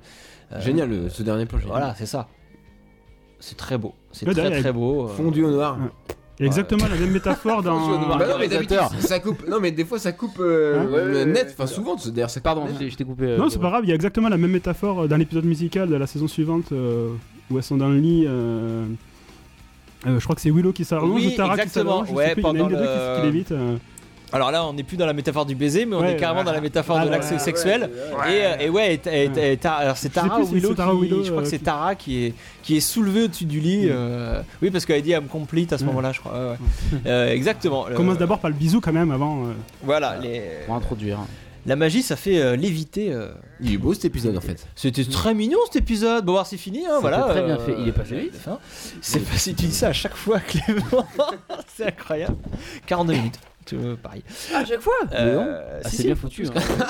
Speaker 1: euh,
Speaker 2: Mm. Génial, le- ce dernier plan. génial.
Speaker 1: Voilà, c'est ça. C'est très beau. C'est
Speaker 3: Le
Speaker 1: très
Speaker 3: dernier.
Speaker 1: très beau. euh.
Speaker 2: Fondu au noir.
Speaker 3: Ouais. Il y a exactement la même métaphore dans.
Speaker 2: Bah non, mais d'habitude,
Speaker 4: réalisateur.
Speaker 2: ça coupe. Non, mais des fois, ça coupe euh,
Speaker 3: Hein
Speaker 2: euh, net. Enfin, souvent, c'est- d'ailleurs, c'est
Speaker 4: Pardon,
Speaker 2: net.
Speaker 4: je t'ai- je t'ai coupé. euh,
Speaker 3: Non, c'est pas
Speaker 4: Gabriel.
Speaker 3: grave, il y a exactement la même métaphore euh, dans l'épisode musical de la saison suivante euh, où elles sont dans le lit. euh, euh, je crois que c'est Willow qui s'arrange
Speaker 1: Oui,
Speaker 3: ou Tara qui
Speaker 1: exactement,
Speaker 3: s'arrange. je sais
Speaker 1: ouais,
Speaker 3: plus, il y en a une
Speaker 1: pendant
Speaker 3: des deux qui-
Speaker 1: le-
Speaker 3: qui l'évite. euh.
Speaker 1: Alors là, on n'est plus dans la métaphore du baiser, mais on
Speaker 3: Ouais,
Speaker 1: est carrément
Speaker 3: ouais.
Speaker 1: dans la métaphore
Speaker 3: Ah,
Speaker 1: de
Speaker 3: ouais,
Speaker 1: l'acte
Speaker 3: ouais,
Speaker 1: sexuel. Et, euh, et ouais, et- et- et- et- Tara- alors c'est
Speaker 3: Je sais
Speaker 1: Tara
Speaker 3: plus
Speaker 1: ou
Speaker 3: si
Speaker 1: Willow,
Speaker 3: c'est Tara
Speaker 1: qui-
Speaker 3: ou Willow,
Speaker 1: je crois que
Speaker 3: euh,
Speaker 1: c'est
Speaker 3: qui-
Speaker 1: Tara qui est, qui est soulevée au-dessus du lit.
Speaker 3: Mm.
Speaker 1: euh, Oui, parce qu'elle dit I'm complete à ce
Speaker 3: Ouais.
Speaker 1: moment-là, je crois. ouais, ouais. Euh, exactement. Le-
Speaker 3: Commence d'abord par le bisou quand même avant. euh.
Speaker 1: Voilà, les-
Speaker 4: Pour introduire.
Speaker 1: la magie, ça fait euh, léviter. euh,
Speaker 2: Il est beau cet épisode en fait.
Speaker 1: C'était très mignon cet épisode. Bon, alors c'est fini, hein,
Speaker 4: Mm. C'était
Speaker 1: voilà.
Speaker 4: très bien fait. Il est passé vite. hein.
Speaker 1: Fin. C'est pas si tu dis ça à chaque fois, Clément. c'est incroyable. 42 minutes. Tout euh, pareil.
Speaker 4: À chaque fois
Speaker 1: Euh,
Speaker 4: Ah,
Speaker 1: si,
Speaker 4: c'est
Speaker 1: si.
Speaker 4: bien foutu. hein.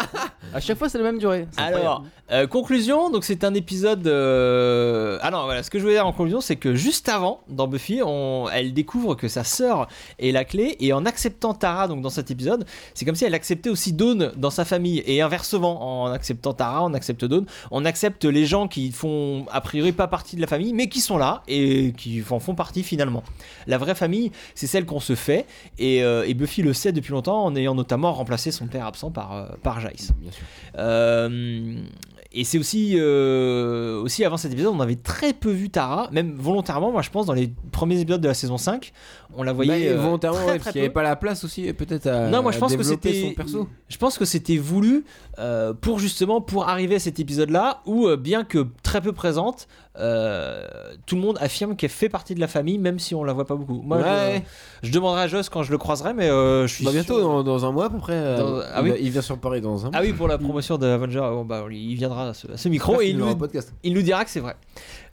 Speaker 4: à chaque fois, c'est la même durée. C'est
Speaker 1: Alors,
Speaker 4: incroyable.
Speaker 1: euh, conclusion, donc c'est un épisode. euh, Ah non, voilà, ce que je voulais dire en conclusion, c'est que juste avant, dans Buffy, on... elle découvre que sa sœur est la clé, et en acceptant Tara donc dans cet épisode, c'est comme si elle acceptait aussi Dawn dans sa famille, et inversement, en acceptant Tara, on accepte Dawn, on accepte les gens qui font a priori pas partie de la famille, mais qui sont là et qui en font partie finalement. La vraie famille, c'est celle qu'on se fait, et, euh, et Buffy le sait depuis longtemps en ayant notamment remplacé son père absent par, euh, par Jace.
Speaker 2: Bien sûr.
Speaker 1: Euh, et c'est aussi, euh, aussi avant cet épisode, on avait très peu vu Tara, même volontairement, moi je pense, dans les premiers épisodes de la saison 5, on la voyait.
Speaker 2: Bah,
Speaker 1: euh,
Speaker 2: volontairement,
Speaker 1: très,
Speaker 2: ouais,
Speaker 1: très
Speaker 2: parce
Speaker 1: peu.
Speaker 2: qu'il n'y avait pas la place aussi, peut-être à.
Speaker 1: Non, moi, je
Speaker 2: à
Speaker 1: pense que
Speaker 2: développer
Speaker 1: c'était-
Speaker 2: son perso.
Speaker 1: Je pense que c'était voulu euh, pour justement pour arriver à cet épisode-là où euh, bien que très peu présente, euh, tout le monde affirme qu'elle fait partie de la famille même si on la voit pas beaucoup. Moi,
Speaker 2: Ouais.
Speaker 1: je, je demanderai à Joss quand je le croiserai, mais euh, je suis
Speaker 2: Bah, bientôt,
Speaker 1: sûr-
Speaker 2: dans, dans un mois à peu près. euh,
Speaker 1: Dans- ah
Speaker 2: il,
Speaker 1: oui.
Speaker 2: va- il vient sur Paris dans un mois.
Speaker 1: Ah oui, pour la promotion de Avenger, bon, bah, il viendra à ce, à ce micro
Speaker 2: J'espère
Speaker 1: et
Speaker 2: qu'il
Speaker 1: il
Speaker 2: aura
Speaker 1: nous,
Speaker 2: un podcast.
Speaker 1: il nous dira que c'est vrai.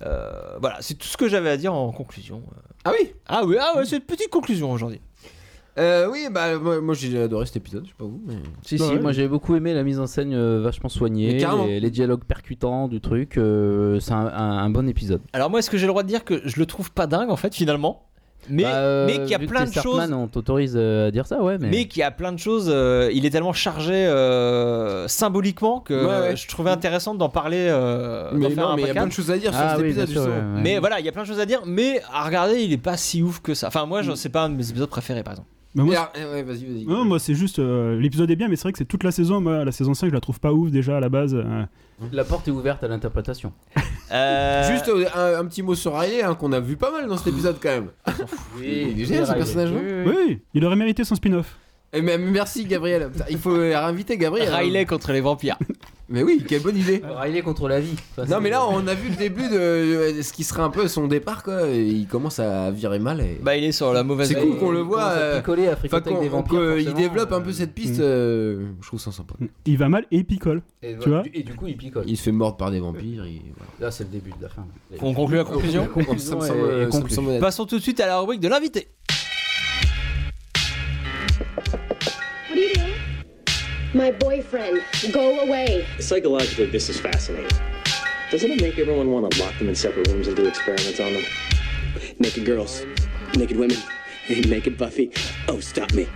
Speaker 1: Euh, voilà, c'est tout ce que j'avais à dire en conclusion.
Speaker 2: Ah oui
Speaker 1: Ah oui, ah ouais, c'est une petite conclusion aujourd'hui.
Speaker 2: Euh, Oui, bah moi, moi, j'ai adoré cet épisode, je sais pas vous. Mais...
Speaker 4: Si,
Speaker 3: Ouais.
Speaker 4: si, moi j'ai beaucoup aimé la mise en scène euh, vachement soignée,
Speaker 2: Bah Mais carrément.
Speaker 4: les, les dialogues percutants du truc, euh, c'est un, un- un bon épisode.
Speaker 1: Alors moi, est-ce que j'ai le droit de dire que je le trouve pas dingue en fait finalement, mais
Speaker 4: Bah, euh,
Speaker 1: mais qu'il y a
Speaker 4: vu que
Speaker 1: plein
Speaker 4: t'es
Speaker 1: de choses.
Speaker 4: Starkman, on t'autorise euh, à dire ça, ouais, mais.
Speaker 1: mais qui a plein de choses. euh, il est tellement chargé euh, symboliquement que
Speaker 2: Ouais, ouais.
Speaker 1: euh, je trouvais intéressant d'en parler. euh, d'en
Speaker 2: Mais
Speaker 1: faire
Speaker 2: non,
Speaker 1: un
Speaker 2: mais il y a
Speaker 1: podcast.
Speaker 2: plein de choses à dire sur
Speaker 4: ah
Speaker 2: cet
Speaker 4: oui,
Speaker 2: épisode,
Speaker 4: bien sûr,
Speaker 2: justement.
Speaker 4: ouais, ouais.
Speaker 1: Mais voilà, il y a plein de choses à dire. Mais à regarder, il est pas si ouf que ça. Enfin, moi,
Speaker 2: Mm.
Speaker 1: je- c'est pas un de mes épisodes préférés, par exemple.
Speaker 3: Mais moi,
Speaker 2: Et alors- eh ouais, vas-y, vas-y.
Speaker 3: Non, moi c'est juste euh, l'épisode est bien, mais c'est vrai que c'est toute la saison. Moi, la saison 5, je la trouve pas ouf déjà à la base. euh.
Speaker 4: la porte est ouverte à l'interprétation.
Speaker 1: Euh,
Speaker 2: Juste euh, un, un petit mot sur Riley hein, qu'on a vu pas mal dans cet épisode quand même. il est génial ce personnage. hein.
Speaker 3: Oui, il aurait mérité son spin-off.
Speaker 2: Et même merci Gabriel. Putain, Il faut euh, réinviter Gabriel. hein.
Speaker 1: Riley contre les vampires.
Speaker 2: Mais oui, quelle bonne idée.
Speaker 4: Riley contre la vie. Ah, Ça,
Speaker 2: Non
Speaker 4: c'est-
Speaker 2: mais là on a vu le début de euh, ce qui sera un peu son départ quoi. Et Il commence à virer mal. Et...
Speaker 1: bah, il est sur la mauvaise.
Speaker 2: C'est cool
Speaker 1: Et-
Speaker 2: qu'on le
Speaker 4: Il
Speaker 2: voit.
Speaker 4: commence à
Speaker 2: euh,
Speaker 4: picoler, à
Speaker 2: Enfin
Speaker 4: fricoter
Speaker 2: qu'on
Speaker 4: avec des vampires.
Speaker 2: qu'on- il
Speaker 4: forcément,
Speaker 2: développe un
Speaker 4: euh,
Speaker 2: peu cette piste. euh, je trouve ça sympa.
Speaker 3: Il va mal et il picole.
Speaker 4: Et,
Speaker 3: tu vois
Speaker 4: du- Et du coup, il picole.
Speaker 2: Il se fait mordre par des vampires. il- voilà.
Speaker 4: Là, c'est le début de la fin.
Speaker 1: On conclut la conclusion.
Speaker 2: Ça me
Speaker 4: est-
Speaker 2: semble-
Speaker 4: est
Speaker 2: ça me
Speaker 4: conclue.
Speaker 2: semble honnête.
Speaker 1: Passons tout de suite à la rubrique de l'invité.
Speaker 8: What are you doing? My boyfriend. Go away.
Speaker 5: Psychologically, this is fascinating. Doesn't it make everyone want to lock them in separate rooms and do experiments on them? Naked girls, naked women, naked Buffy. Oh, stop me.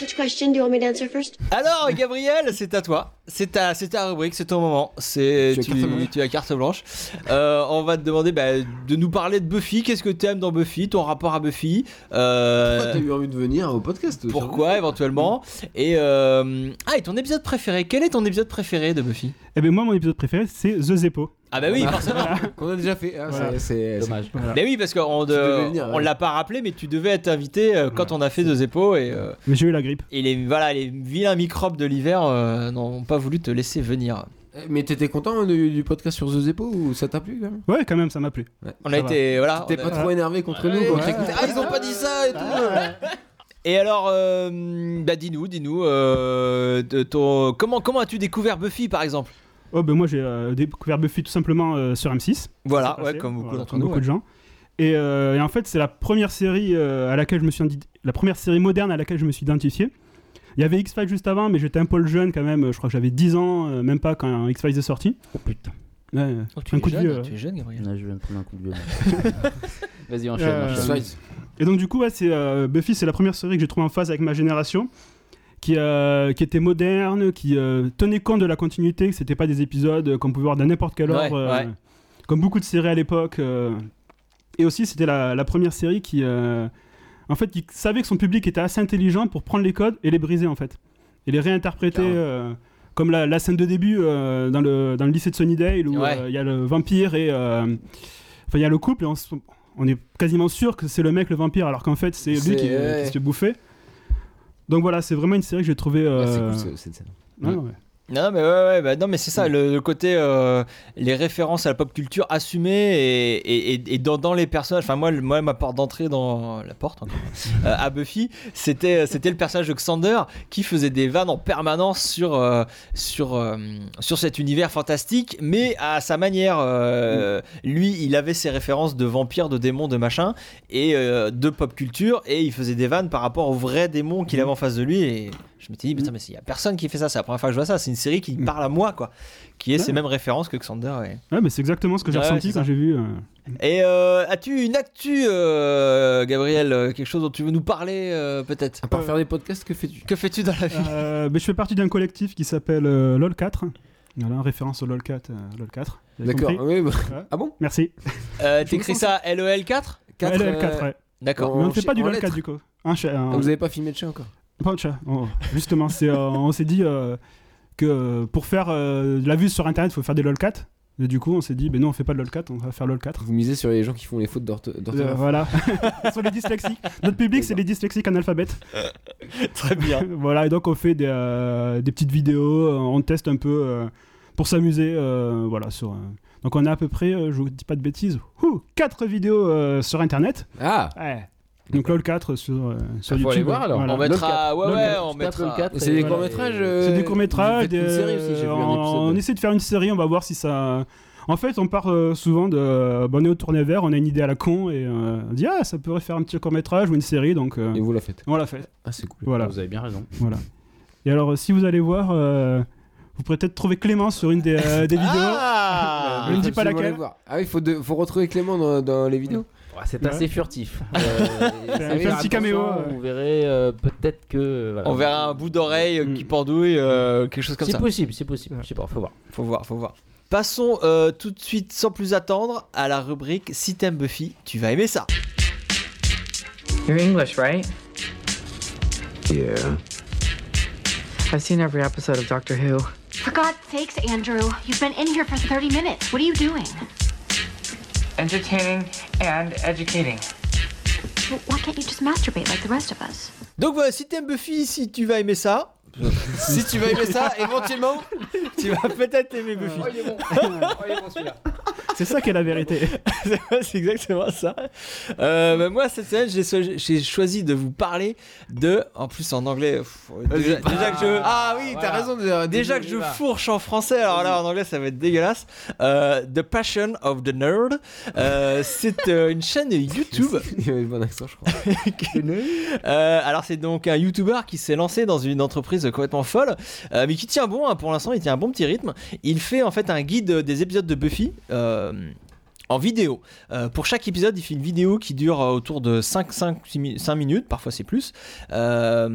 Speaker 8: Which question do you want me to answer first?
Speaker 1: Alors, Gabriel, c'est à toi. C'est ta, c'est ta rubrique, c'est ton moment. C'est
Speaker 2: Tu
Speaker 1: tu,
Speaker 2: as carte blanche.
Speaker 1: tu as carte blanche. Euh, on va te demander bah, de nous parler de Buffy. Qu'est-ce que tu aimes dans Buffy Ton rapport à Buffy euh,
Speaker 2: Pourquoi t'as eu envie de venir au podcast toi,
Speaker 1: Pourquoi éventuellement Et euh, ah, et ton épisode préféré Quel est ton épisode préféré de Buffy
Speaker 3: Eh Et ben moi, mon épisode préféré, c'est The Zeppo.
Speaker 1: Ah bah oui,
Speaker 2: Voilà.
Speaker 1: forcément.
Speaker 2: Qu'on a déjà fait. hein,
Speaker 3: Voilà.
Speaker 2: c'est- c'est- c'est-
Speaker 4: Dommage.
Speaker 1: Mais oui, parce qu'on
Speaker 2: devais
Speaker 1: ne
Speaker 2: venir, ouais.
Speaker 1: l'a pas rappelé, mais tu devais être invité euh, quand on a fait deux épaules et, euh,
Speaker 3: Mais j'ai eu la grippe.
Speaker 1: et les, voilà, les vilains microbes de l'hiver euh, n'ont pas voulu te laisser venir.
Speaker 2: Euh, Mais t'étais content hein, du, du podcast sur The Zeppo ou ça t'a plu quand même
Speaker 3: Ouais, quand même, ça m'a plu.
Speaker 1: On a
Speaker 3: Ça va.
Speaker 1: été. Voilà,
Speaker 2: T'es
Speaker 1: Ah, on a-
Speaker 2: pas trop énervé contre nous quand t'écoutais, Ah, ils ont pas dit ça et tout
Speaker 1: Et alors, euh, bah dis-nous, dis-nous, euh, de ton- comment, comment as-tu découvert Buffy par exemple
Speaker 3: Oh, ben moi, j'ai euh, découvert Buffy tout simplement euh, sur M6.
Speaker 1: Voilà,
Speaker 3: Ça
Speaker 1: Ah ouais,
Speaker 3: passait,
Speaker 1: comme beaucoup
Speaker 3: voilà,
Speaker 1: d'entre
Speaker 3: comme
Speaker 1: nous.
Speaker 3: beaucoup
Speaker 1: ouais.
Speaker 3: de gens. Et, euh, et en fait, c'est la première série euh, à laquelle je me suis indi- la première série moderne à laquelle je me suis identifié. Il y avait X-Files juste avant, mais j'étais un peu le jeune quand même. Je crois que j'avais 10 ans, euh, même pas quand X-Files est sorti.
Speaker 4: Oh putain.
Speaker 3: Ouais, ouais.
Speaker 1: Oh, tu,
Speaker 3: un
Speaker 1: es
Speaker 3: coup de
Speaker 1: jeune,
Speaker 3: vieux.
Speaker 1: tu es jeune, Gabriel.
Speaker 4: Là, je viens de prendre un coup de vieux. Vas-y, enchaîne.
Speaker 3: Euh,
Speaker 4: enchaîne.
Speaker 2: X-Files.
Speaker 3: Et donc du coup, ouais, c'est euh, Buffy, c'est la première série que j'ai trouvée en phase avec ma génération, qui, euh, qui était moderne, qui euh, tenait compte de la continuité, que c'était pas des épisodes euh, qu'on pouvait voir dans n'importe quel
Speaker 1: Ouais,
Speaker 3: ordre, euh,
Speaker 1: ouais.
Speaker 3: comme beaucoup de séries à l'époque. euh. Et aussi, c'était la, la première série qui, euh, en fait, qui savait que son public était assez intelligent pour prendre les codes et les briser en fait, et les réinterpréter.
Speaker 2: Carrément.
Speaker 3: euh, comme la, la scène de début euh, dans, le, dans le lycée de Sunnydale où
Speaker 1: Ouais.
Speaker 3: euh, il y a le vampire et euh, enfin il y a le couple et on, se- on est quasiment sûr que c'est le mec le vampire alors qu'en fait c'est
Speaker 2: C'est-
Speaker 3: lui qui,
Speaker 2: ouais.
Speaker 3: qui se fait bouffer. Donc voilà, c'est vraiment une série que j'ai trouvée.
Speaker 2: Ah,
Speaker 3: euh,
Speaker 2: C'est cool ce- cette scène.
Speaker 3: ouais, ouais.
Speaker 1: Non, mais ouais, ouais, bah, non, mais c'est ça, le, le côté, euh, les références à la pop culture assumées et, et- et- et dans, dans les personnages. Enfin, moi, le- moi, ma porte d'entrée dans la porte encore, euh, à Buffy, c'était, euh, c'était le personnage de Xander qui faisait des vannes en permanence sur, euh, sur, euh, sur cet univers fantastique, mais à sa manière. Euh, Lui, il avait ses références de vampires, de démons, de machin, et euh, de pop culture, et il faisait des vannes par rapport aux vrais démons qu'il avait en face de lui. Et je m'étais dit,
Speaker 4: Mm.
Speaker 1: putain, mais il y a personne qui fait ça, c'est la première fois que je vois ça. C'est une série qui parle à moi, quoi, qui est ces
Speaker 3: Ouais.
Speaker 1: mêmes références que Xander. ouais.
Speaker 3: Ouais, mais c'est exactement ce que j'ai
Speaker 1: Ouais,
Speaker 3: ressenti
Speaker 1: c'est
Speaker 3: quand
Speaker 1: ça.
Speaker 3: j'ai vu. euh,
Speaker 4: Mm.
Speaker 1: Et euh, as-tu une actu, euh, Gabriel, euh, quelque chose dont tu veux nous parler, euh, peut-être
Speaker 2: À part faire des podcasts, que fais-tu
Speaker 1: Que fais-tu dans la vie
Speaker 3: euh, mais je fais partie d'un collectif qui s'appelle euh, LOL 4. Voilà, référence au LOL 4. euh, LOL 4. vous avez
Speaker 2: D'accord.
Speaker 3: compris
Speaker 2: oui, bah-
Speaker 3: Ouais.
Speaker 2: Ah bon
Speaker 3: Merci.
Speaker 1: Euh, T'écris ça LOL4
Speaker 2: Quatre,
Speaker 3: LOL
Speaker 2: euh,
Speaker 3: 4, ouais.
Speaker 1: D'accord.
Speaker 2: en
Speaker 3: Mais on ne fait
Speaker 2: chi-
Speaker 3: pas du
Speaker 2: en
Speaker 3: LOL
Speaker 2: lettres.
Speaker 3: 4 du coup. Un chat.
Speaker 2: Ah, Vous avez pas filmé de chat encore
Speaker 3: Pas de chat. Oh, Justement, c'est, euh, on s'est dit euh, que euh, pour faire euh, de la vue sur internet, il faut faire des LOL 4. Et du coup, on s'est dit, ben non, on fait pas de LOL 4, on va faire LOL 4.
Speaker 2: Vous misez sur les gens qui font les fautes d'ortho-
Speaker 3: Euh,
Speaker 2: d'orthographe.
Speaker 3: voilà, ce sont les dyslexiques. Notre public, c'est les dyslexiques analphabètes.
Speaker 1: Très bien.
Speaker 3: voilà, et donc on fait des, euh, des petites vidéos, euh, on teste un peu euh, pour s'amuser. euh, voilà, sur, euh, donc on a à peu près, euh, je vous dis pas de bêtises, 4 vidéos euh, sur internet.
Speaker 2: Ah
Speaker 3: Donc LOL 4 sur, euh, sur
Speaker 4: Ah, faut
Speaker 3: YouTube.
Speaker 4: aller voir, alors.
Speaker 3: voilà.
Speaker 1: On mettra. Ouais,
Speaker 4: Le
Speaker 1: ouais,
Speaker 4: quatre,
Speaker 1: on
Speaker 4: tu tapes le
Speaker 1: mettra.
Speaker 4: quatre et
Speaker 2: C'est des
Speaker 4: voilà,
Speaker 2: courts-métrages
Speaker 4: et-
Speaker 2: euh,
Speaker 3: C'est des
Speaker 2: vous
Speaker 3: courts-métrages.
Speaker 2: faites une
Speaker 3: des-
Speaker 2: série aussi, j'ai vu un épisode.
Speaker 3: euh, on, on essaie de faire une série, on va voir si ça. En fait, on part euh, souvent de. euh, bon, on est au tourné vert, on a une idée à la con et euh, on dit ah, ça pourrait faire un petit court-métrage ou une série, donc euh,
Speaker 2: Et vous la faites
Speaker 3: on l'a fait.
Speaker 2: Ah, c'est cool.
Speaker 3: Voilà.
Speaker 4: Vous avez bien raison.
Speaker 3: voilà. Et alors, euh, si vous allez voir, euh, vous pourrez peut-être trouver Clément sur une des, euh, des vidéos.
Speaker 1: Ah
Speaker 3: Je ne dis
Speaker 2: Euh,
Speaker 3: pas
Speaker 2: Absolument
Speaker 3: laquelle.
Speaker 2: les voir. Ah oui, faut, de- faut retrouver Clément dans, dans les vidéos.
Speaker 4: Ouais, c'est
Speaker 3: Ouais.
Speaker 4: assez furtif. Euh, et-
Speaker 3: un
Speaker 4: et-
Speaker 3: petit
Speaker 4: attention,
Speaker 3: caméo, euh.
Speaker 4: Vous verrez euh, peut-être que. euh, voilà.
Speaker 1: On verra un bout d'oreille euh, qui pendouille, euh, quelque chose comme
Speaker 4: Mm. C'est
Speaker 1: ça.
Speaker 4: possible, c'est possible. Je sais pas, faut voir.
Speaker 1: Faut voir, faut voir. Passons euh, tout de suite, sans plus attendre, à la rubrique Si t'aimes Buffy, tu vas aimer ça.
Speaker 10: You're English, right?
Speaker 5: Yeah.
Speaker 10: I've seen every episode of Doctor Who.
Speaker 9: For God's sakes, Andrew, you've been in here for 30 minutes. What are you doing?
Speaker 10: Entertaining and educating.
Speaker 9: Well, why can't you just masturbate like the rest of us?
Speaker 1: Donc voilà, si t'aimes Buffy, si tu vas aimer ça. si tu vas aimer ça, éventuellement, tu vas peut-être aimer Buffy.
Speaker 3: C'est ça qui est la vérité.
Speaker 1: C'est- C'est exactement ça. Euh, bah, moi, cette semaine, j'ai so- j'ai choisi de vous parler de. En plus, en anglais. pff, déjà, déjà que je.
Speaker 2: Ah oui, t'as raison. de-
Speaker 1: Déjà que je fourche en français, alors là en anglais ça va être dégueulasse. Euh, the Passion of the Nerd, Euh, c'est euh, une chaîne YouTube
Speaker 2: Il y avait le bon accent, je crois.
Speaker 1: Euh, alors c'est donc un YouTuber qui s'est lancé dans une entreprise complètement folle, euh, mais qui tient bon. hein, pour l'instant, il tient un bon petit rythme. Il fait en fait un guide euh, des épisodes de Buffy. euh, en vidéo. Euh, pour chaque épisode, il fait une vidéo qui dure euh, autour de 5, 5, 5 minutes, parfois c'est plus. Euh,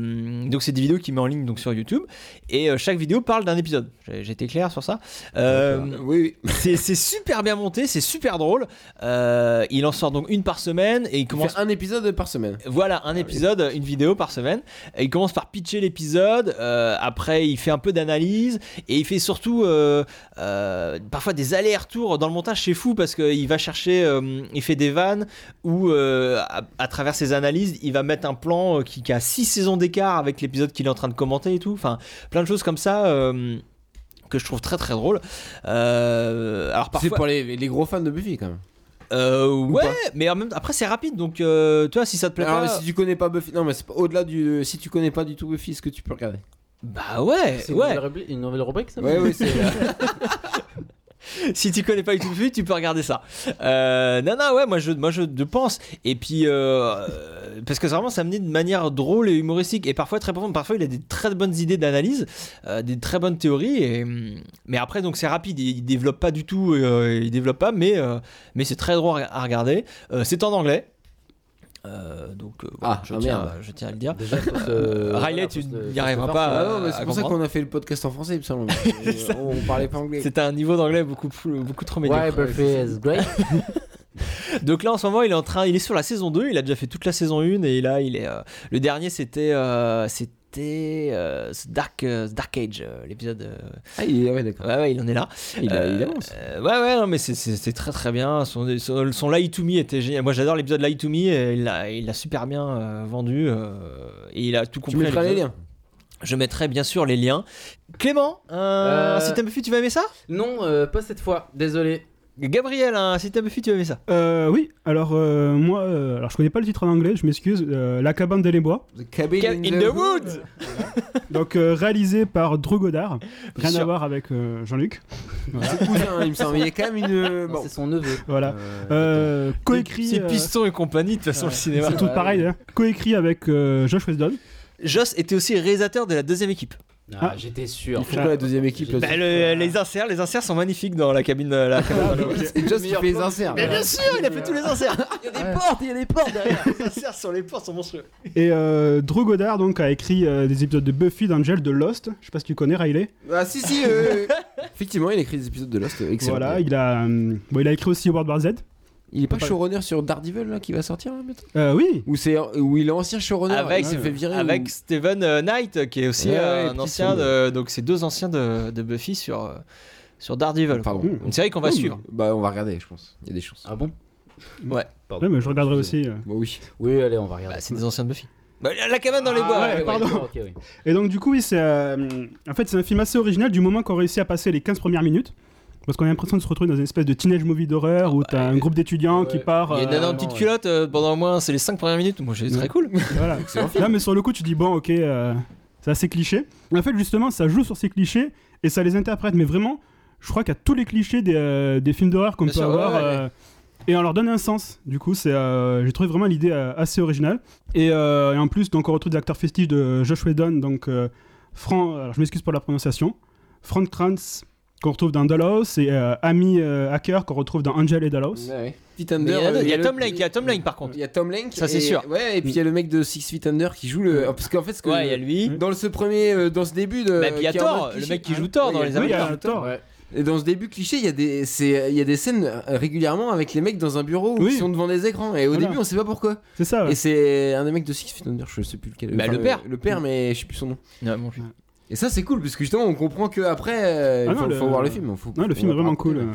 Speaker 1: donc c'est des vidéos qu'il met en ligne donc, sur YouTube. Et euh, chaque vidéo parle d'un épisode. J'ai- J'étais clair sur ça. Euh,
Speaker 2: oui,
Speaker 1: c'est c'est super bien monté, c'est super drôle. Euh, il en sort donc une par semaine et il
Speaker 2: Il
Speaker 1: commence
Speaker 2: fait un épisode par semaine.
Speaker 1: voilà, un épisode, une vidéo par semaine. Et il commence par pitcher l'épisode, euh, après il fait un peu d'analyse, et il fait surtout euh, euh, parfois des allers-retours dans le montage, c'est fou parce qu'il va chercher, euh, il fait des vannes, où euh, à, à travers ses analyses, il va mettre un plan euh, qui, qui a 6 saisons d'écart avec l'épisode qu'il est en train de commenter et tout, enfin plein de choses comme ça. euh, que je trouve très très drôle. Euh, alors parfois,
Speaker 2: C'est pour les, les gros fans de Buffy quand même.
Speaker 1: Euh, ouais,
Speaker 2: pas
Speaker 1: mais en même temps- après c'est rapide, donc euh, tu vois si ça te plaît
Speaker 2: Alors,
Speaker 1: pas,
Speaker 2: si tu connais pas Buffy, non, mais c'est pas- au-delà du. Si tu connais pas du tout Buffy, est-ce que tu peux regarder
Speaker 1: bah ouais,
Speaker 4: C'est une
Speaker 1: ouais.
Speaker 4: nouvelle rubri- une nouvelle rubrique ça
Speaker 2: Ouais, ouais, c'est.
Speaker 1: si tu connais pas YouTube, tu peux regarder ça. Euh, non, non, ouais, moi je, moi je je pense. Et puis, euh, parce que c'est vraiment, ça mené de manière drôle et humoristique et parfois très profonde. Parfois, il a des très bonnes idées d'analyse, euh, des très bonnes théories. Et, hum, mais après, donc c'est rapide. Il, il développe pas du tout. euh, il développe pas, mais, euh, mais c'est très drôle à regarder. Euh, c'est en anglais. Euh, donc, euh, voilà,
Speaker 2: Ah,
Speaker 1: je,
Speaker 2: ah,
Speaker 1: tiens,
Speaker 2: merde.
Speaker 1: je tiens à le dire.
Speaker 4: Déjà, faut se-
Speaker 1: Euh, Riley,
Speaker 4: voilà,
Speaker 1: tu
Speaker 4: faut se-
Speaker 1: n'y
Speaker 4: faut se
Speaker 1: arriveras
Speaker 4: faire,
Speaker 1: pas.
Speaker 2: Ah
Speaker 1: euh,
Speaker 2: ouais, ouais, c'est
Speaker 1: à
Speaker 2: pour ça
Speaker 1: comprendre.
Speaker 2: qu'on a fait le podcast en français, il me semble. Euh, on, on parlait pas anglais.
Speaker 1: C'était un niveau d'anglais beaucoup, plus- beaucoup trop
Speaker 4: c'est-
Speaker 1: médiocre.
Speaker 4: Why Buffy is great
Speaker 1: Donc là en ce moment il est en train, il est sur la saison 2, il a déjà fait toute la saison 1 et là il est euh, le dernier c'était euh, c'était euh, ce Dark euh, ce Dark Age euh, l'épisode euh,
Speaker 2: Ah, il, ouais, d'accord.
Speaker 1: ouais ouais il en est là.
Speaker 2: Il, a- il
Speaker 1: Euh,
Speaker 2: avance.
Speaker 1: euh, ouais ouais non mais c'est- c'est c'est très très bien son, son, son Lie to Me était génial. Moi j'adore l'épisode Lie to Me et il l'a il l'a super bien euh, vendu euh, et il a tout
Speaker 2: Tu
Speaker 1: compris. à
Speaker 2: mettras les
Speaker 1: l'épisode.
Speaker 2: liens.
Speaker 1: Je mettrai bien sûr les liens. Clément, euh,
Speaker 4: Euh,
Speaker 1: si t'aimes Buffy tu vas aimer ça
Speaker 4: Non, euh, pas cette fois, désolé.
Speaker 1: Gabriel, hein, si t'aimes Buffy tu vas aimer ça
Speaker 3: Euh, oui, alors euh, moi, euh, alors je connais pas le titre en anglais, je m'excuse. euh, La cabane des les bois.
Speaker 2: The cabin
Speaker 1: In the Woods
Speaker 3: Donc euh, réalisé par Drew Goddard. Rien
Speaker 1: Sûr.
Speaker 3: à voir avec euh, Jean-Luc.
Speaker 2: C'est cousin, il me semble. Il y a quand même une. euh,
Speaker 4: Non,
Speaker 2: Bon.
Speaker 4: C'est son neveu.
Speaker 3: Voilà. Euh, coécrit.
Speaker 1: C'est
Speaker 3: euh,
Speaker 1: Piston et compagnie de toute façon le cinéma.
Speaker 3: c'est tout pareil. hein. Coécrit avec euh, Josh Whedon.
Speaker 1: Joss était aussi réalisateur de la deuxième équipe.
Speaker 4: Ah, j'étais sûr.
Speaker 2: Il faut quoi la deuxième équipe là
Speaker 1: Bah, le- les inserts, les inserts sont magnifiques dans la cabine. euh, La cabine dans le-
Speaker 2: C'est Joss qui fait les inserts.
Speaker 1: Mais bien sûr, il a fait tous les inserts.
Speaker 4: Il y a des portes, il y a des portes derrière.
Speaker 1: Les inserts sur les portes sont monstrueux.
Speaker 3: Et euh, Drew Goddard donc a écrit euh, des épisodes de Buffy, d'Angel, de Lost. Je sais pas si tu connais Riley.
Speaker 2: Ah, si, si. euh, Effectivement, il écrit des épisodes de Lost. Excellent.
Speaker 3: Voilà, il a, euh, bon, il a écrit aussi World War Z.
Speaker 2: Il est pas showrunner sur Daredevil là qui va sortir là bientôt
Speaker 3: Euh, oui.
Speaker 2: Ou c'est ou il est ancien showrunner
Speaker 1: Avec-
Speaker 2: il s'est fait virer
Speaker 1: Avec Steven euh, Knight, euh, qui est aussi
Speaker 2: Ouais,
Speaker 1: euh,
Speaker 2: ouais,
Speaker 1: un
Speaker 2: petit
Speaker 1: ancien.
Speaker 2: son,
Speaker 1: de- donc, c'est deux anciens de, de Buffy sur, euh, sur Daredevil.
Speaker 2: ou... pardon.
Speaker 3: Mmh.
Speaker 1: Une série qu'on va
Speaker 2: Mmh.
Speaker 1: suivre.
Speaker 2: Bah on va regarder, je pense. Il y a des chances.
Speaker 4: Ah bon
Speaker 1: Ouais.
Speaker 4: Pardon.
Speaker 3: Ouais, mais je regarderai aussi. euh.
Speaker 2: Bah oui.
Speaker 4: Oui, allez, on va regarder.
Speaker 1: Bah, c'est des anciens de Buffy. Bah, la la cabane dans les
Speaker 4: Ah,
Speaker 1: bois.
Speaker 3: ouais,
Speaker 1: ouais.
Speaker 3: pardon.
Speaker 4: d'accord, ok, oui.
Speaker 3: Et donc du coup, oui, c'est euh, en fait c'est un film assez original du moment qu'on réussit à passer les 15 premières minutes. Parce qu'on a l'impression de se retrouver dans une espèce de teenage movie d'horreur où t'as un groupe d'étudiants qui
Speaker 4: Ouais.
Speaker 3: part.
Speaker 1: Il y a une
Speaker 3: euh,
Speaker 1: nana en petite
Speaker 4: ouais.
Speaker 1: culotte euh, pendant au moins c'est les 5 premières minutes. Moi, j'ai très cool.
Speaker 3: voilà. Là, mais sur le coup, tu dis bon, ok, euh, c'est assez cliché. En fait, justement, ça joue sur ces clichés et ça les interprète. Mais vraiment, je crois qu'à tous les clichés des, euh, des films d'horreur qu'on
Speaker 1: Bien
Speaker 3: peut
Speaker 1: sûr,
Speaker 3: avoir.
Speaker 1: ouais, ouais,
Speaker 3: euh, et on leur donne un sens. Du coup, c'est, euh, j'ai trouvé vraiment l'idée euh, assez originale. Et, euh, et en plus, donc, on retrouve des acteurs festiges de Josh Whedon, donc euh, Fran- alors, je m'excuse pour la prononciation, Frank Kranz qu'on retrouve dans Dollhouse et euh, Amy euh, Hacker qu'on retrouve dans Angel et Dollhouse.
Speaker 2: Feet Under,
Speaker 1: Mais Il y, en a
Speaker 2: euh,
Speaker 1: d'autres. Il y a
Speaker 2: le-
Speaker 1: Tom Lake, il y a Tom Lake par contre.
Speaker 2: Il y a Tom Lenk.
Speaker 1: Ça, c'est
Speaker 2: et-
Speaker 1: sûr.
Speaker 2: Ouais, et puis il y a le mec de Six Feet Under qui joue le. Parce qu'en fait, ce que
Speaker 1: Ouais, il y a lui.
Speaker 2: dans ce premier, euh, dans ce début de.
Speaker 1: Bah, puis Bah, il y a
Speaker 2: qui est en
Speaker 1: Thor,
Speaker 2: mode
Speaker 1: le
Speaker 2: cliché.
Speaker 1: mec qui joue Thor dans
Speaker 2: il y a-
Speaker 1: les
Speaker 3: Oui, il y
Speaker 1: Avengers.
Speaker 3: a Thor.
Speaker 2: Et dans ce début cliché, il y a des, c'est, il y a des scènes euh, régulièrement avec les mecs dans un bureau
Speaker 3: Oui.
Speaker 2: qui sont devant des écrans. Et au
Speaker 3: Voilà.
Speaker 2: début, on sait pas pourquoi.
Speaker 3: C'est ça. ouais.
Speaker 2: Et c'est un des mecs de Six Feet Under, je sais plus lequel.
Speaker 1: Bah, le père.
Speaker 2: Le père, mais je sais plus son nom.
Speaker 1: Ouais, bon, je-
Speaker 2: Et ça, c'est cool, parce que justement, on comprend que après, euh,
Speaker 3: Ah
Speaker 2: faut,
Speaker 3: non, le-
Speaker 2: faut voir le film. Faut,
Speaker 3: Non, le
Speaker 2: faut
Speaker 3: film est vraiment
Speaker 2: raconter.
Speaker 3: cool. euh,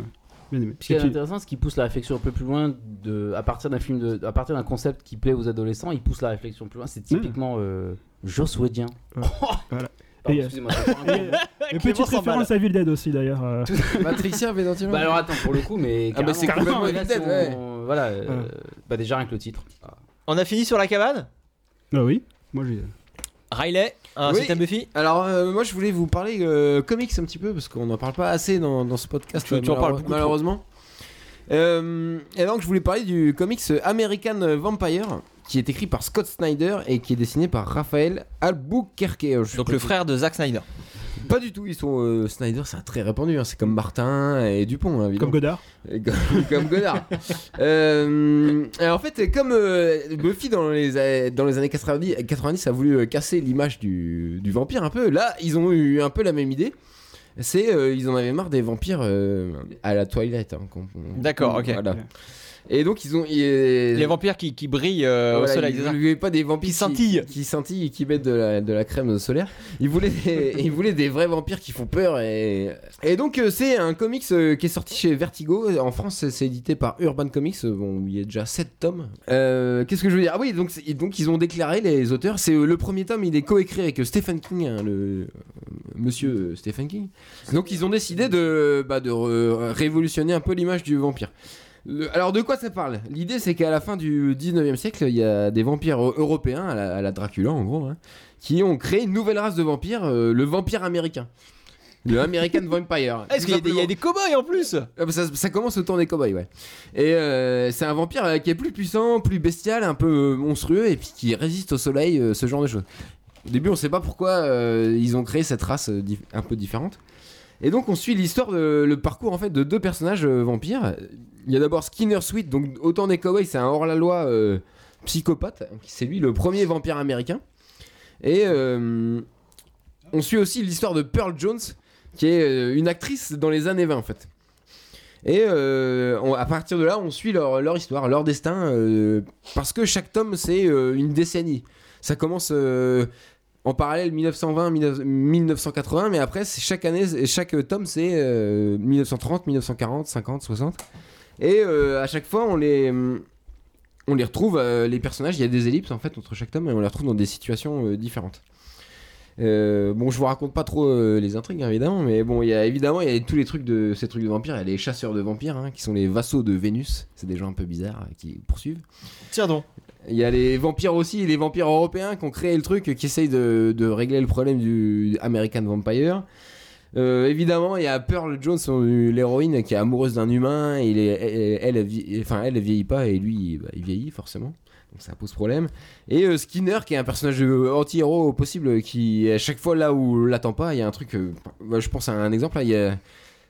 Speaker 3: bien aimé.
Speaker 4: Ce qui est
Speaker 3: Et
Speaker 1: euh,
Speaker 3: puis-
Speaker 4: intéressant, c'est qu'il pousse la réflexion un peu plus loin de, à partir d'un film, de, à partir d'un concept qui plaît aux adolescents, il pousse la réflexion plus loin. C'est typiquement euh, Joss Whedon.
Speaker 3: Hmm. Ouais. Voilà.
Speaker 4: Pardon,
Speaker 3: Et, euh,
Speaker 4: excusez-moi. c'est encore un peu-
Speaker 3: Et
Speaker 1: Clément
Speaker 3: petite
Speaker 1: s'emballe.
Speaker 3: référence à Evil Dead aussi d'ailleurs. euh.
Speaker 2: Patrick Serve est
Speaker 4: bah alors attends pour le coup, mais
Speaker 2: Ah bah c'est
Speaker 4: carrément,
Speaker 2: complètement
Speaker 4: là, si
Speaker 2: Evil
Speaker 4: on-
Speaker 2: Dead,
Speaker 4: Voilà, euh, bah déjà rien que le titre. Ah.
Speaker 1: On a fini sur la cabane
Speaker 3: Ah oui, moi j'ai.
Speaker 1: Riley, un
Speaker 2: Oui.
Speaker 1: système Buffy
Speaker 2: Alors, euh, moi, je voulais vous parler euh, comics un petit peu, parce qu'on n'en parle pas assez dans, dans ce podcast,
Speaker 1: Tu-
Speaker 2: euh,
Speaker 1: tu en parles
Speaker 2: malheureux-
Speaker 1: beaucoup
Speaker 2: malheureusement. Euh, et donc, je voulais parler du comics American Vampire, qui est écrit par Scott Snyder et qui est dessiné par Raphaël Albuquerque. Je sais
Speaker 1: Donc
Speaker 2: pas
Speaker 1: le
Speaker 2: si-
Speaker 1: frère de Zack Snyder.
Speaker 2: Pas du tout, ils sont. euh, Snyder, c'est un très répandu, hein, c'est comme Martin et Dupont, hein, évidemment.
Speaker 3: Comme Godard.
Speaker 2: Et Comme, comme Godard. Euh, alors, en fait, comme euh, Buffy dans les, a- dans les années 90, 90 a voulu euh, casser l'image du, du vampire un peu, là, ils ont eu un peu la même idée. C'est euh, ils en avaient marre des vampires euh, à la Twilight. hein, qu'on-
Speaker 1: D'accord, ok.
Speaker 2: Voilà. Et donc ils ont
Speaker 1: Les vampires qui, qui brillent euh, au soleil.
Speaker 2: Ils
Speaker 1: c'est ça
Speaker 2: voulaient pas des vampires
Speaker 1: Qui scintillent.
Speaker 2: qui, scintillent et qui mettent de la, de la crème solaire. Ils voulaient, des, ils voulaient des vrais vampires qui font peur. Et, et donc, euh, c'est un comics euh, qui est sorti chez Vertigo. En France, c'est- c'est édité par Urban Comics. Euh, Bon, il y a déjà 7 tomes. Euh, Qu'est-ce que je veux dire Ah oui, donc, c'est- donc ils ont déclaré les auteurs. C'est euh, le premier tome, il est coécrit avec euh, Stephen King, hein, le euh, monsieur euh, Stephen King. Donc, ils ont décidé de, bah, de re- révolutionner un peu l'image du vampire. Le- alors de quoi ça parle L'idée c'est qu'à la fin du 19e siècle, il y a des vampires eu- européens, à la, à la Dracula en gros, hein, qui ont créé une nouvelle race de vampires, euh, le vampire américain. Le American Vampire.
Speaker 1: Est-ce Eh, qu'il y a des- il y a des cow-boys en plus
Speaker 2: Ah bah Ça, ça commence au temps des cowboys, ouais. Et euh, c'est un vampire euh, qui est plus puissant, plus bestial, un peu euh, monstrueux, et puis qui résiste au soleil, euh, ce genre de choses. Au début, on sait pas pourquoi euh, ils ont créé cette race euh, dif- un peu différente. Et donc, on suit l'histoire, de, le parcours en fait de deux personnages euh, vampires. Il y a d'abord Skinner Sweet, donc autant des cowboys, c'est un hors-la-loi euh, psychopathe. hein, C'est lui le premier vampire américain. Et euh, on suit aussi l'histoire de Pearl Jones, qui est euh, une actrice dans les années 20 en fait. Et euh, on- à partir de là, on suit leur, leur histoire, leur destin, euh, parce que chaque tome, c'est euh, une décennie. Ça commence euh, en parallèle 1920, 19- 1980, mais après, c'est chaque année, c'est- chaque tome, c'est euh, 1930, 1940, 50, 60. Et euh, à chaque fois, on les, hum, on les retrouve, euh, les personnages, il y a des ellipses en fait entre chaque tome, et on les retrouve dans des situations euh, différentes. Euh, bon, je vous raconte pas trop euh, les intrigues hein, évidemment, mais bon, il y a évidemment il y a tous les trucs de ces trucs de vampires. Il y a les chasseurs de vampires hein, qui sont les vassaux de Vénus. C'est des gens un peu bizarres euh, qui poursuivent.
Speaker 1: Tiens donc.
Speaker 2: Il y a les vampires aussi, les vampires européens qui ont créé le truc, qui essayent de, de régler le problème du American Vampire. Euh, évidemment, il y a Pearl Jones, euh, l'héroïne, qui est amoureuse d'un humain. Il est, elle, elle, elle vie- enfin, elle, elle vieillit pas et lui, bah, il vieillit forcément. Donc ça pose problème. Et euh, Skinner, qui est un personnage euh, anti-héros au possible, euh, qui à chaque fois là où on l'attend pas, il y a un truc. euh, bah, je pense à un exemple là, il y a-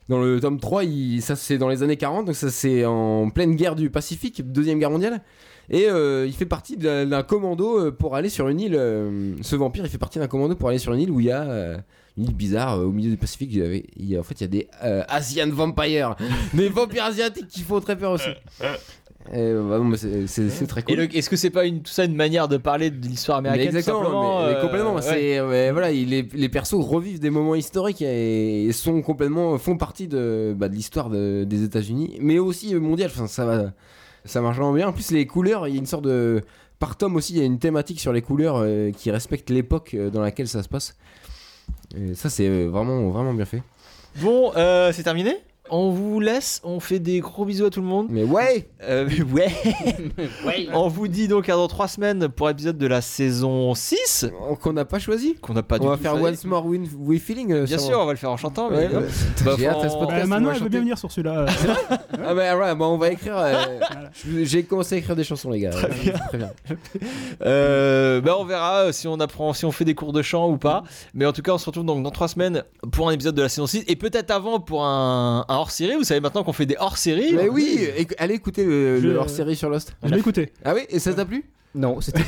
Speaker 2: Dans le tome 3, il- ça c'est dans les années 40, donc ça c'est en pleine guerre du Pacifique, Deuxième Guerre mondiale. Et euh, il fait partie d'un d'un commando euh, pour aller sur une île. euh, ce vampire, il fait partie d'un commando pour aller sur une île où il y a euh, une île bizarre euh, au milieu du Pacifique. Il y avait- il y a- en fait, il y a des euh, Asian vampires, des vampires asiatiques qui font très peur aussi. Et, bah, bon, mais c'est- c'est c'est très cool.
Speaker 1: Euh, Et le- est-ce que c'est pas une, tout ça une manière de parler de l'histoire américaine
Speaker 2: Mais exactement,
Speaker 1: tout simplement,
Speaker 2: mais- mais
Speaker 1: euh,
Speaker 2: complètement.
Speaker 1: ouais.
Speaker 2: C'est ouais, voilà, il- les, les persos revivent des moments historiques et, et sont complètement font partie de, bah, de l'histoire de- des États-Unis, mais aussi euh, mondiale. Enfin, ça va, ça marche vraiment bien. En plus, les couleurs, il y a une sorte de par tome aussi, il y a une thématique sur les couleurs euh, qui respecte l'époque euh, dans laquelle ça se passe. Et ça, c'est euh, vraiment vraiment bien fait.
Speaker 1: Bon, euh, c'est terminé. On vous laisse, on fait des gros bisous à tout le monde.
Speaker 2: Mais ouais,
Speaker 1: Euh, mais ouais. On vous dit donc à dans 3 semaines pour l'épisode de la saison 6
Speaker 2: qu'on n'a pas choisi.
Speaker 1: qu'on n'a pas du
Speaker 2: On va
Speaker 1: tout
Speaker 2: faire
Speaker 1: choisi.
Speaker 2: Once More Win- We Feeling. euh,
Speaker 1: Bien
Speaker 2: sûrement.
Speaker 1: sûr, on va le faire en chantant. Mais
Speaker 2: Ouais, ouais.
Speaker 1: Bah,
Speaker 2: J'ai hâte à
Speaker 1: faut-
Speaker 2: ce
Speaker 1: Bah,
Speaker 2: podcast.
Speaker 3: Bah,
Speaker 2: on
Speaker 3: Manon,
Speaker 2: va
Speaker 3: elle veut
Speaker 2: chanter.
Speaker 3: bien venir sur celui-là.
Speaker 2: Ah bah, ouais, bah, on va écrire. euh, je- J'ai commencé à écrire des chansons, les gars. Très bien.
Speaker 1: Euh, bah, on verra euh, si on apprend, si on fait des cours de chant ou pas. Mais en tout cas, on se retrouve donc dans 3 semaines pour un épisode de la saison 6 et peut-être avant pour un, un hors-série. Vous savez maintenant qu'on fait des hors-séries.
Speaker 2: Mais oui, éc- allez écouter le,
Speaker 3: Je-
Speaker 2: hors série sur Lost.
Speaker 3: Je vais écouter.
Speaker 2: Ah oui, et ça t'a plu
Speaker 4: Non, c'était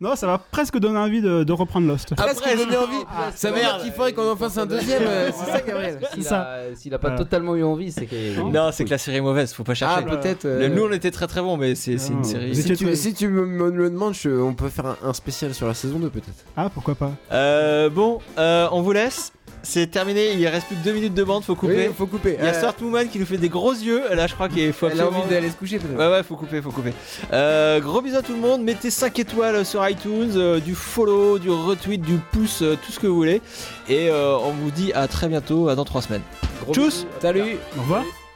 Speaker 3: Non, ça va presque donner envie de, de reprendre Lost.
Speaker 2: Après, ça donné envie. ça veut dire qu'il faudrait qu'on en fasse un deuxième. euh, c'est ça, Gabriel
Speaker 4: S'il
Speaker 3: ça.
Speaker 4: a- S'il a pas
Speaker 3: Ah.
Speaker 4: totalement eu envie, c'est que.
Speaker 1: Non, c'est que la série est mauvaise, faut pas
Speaker 2: Ah,
Speaker 1: chercher.
Speaker 2: peut-être.
Speaker 1: Le-
Speaker 2: euh, Ah.
Speaker 1: Nous, on était très très bons, mais c'est c'est une
Speaker 3: Non.
Speaker 1: série.
Speaker 3: Vous
Speaker 2: Si
Speaker 3: étiez
Speaker 2: tu,
Speaker 3: tous-
Speaker 2: si tu me, me le demandes, je- on peut faire un, un spécial sur la saison 2 peut-être.
Speaker 3: Ah, pourquoi pas
Speaker 1: Euh, bon, euh, on vous laisse. C'est terminé, il reste plus que 2 minutes de bande, faut couper.
Speaker 2: Oui, faut couper.
Speaker 1: Il y a
Speaker 2: Euh,
Speaker 1: Sartwoman qui nous fait des gros yeux. Là, je crois qu'il faut
Speaker 2: Elle a
Speaker 1: absolument.
Speaker 2: envie d'aller se coucher peut-être.
Speaker 1: Ouais, ouais, faut couper, faut couper. Euh, gros bisous à tout le monde. Mettez 5 étoiles sur iTunes, euh, du follow, du retweet, du pouce, euh, tout ce que vous voulez. Et euh, on vous dit à très bientôt, à dans 3 semaines. Tchuss
Speaker 2: Salut
Speaker 3: Au revoir.